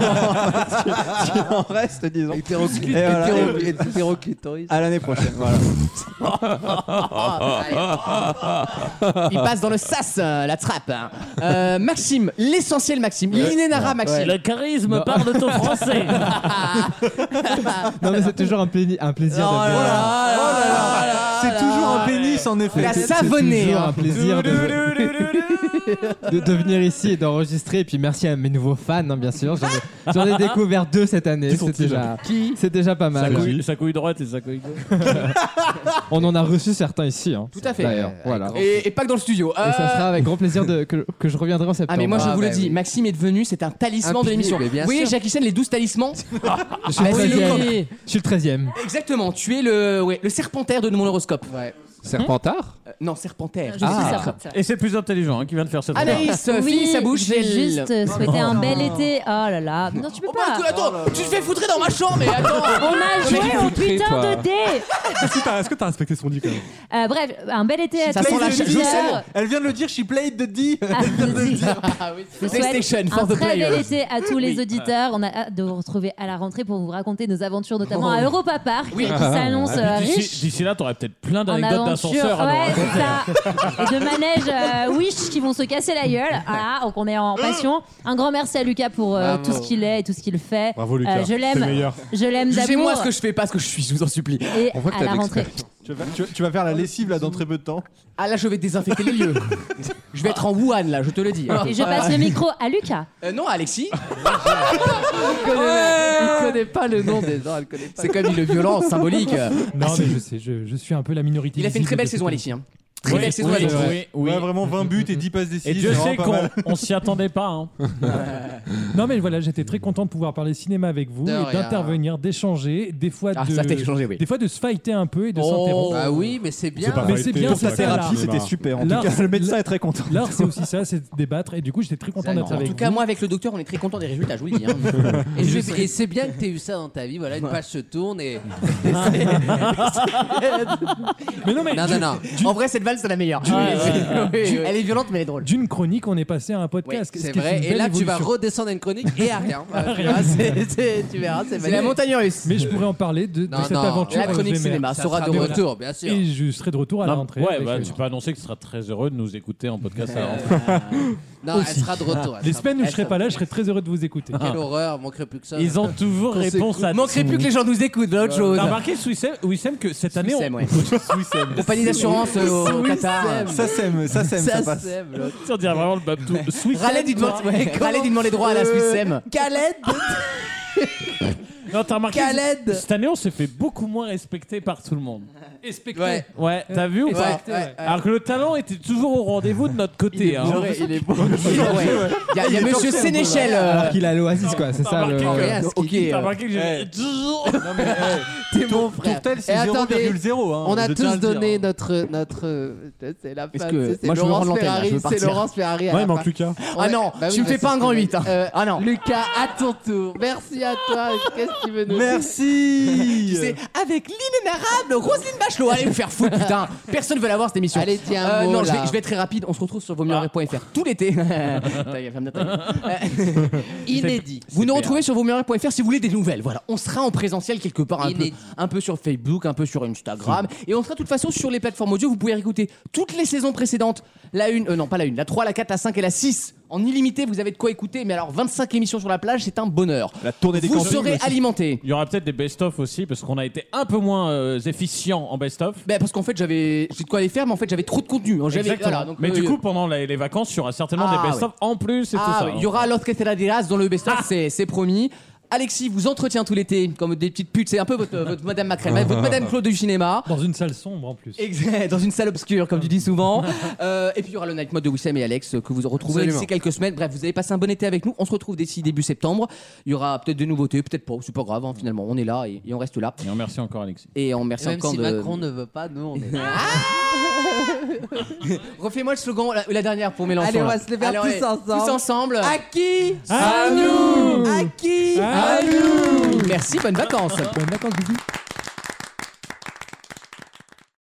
[SPEAKER 6] qui en reste, disons.
[SPEAKER 9] Hétéroclite,
[SPEAKER 6] Et voilà.
[SPEAKER 9] hétéro- hétéroclitoris.
[SPEAKER 6] À l'année prochaine, voilà.
[SPEAKER 2] Il passe dans le sas, euh, la trappe. Euh, Maxime, l'essentiel Maxime, l'inénara Maxime.
[SPEAKER 10] Le charisme
[SPEAKER 2] Non.
[SPEAKER 10] parle de ton français.
[SPEAKER 13] Non, mais c'est toujours un, pla- un plaisir
[SPEAKER 2] Oh là
[SPEAKER 13] d'être
[SPEAKER 2] là. oh
[SPEAKER 11] C'est toujours un pénis en effet.
[SPEAKER 2] La
[SPEAKER 13] C'est
[SPEAKER 2] savonnée.
[SPEAKER 13] toujours
[SPEAKER 2] hein.
[SPEAKER 13] un plaisir de, de, de venir ici et d'enregistrer. Et puis merci à mes nouveaux fans, hein, bien sûr. J'en ai, j'en ai découvert deux cette année. C'est déjà, c'est déjà pas
[SPEAKER 3] Sa
[SPEAKER 13] mal.
[SPEAKER 3] couille, sa couille droite et sa couille gauche.
[SPEAKER 13] On en a reçu certains ici. hein.
[SPEAKER 2] Tout à fait.
[SPEAKER 13] D'ailleurs, voilà. Et,
[SPEAKER 2] Et, et pas que dans le studio. Euh,
[SPEAKER 13] ça sera avec grand plaisir de- que, que je reviendrai en septembre.
[SPEAKER 2] Ah mais moi je
[SPEAKER 9] Ah,
[SPEAKER 2] vous le
[SPEAKER 9] bah
[SPEAKER 2] dis,
[SPEAKER 9] oui.
[SPEAKER 2] Maxime est devenu, c'est un talisman
[SPEAKER 9] Un
[SPEAKER 2] de l'émission.
[SPEAKER 9] pilier, mais bien
[SPEAKER 2] Vous voyez
[SPEAKER 9] sûr.
[SPEAKER 2] Jackie Chan, les 12 talismans
[SPEAKER 13] je suis le
[SPEAKER 2] Ah, oui,
[SPEAKER 13] 13e.
[SPEAKER 2] le
[SPEAKER 13] Je suis le 13e.
[SPEAKER 2] Exactement, tu es le, ouais, le serpentaire de mon horoscope.
[SPEAKER 9] Ouais.
[SPEAKER 7] Serpentard Ah.
[SPEAKER 2] Euh, non, serpentaire.
[SPEAKER 4] Je suis serpente.
[SPEAKER 3] Et c'est le plus intelligent hein, qui vient de faire cette
[SPEAKER 2] Anaïs, euh,
[SPEAKER 4] Oui,
[SPEAKER 2] finis sa bouche.
[SPEAKER 4] Je vais
[SPEAKER 2] et le-
[SPEAKER 4] juste euh, souhaiter un bel été. Oh là là. Mais Non, tu peux
[SPEAKER 2] Oh, bah,
[SPEAKER 4] pas.
[SPEAKER 2] écoute, attends, tu te fais foutre dans ma chambre, mais attends.
[SPEAKER 4] On a
[SPEAKER 2] Mais-
[SPEAKER 4] joué au
[SPEAKER 7] foutré,
[SPEAKER 4] putain
[SPEAKER 7] toi.
[SPEAKER 4] de dé.
[SPEAKER 5] Est-ce que t'as- est-ce que t'as respecté son dit quand même
[SPEAKER 4] Euh, Bref, un bel été à
[SPEAKER 2] Ça
[SPEAKER 4] tous
[SPEAKER 2] sent
[SPEAKER 4] les
[SPEAKER 2] la chatte, je
[SPEAKER 4] auditeurs.
[SPEAKER 11] Elle vient de le dire, she played the D.
[SPEAKER 4] Ah,
[SPEAKER 3] Ah
[SPEAKER 4] Je souhaite
[SPEAKER 2] PlayStation for
[SPEAKER 4] un
[SPEAKER 2] the
[SPEAKER 4] très bel
[SPEAKER 2] players.
[SPEAKER 4] été à tous les auditeurs. On a hâte de vous retrouver à la rentrée pour vous raconter nos aventures, notamment
[SPEAKER 2] Oh.
[SPEAKER 4] à Europa Park, qui s'annonce euh,
[SPEAKER 3] Ah, puis
[SPEAKER 4] riche.
[SPEAKER 3] D'ici d'ici là, t'aurais peut-être plein
[SPEAKER 4] En
[SPEAKER 3] d'anecdotes d'ascenseur. à nous
[SPEAKER 4] Ouais,
[SPEAKER 3] raconter.
[SPEAKER 4] c'est ça. Et de manèges euh, Wish qui vont se casser la gueule. Voilà, donc on est en passion. Un grand merci à Lucas pour euh,
[SPEAKER 2] Bravo.
[SPEAKER 4] tout ce qu'il est et tout ce qu'il fait.
[SPEAKER 5] Bravo Lucas.
[SPEAKER 4] Euh, je
[SPEAKER 5] T'es le
[SPEAKER 4] l'aime.
[SPEAKER 5] meilleur.
[SPEAKER 4] Je l'aime
[SPEAKER 2] Jugez-moi
[SPEAKER 4] d'amour.
[SPEAKER 2] ce que je fais, pas ce que je suis, je vous en supplie.
[SPEAKER 4] Et
[SPEAKER 7] On voit que
[SPEAKER 4] à
[SPEAKER 7] t'as
[SPEAKER 4] la
[SPEAKER 7] de
[SPEAKER 4] rentrée.
[SPEAKER 7] l'expérience.
[SPEAKER 11] Tu vas, tu- tu vas faire la lessive là dans très peu de temps.
[SPEAKER 2] Ah là, je vais désinfecter les lieux. Je vais être en Wuhan là, je te le dis.
[SPEAKER 4] Et je passe le micro à Lucas.
[SPEAKER 2] Euh, non, Alexis,
[SPEAKER 9] Il connaît, il connaît pas le nom des gens, elle connaît pas.
[SPEAKER 2] c'est comme une violence symbolique. Ah,
[SPEAKER 8] Non, mais je sais, je, je suis un peu la minorité.
[SPEAKER 2] Il a fait une
[SPEAKER 8] visible
[SPEAKER 2] très belle
[SPEAKER 8] de
[SPEAKER 2] saison,
[SPEAKER 8] cette
[SPEAKER 2] Alexis. hein. Très
[SPEAKER 3] Oui,
[SPEAKER 2] belle saison,
[SPEAKER 3] oui,
[SPEAKER 2] Alexis.
[SPEAKER 3] oui, oui.
[SPEAKER 11] Ouais, vraiment 20 buts et 10 passes
[SPEAKER 3] Et
[SPEAKER 11] décisives.
[SPEAKER 3] Dieu
[SPEAKER 11] c'est vraiment
[SPEAKER 3] sait
[SPEAKER 11] pas
[SPEAKER 3] qu'on
[SPEAKER 11] mal.
[SPEAKER 3] on s'y attendait pas. hein.
[SPEAKER 8] Non mais voilà, j'étais très content de pouvoir parler cinéma avec vous,
[SPEAKER 9] De
[SPEAKER 8] et
[SPEAKER 9] rien.
[SPEAKER 8] d'intervenir, d'échanger, des fois
[SPEAKER 2] Ah,
[SPEAKER 8] de,
[SPEAKER 2] ça t'a échangé, oui.
[SPEAKER 8] des fois de se fighter un peu et de
[SPEAKER 2] Oh.
[SPEAKER 8] s'interrompre.
[SPEAKER 9] Bah oui, mais c'est bien.
[SPEAKER 5] C'est pas
[SPEAKER 8] Mais
[SPEAKER 5] arrêté,
[SPEAKER 8] c'est bien,
[SPEAKER 5] pour
[SPEAKER 8] ça
[SPEAKER 5] sa
[SPEAKER 8] fait
[SPEAKER 5] thérapie,
[SPEAKER 8] l'art.
[SPEAKER 5] c'était
[SPEAKER 6] C'était
[SPEAKER 5] super.
[SPEAKER 6] super. En
[SPEAKER 8] L'art,
[SPEAKER 6] tout cas, le médecin
[SPEAKER 8] l'art-
[SPEAKER 6] est très content.
[SPEAKER 8] L'art c'est aussi ça, c'est de débattre et du coup j'étais très content d'être
[SPEAKER 2] En
[SPEAKER 8] avec
[SPEAKER 2] tout
[SPEAKER 8] vous.
[SPEAKER 2] cas, moi, avec le docteur, on est très content des résultats, je vous le dis. hein.
[SPEAKER 9] Et, je- et c'est bien que t'aies eu ça dans ta vie. Voilà, une page se tourne et.
[SPEAKER 8] Mais non mais
[SPEAKER 9] non, non, non.
[SPEAKER 2] En vrai, cette valse, c'est la meilleure.
[SPEAKER 8] Ouais,
[SPEAKER 2] Oui, Elle est violente, mais elle est drôle.
[SPEAKER 8] d'une chronique on est passé à un podcast. ce
[SPEAKER 9] C'est
[SPEAKER 8] qui est une
[SPEAKER 9] vrai. Et
[SPEAKER 8] belle
[SPEAKER 9] là, tu vas
[SPEAKER 8] évolution.
[SPEAKER 9] redescendre à une chronique et à rien. Voilà, tu
[SPEAKER 8] rien.
[SPEAKER 9] verras, c'est- c'est- Tu verras, c'est
[SPEAKER 2] C'est la
[SPEAKER 9] magnifique.
[SPEAKER 2] montagne russe.
[SPEAKER 8] Mais je pourrais en parler de, de
[SPEAKER 9] Non,
[SPEAKER 8] cette
[SPEAKER 9] non,
[SPEAKER 8] aventure.
[SPEAKER 2] La chronique
[SPEAKER 8] euh, gémère.
[SPEAKER 2] cinéma
[SPEAKER 9] Ça
[SPEAKER 2] sera
[SPEAKER 9] sera
[SPEAKER 2] de
[SPEAKER 9] de
[SPEAKER 2] retour.
[SPEAKER 9] retour, bien sûr.
[SPEAKER 8] Et je serai de retour à la
[SPEAKER 3] Non,
[SPEAKER 8] rentrée.
[SPEAKER 3] ouais,
[SPEAKER 8] avec,
[SPEAKER 3] bah,
[SPEAKER 8] euh,
[SPEAKER 3] tu peux annoncer que tu seras très heureux de nous écouter en podcast. à la rentrée.
[SPEAKER 9] Ah. Non, elle sera de retour. elle
[SPEAKER 8] Les
[SPEAKER 9] sera-
[SPEAKER 8] semaines où je
[SPEAKER 9] elle
[SPEAKER 8] serai
[SPEAKER 9] sera-
[SPEAKER 8] pas là, je serai très heureux de vous écouter.
[SPEAKER 9] Quelle horreur, manquerait plus que ça.
[SPEAKER 3] Ils ont toujours réponse à
[SPEAKER 2] Manquerait plus que les gens nous écoutent, voilà autre chose.
[SPEAKER 3] T'as remarqué, Wissem, Wissem, que cette année,
[SPEAKER 2] Wissem,
[SPEAKER 3] on-
[SPEAKER 2] ouais.
[SPEAKER 11] Wissem.
[SPEAKER 2] Compagnie d'assurance euh, au au
[SPEAKER 9] Oui,
[SPEAKER 2] Qatar.
[SPEAKER 9] Sam.
[SPEAKER 11] Ça sème, ça sème, ça,
[SPEAKER 9] Ça,
[SPEAKER 11] passe.
[SPEAKER 9] sème, l'autre.
[SPEAKER 3] on dirait vraiment le Babtou. Wissem,
[SPEAKER 2] Raleigh,
[SPEAKER 3] toi. Euh,
[SPEAKER 2] dis-moi les droits à la Suisse
[SPEAKER 9] Khaled
[SPEAKER 3] Non, t'as remarqué
[SPEAKER 9] Khaled.
[SPEAKER 3] Cette année, on s'est fait beaucoup moins respecter par tout le monde.
[SPEAKER 9] Respecté.
[SPEAKER 3] Ouais, t'as vu ou pas
[SPEAKER 9] Respecté, ouais.
[SPEAKER 3] Alors que le talent était toujours au rendez-vous de notre côté.
[SPEAKER 9] Il est
[SPEAKER 3] hein.
[SPEAKER 9] bourré, il est bourré. Il est bourré. Il y a- il y a
[SPEAKER 3] Il est torché
[SPEAKER 9] monsieur
[SPEAKER 3] un peu,
[SPEAKER 9] Sénéchal,
[SPEAKER 3] là.
[SPEAKER 9] euh,
[SPEAKER 13] Alors qu'il a l'oasis, quoi, c'est ça le.
[SPEAKER 3] Remarquez que-
[SPEAKER 13] Ouais.
[SPEAKER 3] Ok,
[SPEAKER 9] euh,
[SPEAKER 3] T'as remarqué que j'ai toujours.
[SPEAKER 9] T'es mon frère.
[SPEAKER 11] Tourtel, c'est
[SPEAKER 9] Et attendez,
[SPEAKER 11] 0,0, hein,
[SPEAKER 9] on a
[SPEAKER 11] je tiens à
[SPEAKER 9] tous
[SPEAKER 11] le dire.
[SPEAKER 9] donné notre. notre euh, c'est la fin.
[SPEAKER 2] que-
[SPEAKER 9] c'est- C'est
[SPEAKER 2] moi, je me rends
[SPEAKER 9] Laurence
[SPEAKER 2] l'antenne, là, je
[SPEAKER 9] Ferrari.
[SPEAKER 2] veux
[SPEAKER 9] C'est
[SPEAKER 2] partir.
[SPEAKER 9] Laurence Ferrari. à
[SPEAKER 2] Ouais,
[SPEAKER 9] la
[SPEAKER 2] il manque
[SPEAKER 9] fin.
[SPEAKER 2] Lucas.
[SPEAKER 9] Ouais,
[SPEAKER 2] Ah non,
[SPEAKER 9] bah oui,
[SPEAKER 2] tu me fais
[SPEAKER 9] parce
[SPEAKER 2] pas un
[SPEAKER 9] que-
[SPEAKER 2] grand 8.
[SPEAKER 9] Euh,
[SPEAKER 2] Ah non.
[SPEAKER 9] Lucas, à ton tour. Merci à toi. Qu'est-ce que tu veux nous
[SPEAKER 11] Merci.
[SPEAKER 2] Tu sais, avec l'inénarrable Roselyne Bachelot. Allez vous faire foutre, putain. Personne veut la voir cette émission.
[SPEAKER 9] Allez, tiens, Ah. un
[SPEAKER 2] Euh,
[SPEAKER 9] mot,
[SPEAKER 2] non, je
[SPEAKER 9] là.
[SPEAKER 2] vais, je vais être très rapide. On se retrouve sur vosmieuxenrire.fr tout l'été. Ta gueule, ferme ta gueule.
[SPEAKER 9] Inédit.
[SPEAKER 2] Vous nous retrouvez sur vosmieuxenrire.fr si vous voulez des nouvelles. Voilà, on sera en présentiel quelque part, un, peu,
[SPEAKER 9] Inédit.
[SPEAKER 2] un peu sur Facebook, un peu sur Instagram. Et on sera de toute façon sur les plateformes audio. Vous pouvez écouter toutes les saisons précédentes. La une, euh, non pas la une, la 3, la 4, la 5 et la 6. En illimité, vous avez de quoi écouter. Mais alors, 25 émissions sur la plage, c'est un bonheur.
[SPEAKER 3] La tournée
[SPEAKER 2] des Vous campings serez aussi. alimenté.
[SPEAKER 3] Il y aura peut-être des best-of aussi, parce qu'on a été un peu moins euh, efficient en best-of.
[SPEAKER 9] Bah,
[SPEAKER 2] Ben, parce qu'en fait, j'avais j'ai de quoi les faire, mais en fait, j'avais trop de contenu. J'avais-
[SPEAKER 3] Exactement.
[SPEAKER 2] voilà, donc,
[SPEAKER 3] Mais
[SPEAKER 2] euh,
[SPEAKER 3] du coup, pendant la- les vacances, il y aura certainement
[SPEAKER 2] Ah,
[SPEAKER 3] des best-of
[SPEAKER 2] ouais.
[SPEAKER 3] en plus et
[SPEAKER 2] Ah,
[SPEAKER 3] tout ça. hein. Ah
[SPEAKER 2] oui, Il y aura Los que te la dirás dans le best-of, c'est- c'est promis. Alexis vous entretient tout l'été comme des petites putes. C'est un peu votre, euh, votre Madame Macrel, votre Madame Claude du cinéma.
[SPEAKER 8] Dans une salle sombre en plus.
[SPEAKER 2] Exact, dans une salle obscure, comme tu dis souvent. Euh, et puis il y aura le night mode de Wissem et Alex euh, que vous retrouverez
[SPEAKER 9] Absolument.
[SPEAKER 2] d'ici quelques semaines. Bref, vous avez passé un bon été avec nous. On se retrouve d'ici début septembre. Il y aura peut-être des nouveautés, peut-être pas. C'est pas grave, hein, finalement. On est là et, et on reste là.
[SPEAKER 3] Et on remercie encore Alexis.
[SPEAKER 2] Et on remercie
[SPEAKER 9] Même
[SPEAKER 2] encore
[SPEAKER 9] si
[SPEAKER 2] de-
[SPEAKER 9] Macron ne veut pas, nous, on est là.
[SPEAKER 2] Refais-moi le slogan, la, la dernière pour Mélenchon.
[SPEAKER 9] Allez, on
[SPEAKER 2] là.
[SPEAKER 9] va se le faire
[SPEAKER 2] Allez,
[SPEAKER 9] tous
[SPEAKER 2] allez,
[SPEAKER 9] ensemble.
[SPEAKER 2] Tous ensemble.
[SPEAKER 9] À qui
[SPEAKER 2] À nous
[SPEAKER 9] À qui
[SPEAKER 2] À nous Merci, bonnes vacances.
[SPEAKER 8] Bonnes vacances, Bibi.